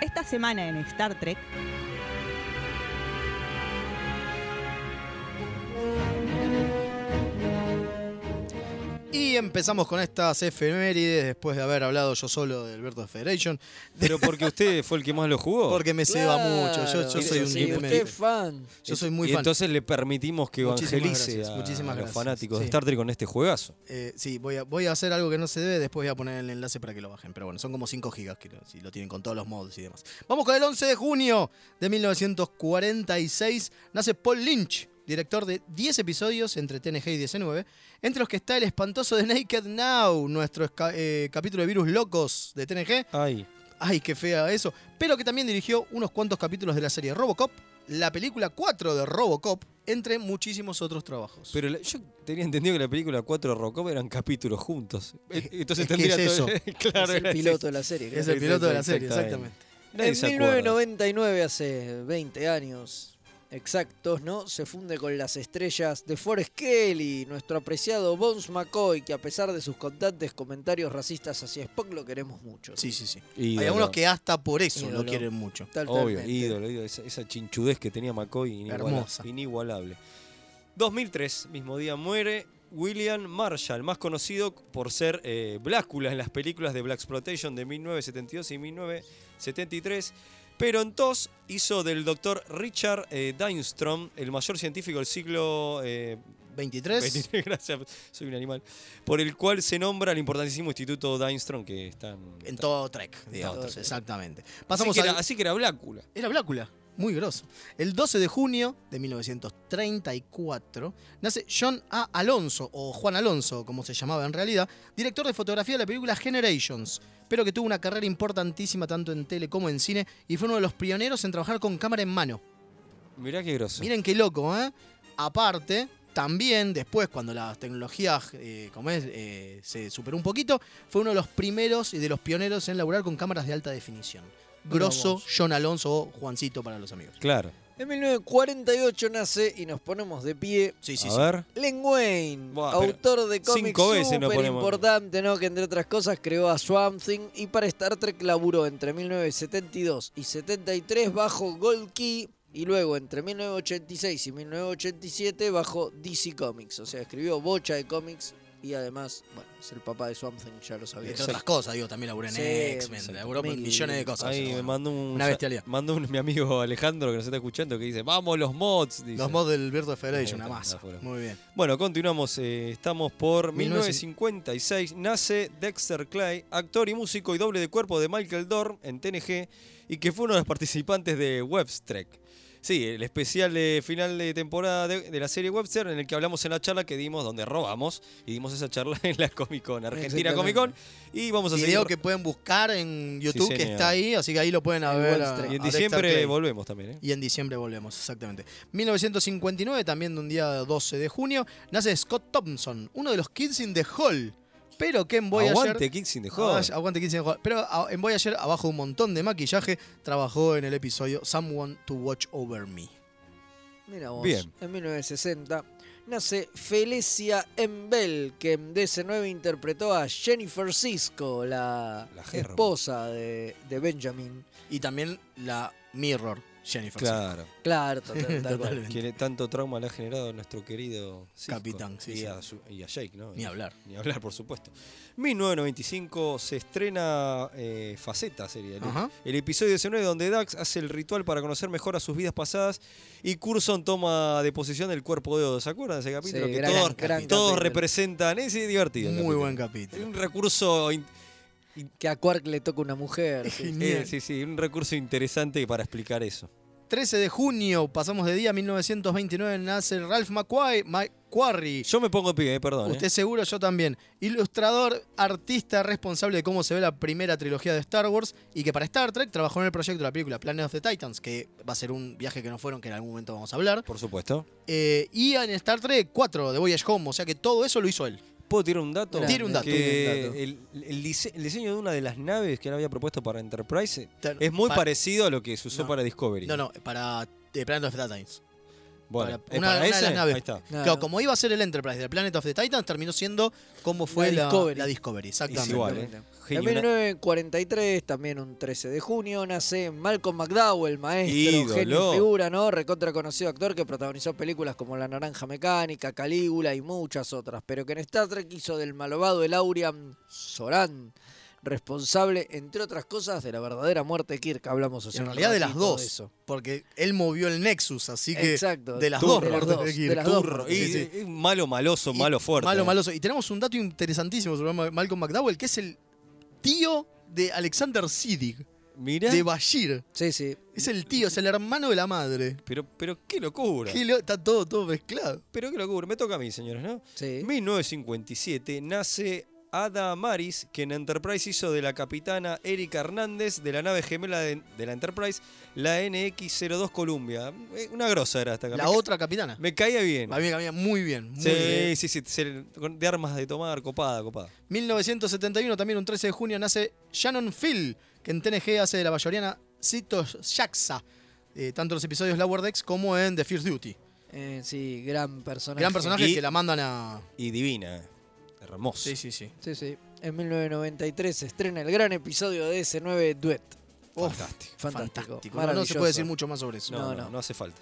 Speaker 9: Esta semana en Star Trek,
Speaker 3: Y empezamos con estas efemérides después de haber hablado yo solo de Alberto Federation,
Speaker 2: Pero porque usted fue el que más lo jugó.
Speaker 3: porque me ceba mucho. Yo, yo
Speaker 4: Oh, Claro,
Speaker 3: soy un
Speaker 4: sí,
Speaker 3: geek
Speaker 4: usted
Speaker 3: medio.
Speaker 4: es fan.
Speaker 3: Yo soy muy
Speaker 2: y
Speaker 3: fan.
Speaker 2: entonces le permitimos que
Speaker 3: Muchísimas
Speaker 2: evangelice
Speaker 3: gracias,
Speaker 2: a
Speaker 3: muchísimas
Speaker 2: los
Speaker 3: gracias,
Speaker 2: fanáticos de
Speaker 3: sí.
Speaker 2: Star Trek con este juegazo.
Speaker 3: Eh, sí, voy a, voy a hacer algo que no se debe, después voy a poner el enlace para que lo bajen. Pero bueno, son como 5 gigas que lo- si lo tienen con todos los mods y demás. Vamos con el 11 de junio de 1946. Nace Paul Lynch, director de 10 episodios entre TNG y 19, entre los que está el espantoso de Naked Now, nuestro esca- eh, capítulo de Virus Locos de TNG.
Speaker 2: Ay,
Speaker 3: ay, qué fea eso, pero que también dirigió unos cuantos capítulos de la serie Robocop, la película 4 de Robocop, entre muchísimos otros trabajos.
Speaker 2: Pero la- yo tenía entendido que la película 4 de Robocop eran capítulos juntos. Eh, Entonces
Speaker 3: es que
Speaker 2: tendría
Speaker 3: es
Speaker 2: todo- (laughs) claro,
Speaker 4: es el
Speaker 2: era-
Speaker 4: piloto de la serie. creo.
Speaker 3: es el piloto de la serie,
Speaker 2: Exactamente.
Speaker 3: exactamente.
Speaker 2: nadie
Speaker 4: en
Speaker 2: se acuerda.
Speaker 4: 1999, hace 20 años exactos, ¿no? Se funde con las estrellas de Forrest Kelly, nuestro apreciado Bones McCoy, que a pesar de sus constantes comentarios racistas hacia Spock, lo queremos mucho.
Speaker 3: Sí, sí, sí.
Speaker 2: Ídolo.
Speaker 3: Hay algunos que hasta por eso
Speaker 4: Ídolo.
Speaker 3: lo quieren mucho.
Speaker 2: Obvio,
Speaker 4: Totalmente.
Speaker 2: ídolo, ídolo. Esa, esa chinchudez que tenía McCoy iniguala-
Speaker 3: Hermosa.
Speaker 2: inigualable. 2003, mismo día, muere William Marshall, más conocido por ser eh, Blácula en las películas de Black Exploitation de 1972 y 1973. Pero en TOS hizo del doctor Richard eh, Dynstrom, el mayor científico del siglo eh, (laughs)
Speaker 3: 23.
Speaker 2: 23, gracias, soy un animal, por el cual se nombra el importantísimo Instituto Dynstrom que está en,
Speaker 3: En todo Trek,
Speaker 2: todo
Speaker 3: digamos,
Speaker 2: Trek.
Speaker 3: exactamente.
Speaker 2: así,
Speaker 3: Pasamos
Speaker 2: que
Speaker 3: al-
Speaker 2: era, así que era Blácula.
Speaker 3: Era Blácula. Muy grosso. El 12 de junio de 1934 nace John A. Alonso, o Juan Alonso, como se llamaba en realidad, director de fotografía de la película Generations, pero que tuvo una carrera importantísima tanto en tele como en cine y fue uno de los pioneros en trabajar con cámara en mano.
Speaker 2: Mirá qué grosso.
Speaker 3: Miren qué loco, ¿eh? Aparte, también después, cuando las tecnologías eh, como es, eh, se superó un poquito, fue uno de los primeros y de los pioneros en laburar con cámaras de alta definición. Grosso, John Alonso o Juancito para los amigos.
Speaker 2: Claro.
Speaker 4: En 1948 nace y nos ponemos de pie.
Speaker 3: Sí,
Speaker 2: a ver.
Speaker 4: Len Wayne,
Speaker 2: Buah,
Speaker 4: autor de
Speaker 2: pero
Speaker 4: cómics
Speaker 2: cinco veces nos
Speaker 4: súper
Speaker 2: ponemos.
Speaker 4: importante, ¿no? Que entre otras cosas creó a Swamp Thing y para Star Trek laburó entre 1972 y 73 bajo Gold Key y luego entre 1986 y 1987 bajo DC Comics. O sea, escribió bocha de cómics y además, bueno, es el papá de Swamp Thing, ya lo sabía.
Speaker 3: Entre otras cosas, digo, también laburé en
Speaker 4: Sí,
Speaker 3: X-Men,
Speaker 4: exacto.
Speaker 3: laburó en
Speaker 4: Mil-
Speaker 3: millones de cosas.
Speaker 2: pues, Ahí
Speaker 3: seguro.
Speaker 2: me mandó un,
Speaker 3: Una bestialidad.
Speaker 2: Mandó un, mi amigo Alejandro que nos está escuchando que dice, vamos los mods. dice.
Speaker 3: Los mods del Virtua Federation,
Speaker 2: Ahí
Speaker 3: una
Speaker 2: está,
Speaker 3: masa.
Speaker 2: está fuera.
Speaker 3: Muy bien.
Speaker 2: Bueno, continuamos. eh, estamos por
Speaker 3: 1950.
Speaker 2: 1956. Nace Dexter Clay, actor y músico y doble de cuerpo de Michael Dorn en TNG y que fue uno de los participantes de Webstrek. Sí, el especial de final de temporada de, de la serie Webster en el que hablamos en la charla que dimos donde robamos y dimos esa charla (laughs) en la Comic Con, Argentina Comic Con y vamos a
Speaker 3: Video
Speaker 2: seguir.
Speaker 3: que pueden buscar en YouTube, que
Speaker 2: señor.
Speaker 3: está ahí, así que ahí lo pueden
Speaker 4: En
Speaker 3: ver.
Speaker 4: Wall
Speaker 3: a-
Speaker 4: Street.
Speaker 2: y en
Speaker 3: a Dexter
Speaker 2: diciembre
Speaker 3: Clay.
Speaker 2: volvemos también. ¿eh?
Speaker 3: Y en diciembre volvemos, exactamente. 1959, también de un día 12 de junio, nace Scott Thompson, uno de los Kids in the Hall. Pero que en Voyager.
Speaker 2: Aguante Kicks in the Hall.
Speaker 3: Ah, aguante Kids in the Hall. Pero a- en Voyager, abajo de un montón de maquillaje, trabajó en el episodio Someone to Watch Over Me.
Speaker 4: Mira vos,
Speaker 2: Bien.
Speaker 4: en 1960 nace Felicia Embel, que en DC9 interpretó a Jennifer Cisco, la,
Speaker 2: La Gerbo.
Speaker 4: esposa de, de Benjamin.
Speaker 3: Y también la Mirror, Jennifer.
Speaker 2: Claro. (laughs)
Speaker 4: Claro, total- tal cual.
Speaker 3: Totalmente.
Speaker 2: Que le- tanto trauma le ha generado a nuestro querido Cisco.
Speaker 3: Capitán, sí,
Speaker 2: y,
Speaker 3: sí.
Speaker 2: A, su- y a Jake, ¿no?
Speaker 3: Ni hablar.
Speaker 2: Ni hablar, por supuesto. 1995 se estrena eh, Faceta, sería el,
Speaker 3: Ajá.
Speaker 2: el episodio 19, donde Dax hace el ritual para conocer mejor a sus vidas pasadas y Curson toma de posesión el cuerpo de Odo. ¿Se acuerdan de ese capítulo?
Speaker 4: Sí,
Speaker 2: que
Speaker 4: gran-
Speaker 2: todos,
Speaker 4: gran
Speaker 2: todos
Speaker 4: capítulo.
Speaker 2: representan. Ese es divertido. el
Speaker 3: Muy
Speaker 2: capítulo.
Speaker 3: buen capítulo.
Speaker 2: Un recurso. in-
Speaker 4: Que a Quark le toca una
Speaker 2: (laughs)
Speaker 4: mujer. sí.
Speaker 3: Genial.
Speaker 2: eh, sí, sí, un recurso interesante para explicar eso.
Speaker 3: 13 de junio, pasamos de día 1929, nace Ralph McQuarrie. McQuarrie
Speaker 2: Yo me pongo de pie, eh, perdón. eh.
Speaker 3: Usted seguro, yo también. Ilustrador, artista responsable de cómo se ve la primera trilogía de Star Wars y que para Star Trek trabajó en el proyecto de la película Planet of the Titans, que va a ser un viaje que no fueron, que en algún momento vamos a hablar.
Speaker 2: Por supuesto.
Speaker 3: Eh, y en Star Trek 4 de Voyage Home, o sea que todo eso lo hizo él.
Speaker 2: ¿Puedo tirar un dato?
Speaker 4: Grande,
Speaker 3: Tire un dato.
Speaker 2: Que
Speaker 4: tire un dato.
Speaker 2: El, el dise- el diseño de una de las naves que él había propuesto para Enterprise eh,
Speaker 3: Ter-
Speaker 2: es muy
Speaker 3: pa-
Speaker 2: parecido a lo que se usó
Speaker 3: No.
Speaker 2: para Discovery.
Speaker 3: No, no, para eh, Planet of the Titans.
Speaker 2: Bueno,
Speaker 3: para-
Speaker 2: ¿es
Speaker 3: una-
Speaker 2: para
Speaker 3: una de
Speaker 2: ese?
Speaker 3: las naves.
Speaker 2: Ahí está.
Speaker 4: Claro.
Speaker 3: Claro, como iba a ser el Enterprise de Planet of the Titans, terminó siendo como fue la, la Discovery.
Speaker 4: Discovery.
Speaker 3: exactamente.
Speaker 2: Es igual, ¿eh?
Speaker 4: En
Speaker 2: Genio, una-
Speaker 4: 1943, también un 13 de junio, nace Malcolm McDowell, maestro,
Speaker 2: Ídolo.
Speaker 4: genio y figura, ¿no? Recontra conocido actor que protagonizó películas como La Naranja Mecánica, Calígula y muchas otras, pero que en Star Trek hizo del malvado el Aurian Soran, responsable, entre otras cosas, de la verdadera muerte de Kirk. Hablamos hace
Speaker 3: En
Speaker 4: un
Speaker 3: realidad de las
Speaker 4: ratito
Speaker 3: dos,
Speaker 4: eso.
Speaker 3: porque él movió el Nexus, así que
Speaker 4: Exacto.
Speaker 3: de las
Speaker 4: Turro.
Speaker 3: dos
Speaker 4: De las
Speaker 3: muertes
Speaker 4: dos,
Speaker 3: de Kirk.
Speaker 4: de las dos
Speaker 3: Turro.
Speaker 2: y-
Speaker 4: muertes.
Speaker 3: Sí, sí.
Speaker 2: y- malo, maloso,
Speaker 3: Y-
Speaker 2: malo fuerte.
Speaker 3: Malo,
Speaker 2: eh.
Speaker 3: maloso. Y tenemos un dato interesantísimo sobre Ma- Malcolm McDowell, que es el tío de Alexander Siddig,
Speaker 2: Mirá,
Speaker 3: de Bashir.
Speaker 4: Sí, sí.
Speaker 3: Es el tío, es el hermano de la madre.
Speaker 2: pero, pero qué locura.
Speaker 3: Qué lo- está todo, todo mezclado.
Speaker 2: Pero qué locura. Me toca a mí, señores, ¿no?
Speaker 4: sí.
Speaker 2: 1957 nace Ada Maris, quien en Enterprise hizo de la capitana Erika Hernández de la nave gemela de, de la Enterprise, la NX-02 Columbia. Eh, Una grosa era esta
Speaker 3: La
Speaker 2: me,
Speaker 3: otra capitana.
Speaker 2: me caía bien.
Speaker 3: A mí me cabía muy bien. Muy
Speaker 2: Sí,
Speaker 3: bien.
Speaker 2: sí, sí, se- con- de armas de tomar, copada, copada.
Speaker 3: 1971, también un 13 de junio, nace Shannon Phil, que en TNG hace de la bayoriana Cito Jaxa, eh, tanto en los episodios Lower Decks como en The First Duty.
Speaker 4: Eh, sí, gran personaje.
Speaker 3: Gran personaje
Speaker 2: Y-
Speaker 3: que la mandan a.
Speaker 2: Y divina, eh. hermosa.
Speaker 3: Sí, sí, sí.
Speaker 4: Sí, sí. En 1993 se estrena el gran episodio de S9 Duet.
Speaker 2: Fantástico.
Speaker 4: Fantástico.
Speaker 3: No, no se
Speaker 4: maravilloso.
Speaker 3: puede decir mucho más sobre eso.
Speaker 2: No, no,
Speaker 4: No,
Speaker 2: no,
Speaker 4: no.
Speaker 2: hace falta.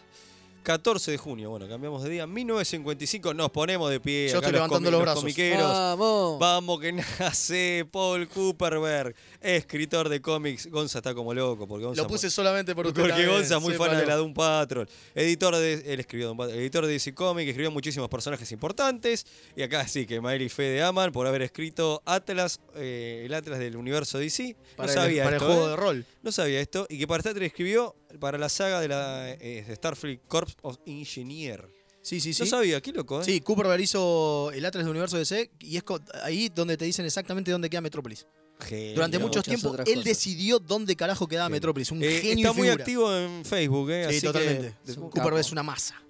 Speaker 2: 14 de junio, bueno, cambiamos de día. 1955, nos ponemos de pie.
Speaker 3: Yo
Speaker 2: acá
Speaker 3: estoy levantando los brazos.
Speaker 2: comiqueros.
Speaker 4: Vamos.
Speaker 2: Vamos que nace Paul Cooperberg, escritor de cómics. Gonza está como loco porque Gonza
Speaker 3: Lo puse solamente por usted.
Speaker 2: porque
Speaker 3: también,
Speaker 2: Gonza es muy fan
Speaker 3: sépalo.
Speaker 2: de la Doom Patrol. Editor de. Él escribió Doom Patrol. Editor de DC Comics, escribió muchísimos personajes importantes. Y acá sí que Mael y Fede aman por haber escrito Atlas, eh, el Atlas del universo DC.
Speaker 3: Para,
Speaker 2: no
Speaker 3: el,
Speaker 2: sabía
Speaker 3: para el
Speaker 2: esto.
Speaker 3: juego
Speaker 2: ¿eh?
Speaker 3: de rol.
Speaker 2: No sabía esto. Y que para Star Trek escribió para la saga de la eh, de Starfleet Corps of Engineer.
Speaker 3: Sí, sí, sí.
Speaker 2: No sabía, qué loco, ¿eh?
Speaker 3: Sí, Cooper hizo el Atlas del Universo DC y es co- ahí donde te dicen exactamente dónde queda Metrópolis.
Speaker 2: Genio.
Speaker 3: Durante mucho
Speaker 4: muchas
Speaker 3: tiempo él
Speaker 4: otras cosas.
Speaker 3: decidió dónde carajo quedaba
Speaker 2: Genio.
Speaker 3: Metrópolis. Un
Speaker 2: Eh,
Speaker 3: genio y
Speaker 2: está muy
Speaker 3: figura.
Speaker 2: activo en Facebook, ¿eh?
Speaker 3: Sí,
Speaker 2: Así que-
Speaker 3: totalmente.
Speaker 2: de-
Speaker 3: Cooper es una masa.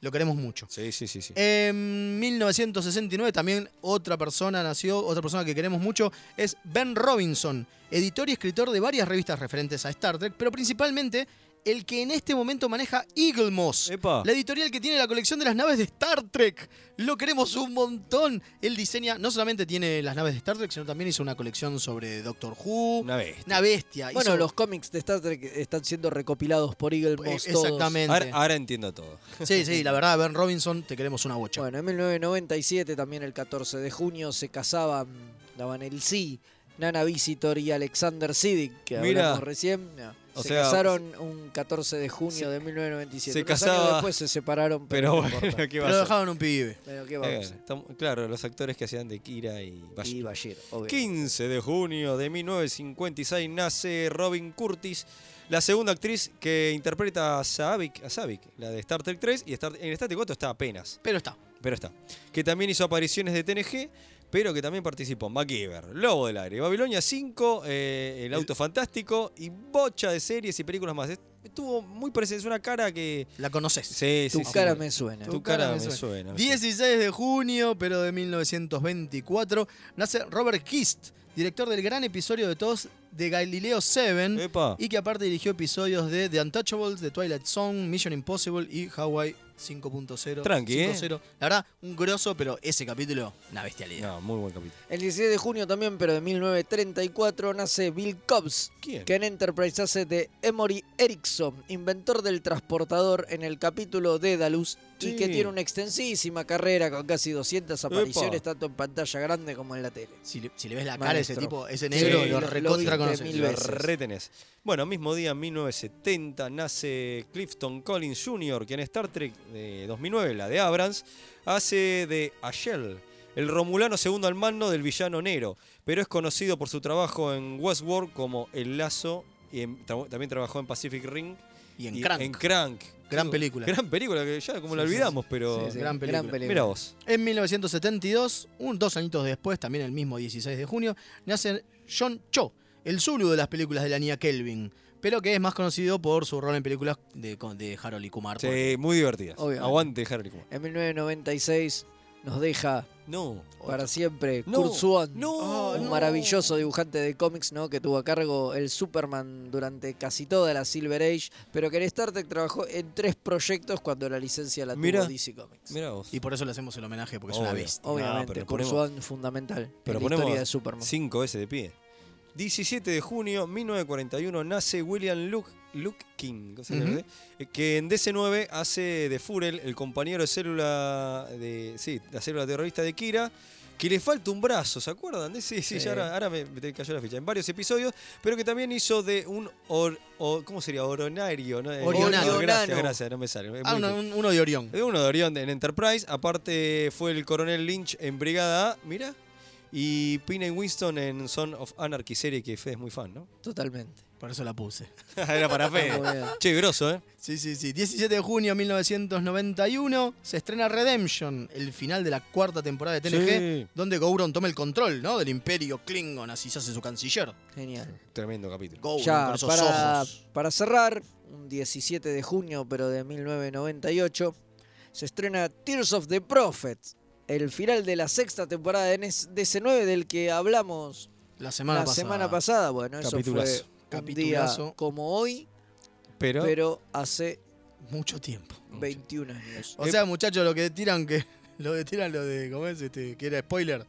Speaker 3: Lo queremos mucho.
Speaker 2: Sí, sí, sí, sí.
Speaker 3: Eh, En 1969 también otra persona nació, otra persona que queremos mucho, es Ben Robinson, editor y escritor de varias revistas referentes a Star Trek, pero principalmente el que en este momento maneja Eagle Moss,
Speaker 2: Epa.
Speaker 3: la editorial que tiene la colección de las naves de Star Trek. Lo queremos un montón. Él diseña, no solamente tiene las naves de Star Trek, sino también hizo una colección sobre Doctor Who, una,
Speaker 2: Una vez.
Speaker 3: bestia.
Speaker 4: Bueno,
Speaker 3: hizo-
Speaker 4: los cómics de Star Trek están siendo recopilados por Eagle
Speaker 3: Eh,
Speaker 4: Moss todos.
Speaker 3: Exactamente.
Speaker 2: Ahora, ahora entiendo todo.
Speaker 3: Sí, sí, la verdad, Ben Robinson, te queremos una bocha.
Speaker 4: Bueno, en 1997, también el 14 de junio, se casaban, daban el sí, Nana Visitor y Alexander Siddig, que
Speaker 2: Mira.
Speaker 4: hablamos recién. No,
Speaker 2: O
Speaker 4: se
Speaker 2: sea, pues,
Speaker 4: casaron un 14 de junio
Speaker 2: se-
Speaker 4: de 1997.
Speaker 2: se
Speaker 4: Unos años
Speaker 2: casaba-
Speaker 4: después se separaron, pero,
Speaker 2: Pero
Speaker 4: no
Speaker 2: bueno,
Speaker 4: importa.
Speaker 2: (laughs) ¿qué va a
Speaker 3: pero
Speaker 2: ser?
Speaker 3: dejaron un pibe.
Speaker 4: Pero qué
Speaker 2: Eh,
Speaker 4: vamos. a hacer?
Speaker 2: estamos- claro, los actores que hacían de Kira y Bash.
Speaker 4: Y Bashir, obvio.
Speaker 2: 15 de junio de 1956 nace Robin Curtis, la segunda actriz que interpreta a Savik, a Savik, la de Star Trek 3 y Star- en Star Trek 4 está apenas,
Speaker 3: Pero está.
Speaker 2: pero está. Que también hizo apariciones de TNG, pero que también participó en MacGyver, Lobo del Aire, Babilonia 5, eh, El Auto Fantástico y bocha de series y películas más. Estuvo muy presente, es una cara que...
Speaker 3: La conoces.
Speaker 2: Sí,
Speaker 4: Tu
Speaker 2: sí, sí.
Speaker 4: cara me suena.
Speaker 2: Tu cara me suena. me
Speaker 3: 16 de junio, pero de 1924, nace Robert Kist, director del gran episodio de todos de Galileo 7
Speaker 2: suena. Epa.
Speaker 3: y que aparte dirigió episodios de The Untouchables, The Twilight Zone, Mission Impossible y Hawaii 5.0.
Speaker 2: Tranqui, eh.
Speaker 3: 5.0. La verdad, un grosso, pero ese capítulo, una bestialidad.
Speaker 2: No, muy buen capítulo.
Speaker 4: El 16 de junio también, pero de 1934, nace Bill Cobbs,
Speaker 2: ¿Quién?
Speaker 4: que en Enterprise hace de Emory Erickson, inventor del transportador en el capítulo Dédalus,
Speaker 2: Sí.
Speaker 4: y que tiene una extensísima carrera con casi 200 apariciones,
Speaker 2: Epa.
Speaker 4: tanto en pantalla grande como en la tele.
Speaker 3: Si, le, si le ves la cara a ese
Speaker 4: Maestro.
Speaker 3: tipo, ese
Speaker 4: Sí,
Speaker 3: negro,
Speaker 2: lo-
Speaker 3: lo
Speaker 2: lo
Speaker 3: recontra
Speaker 4: viste
Speaker 3: conoces.
Speaker 4: mil
Speaker 2: Lo
Speaker 4: veces.
Speaker 2: retenés. Bueno, mismo día, en 1970, nace Clifton Collins Jr., que en Star Trek de 2009, la de Abrams, hace de Ashell, el romulano segundo al mando del villano Nero, pero es conocido por su trabajo en Westworld como El Lazo, y en- tra- también trabajó en Pacific Ring.
Speaker 3: Y en Crank.
Speaker 2: En Crank.
Speaker 3: Gran
Speaker 2: Sí,
Speaker 3: película.
Speaker 2: Gran película, que ya como la
Speaker 3: Sí, sí,
Speaker 2: olvidamos, pero...
Speaker 4: Sí, sí,
Speaker 3: gran película.
Speaker 2: Mira vos.
Speaker 3: En 1972, un, dos añitos después, también el mismo 16 de junio, nace John Cho, el Zulu de las películas de la niña Kelvin, pero que es más conocido por su rol en películas de, con- de Harold y Kumar.
Speaker 2: Sí, muy divertida.
Speaker 4: Obviamente.
Speaker 2: Aguante, Harry Kumar.
Speaker 4: En 1996 nos deja
Speaker 2: No.
Speaker 4: para siempre
Speaker 2: No,
Speaker 4: Kurt Swan,
Speaker 2: no,
Speaker 4: un
Speaker 2: no.
Speaker 4: maravilloso dibujante de cómics ¿no? que tuvo a cargo el Superman durante casi toda la Silver Age, pero que en Star Trek trabajó en tres proyectos cuando la licencia la
Speaker 2: Mira.
Speaker 4: tuvo DC Comics.
Speaker 2: Mira vos.
Speaker 3: Y por eso le hacemos el homenaje, porque es una
Speaker 2: Obvio.
Speaker 3: bestia.
Speaker 2: No,
Speaker 4: Obviamente,
Speaker 2: pero
Speaker 4: Kurt
Speaker 2: ponemos-
Speaker 4: Swan fundamental
Speaker 2: Pero
Speaker 4: en la historia de
Speaker 2: ponemos
Speaker 4: Superman.
Speaker 2: 5 S de pie. 17 de junio 1941 nace William Luke, Luke King, ¿cómo se llama?
Speaker 3: Ujú.
Speaker 2: Eh, que en DC9 hace de Furel el compañero de célula de sí, la célula terrorista de Kira, que le falta un brazo, ¿se acuerdan? De- Sí,
Speaker 4: Sí.
Speaker 2: sí, ya ahora, ahora me, me cayó la ficha. En varios episodios, pero que también hizo de un or- o- ¿cómo sería? Oronario, ¿no? Eh,
Speaker 3: Orionano.
Speaker 2: Gracias, gracias, no me sale. es
Speaker 3: Ah,
Speaker 2: muy
Speaker 3: uno,
Speaker 2: difícil.
Speaker 3: un- uno de Orión.
Speaker 2: De uno de Orión en Enterprise, aparte fue el coronel Lynch en Brigada A, mira, Y Pina y Winston en Son of Anarchy, serie que Fede es muy fan, ¿no?
Speaker 4: Totalmente.
Speaker 3: Por eso la puse. (laughs)
Speaker 2: (laughs) Era (laughs) para
Speaker 4: Está muy bien.
Speaker 2: Fede. che, grosso, ¿eh?
Speaker 3: Sí, sí, sí. 17 de junio de 1991 se estrena Redemption, el final de la cuarta temporada de TNG,
Speaker 2: Sí.
Speaker 3: donde Gowron toma el control, ¿no? Del imperio Klingon, así se hace su canciller.
Speaker 4: Genial.
Speaker 2: Tremendo capítulo.
Speaker 3: Gowron
Speaker 4: Ya,
Speaker 3: Oh, con esos
Speaker 4: para,
Speaker 3: ojos.
Speaker 4: para cerrar, un 17 de junio, pero de 1998, se estrena Tears of the Prophet, el final de la sexta temporada de NES DC9 del que hablamos
Speaker 3: La semana
Speaker 4: la
Speaker 3: pasada.
Speaker 4: semana pasada. Bueno, eso
Speaker 2: Capitulazo.
Speaker 4: fue un día
Speaker 3: Capitulazo.
Speaker 4: como hoy,
Speaker 2: Pero,
Speaker 4: pero hace
Speaker 3: Mucho tiempo.
Speaker 4: 21 años.
Speaker 2: Eh,
Speaker 3: O sea, muchachos, lo que tiran que. (laughs) Lo que tiran lo de. ¿Cómo es? Este, que era spoiler.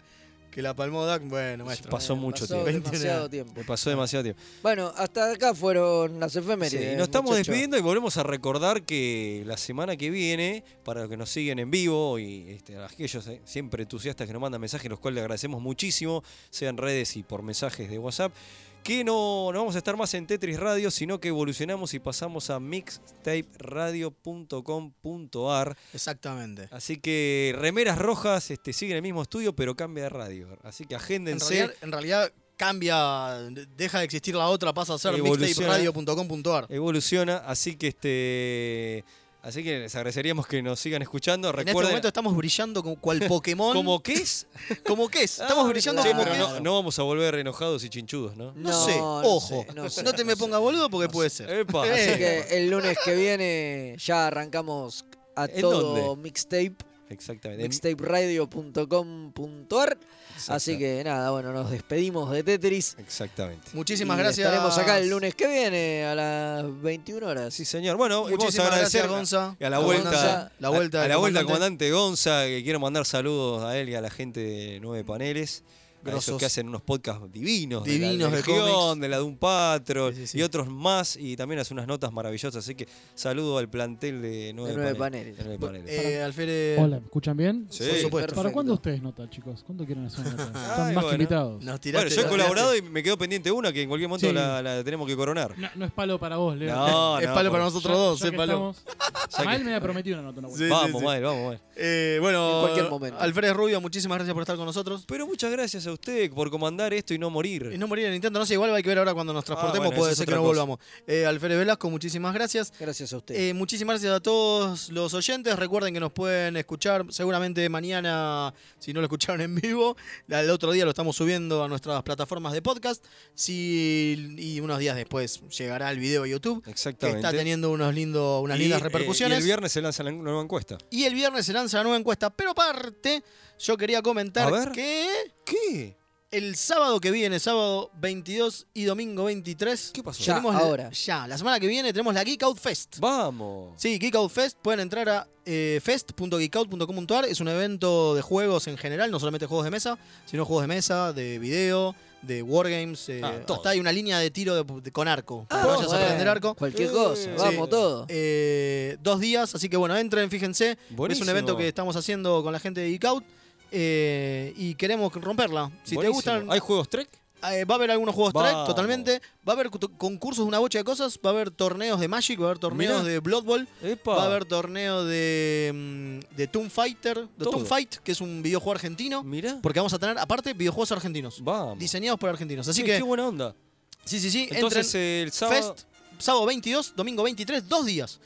Speaker 3: Que la palmó Duck. Bueno, maestro.
Speaker 2: pasó mucho
Speaker 4: Eh, Pasó
Speaker 2: tiempo.
Speaker 4: demasiado tiempo.
Speaker 2: me pasó demasiado tiempo.
Speaker 4: Bueno, hasta acá fueron las
Speaker 2: Sí,
Speaker 4: efemérides.
Speaker 2: nos estamos
Speaker 4: muchachos.
Speaker 2: despidiendo y volvemos a recordar que la semana que viene, para los que nos siguen en vivo y este, a aquellos eh, siempre entusiastas que nos mandan mensajes, los cuales le agradecemos muchísimo, sean redes y por mensajes de WhatsApp, que no, no vamos a estar más en Tetris Radio, sino que evolucionamos y pasamos a mixtaperadio.com.ar.
Speaker 3: Exactamente.
Speaker 2: Así que remeras rojas este, siguen el mismo estudio, pero cambia de radio. Así que
Speaker 3: En
Speaker 2: agéndense.
Speaker 3: realidad, en realidad cambia. Deja de existir la otra, pasa a ser
Speaker 2: Evoluciona. Eh,
Speaker 3: mixtaperadio.com.ar.
Speaker 2: evoluciona, así que este así que les agradeceríamos que nos sigan escuchando.
Speaker 3: En este
Speaker 2: Recuerden
Speaker 3: momento estamos brillando como
Speaker 2: (laughs)
Speaker 3: cual Pokémon.
Speaker 2: como que es,
Speaker 3: como que es. (laughs) Estamos brillando
Speaker 2: Sí,
Speaker 3: como
Speaker 2: pero
Speaker 3: que
Speaker 2: no,
Speaker 3: es.
Speaker 2: no vamos a volver enojados y chinchudos, ¿no?
Speaker 3: No, sé,
Speaker 4: No, no
Speaker 3: ojo.
Speaker 4: sé,
Speaker 3: no,
Speaker 4: no sé,
Speaker 3: te me
Speaker 4: no sé.
Speaker 3: pongas boludo porque puede ser.
Speaker 2: Epa,
Speaker 3: Eh,
Speaker 4: Así que el lunes que viene ya arrancamos a
Speaker 2: ¿En
Speaker 4: todo
Speaker 2: dónde?
Speaker 4: mixtape,
Speaker 3: Em,
Speaker 2: exactamente.
Speaker 4: mixtaperadio.com.ar.
Speaker 2: Exacta-
Speaker 4: Así que nada, bueno, nos despedimos de Tetris.
Speaker 2: exactamente.
Speaker 3: Muchísimas
Speaker 4: Y
Speaker 3: gracias.
Speaker 4: Estaremos acá el lunes que viene a las 21 horas.
Speaker 2: Sí, señor. Bueno, y vamos a
Speaker 3: Muchísimas
Speaker 2: agradecer
Speaker 3: gracias, Gonza.
Speaker 2: Y a la,
Speaker 4: La
Speaker 2: vuelta,
Speaker 4: bonanza,
Speaker 3: la vuelta
Speaker 2: a, a
Speaker 3: del
Speaker 2: la vuelta al
Speaker 3: comandante.
Speaker 2: comandante Gonza, que quiero mandar saludos a él y a la gente de Nueve Paneles. A esos
Speaker 3: Grosos.
Speaker 2: que hacen unos podcasts divinos,
Speaker 3: Divinos
Speaker 2: de la
Speaker 3: de
Speaker 2: Legión,
Speaker 3: cómics.
Speaker 2: de la de un Patro
Speaker 3: Sí, sí, sí.
Speaker 2: y otros más, y también hace unas notas maravillosas. Así que saludo al plantel de Nueve,
Speaker 4: Nueve Paneles.
Speaker 2: De Nueve Paneles.
Speaker 3: Eh, Alfere,
Speaker 10: Hola, ¿me escuchan bien?
Speaker 2: Sí.
Speaker 3: por supuesto.
Speaker 10: ¿Para
Speaker 4: perfecto.
Speaker 10: cuándo ustedes notas, chicos? ¿Cuándo quieren hacer una nota? Están
Speaker 2: Ay,
Speaker 10: más
Speaker 2: bueno.
Speaker 10: que invitados. No.
Speaker 3: Nos tiraste,
Speaker 2: Bueno, yo he
Speaker 3: nos
Speaker 2: colaborado
Speaker 3: tiraste.
Speaker 2: y me quedó pendiente una que en cualquier momento
Speaker 10: Sí.
Speaker 2: la, la tenemos que coronar.
Speaker 10: no es palo para vos, Leo.
Speaker 3: (laughs)
Speaker 2: No,
Speaker 3: Es
Speaker 2: no,
Speaker 3: palo
Speaker 2: por-
Speaker 3: para nosotros dos,
Speaker 10: Ya
Speaker 3: es
Speaker 10: que
Speaker 3: palo.
Speaker 10: estamos-
Speaker 2: que-
Speaker 10: Mael me había prometido una nota. Una vuelta.
Speaker 3: Sí,
Speaker 2: Vamos,
Speaker 3: sí.
Speaker 2: Mael, vamos, Mael.
Speaker 3: Eh, bueno,
Speaker 4: En cualquier momento.
Speaker 3: Alfred Rubio, muchísimas gracias por estar con nosotros.
Speaker 2: Pero muchas gracias a usted por comandar esto y no morir.
Speaker 3: Y no morir en Nintendo, no sé, igual hay que ver ahora cuando nos transportemos,
Speaker 2: Ah, bueno, esa
Speaker 3: puede
Speaker 2: es
Speaker 3: ser que
Speaker 2: otra
Speaker 3: no
Speaker 2: cosa.
Speaker 3: volvamos. Eh, Alfred Velasco, muchísimas gracias.
Speaker 4: Gracias a ustedes.
Speaker 3: Eh, muchísimas gracias a todos los oyentes. Recuerden que nos pueden escuchar seguramente mañana, si no lo escucharon en vivo. La- El otro día lo estamos subiendo a nuestras plataformas de podcast. Si, y unos días después llegará el video a YouTube, que
Speaker 2: Exactamente.
Speaker 3: está teniendo unos lindo, unas
Speaker 2: Y,
Speaker 3: lindas
Speaker 2: eh,
Speaker 3: repercusiones.
Speaker 2: y el viernes se lanza la una nueva encuesta.
Speaker 3: Y el viernes se lanza la nueva encuesta. Pero aparte, yo quería
Speaker 2: A
Speaker 3: comentar
Speaker 2: ver.
Speaker 3: que
Speaker 2: ¿Qué?
Speaker 3: el sábado que viene, sábado 22 y domingo 23,
Speaker 2: ¿Qué pasó?
Speaker 4: Ya,
Speaker 3: tenemos la-
Speaker 4: ahora.
Speaker 3: ya, la semana que viene tenemos la Geek Out Fest.
Speaker 2: Vamos.
Speaker 3: Sí, Geek Out Fest. Pueden entrar a eh, fest.geekout.com.ar. Es un evento de juegos en general, no solamente juegos de mesa, sino juegos de mesa, de video, de wargames. eh,
Speaker 2: Ah, todo.
Speaker 3: hasta hay una línea de tiro de- de- con arco.
Speaker 4: Ah,
Speaker 3: que vayas
Speaker 4: bueno,
Speaker 3: a aprender arco.
Speaker 4: Cualquier
Speaker 2: Eh,
Speaker 4: cosa,
Speaker 2: sí.
Speaker 4: vamos todo.
Speaker 3: Eh, dos días, así que bueno, entren, fíjense.
Speaker 2: Buenísimo.
Speaker 3: Es un evento que estamos haciendo con la gente de Geek Out. eh, y queremos romperla. Si
Speaker 2: Buenísimo.
Speaker 3: te gustan,
Speaker 2: ¿Hay juegos Trek?
Speaker 3: eh, va a haber algunos juegos track
Speaker 2: Vamos.
Speaker 3: totalmente. Va a haber cu- concursos de una bocha de cosas. Va a haber torneos de Magic, va a haber torneos
Speaker 2: Mirá.
Speaker 3: de Blood Bowl.
Speaker 2: Epa.
Speaker 3: Va a haber torneo de, mm, de Toon Fighter, de
Speaker 2: Todo.
Speaker 3: Toon Fight, que es un videojuego argentino.
Speaker 2: Mirá.
Speaker 3: Porque vamos a tener, aparte, videojuegos argentinos.
Speaker 2: Vamos.
Speaker 3: Diseñados por argentinos. Así
Speaker 2: Che,
Speaker 3: que,
Speaker 2: Qué buena onda.
Speaker 3: sí, sí, sí.
Speaker 2: Entonces eh,
Speaker 3: entren,
Speaker 2: el sábado.
Speaker 3: Fest, sábado 22, domingo 23, dos días.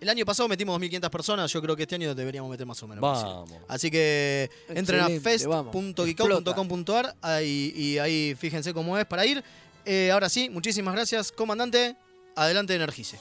Speaker 3: El año pasado metimos 2.500 personas. Yo creo que este año deberíamos meter más o menos.
Speaker 2: Vamos.
Speaker 3: Así que entren a
Speaker 4: Excelente, vamos.
Speaker 3: fest.geekout.com.ar ahí- y, ahí fíjense cómo es para ir. Eh, ahora sí, muchísimas gracias, comandante. Adelante, Energice.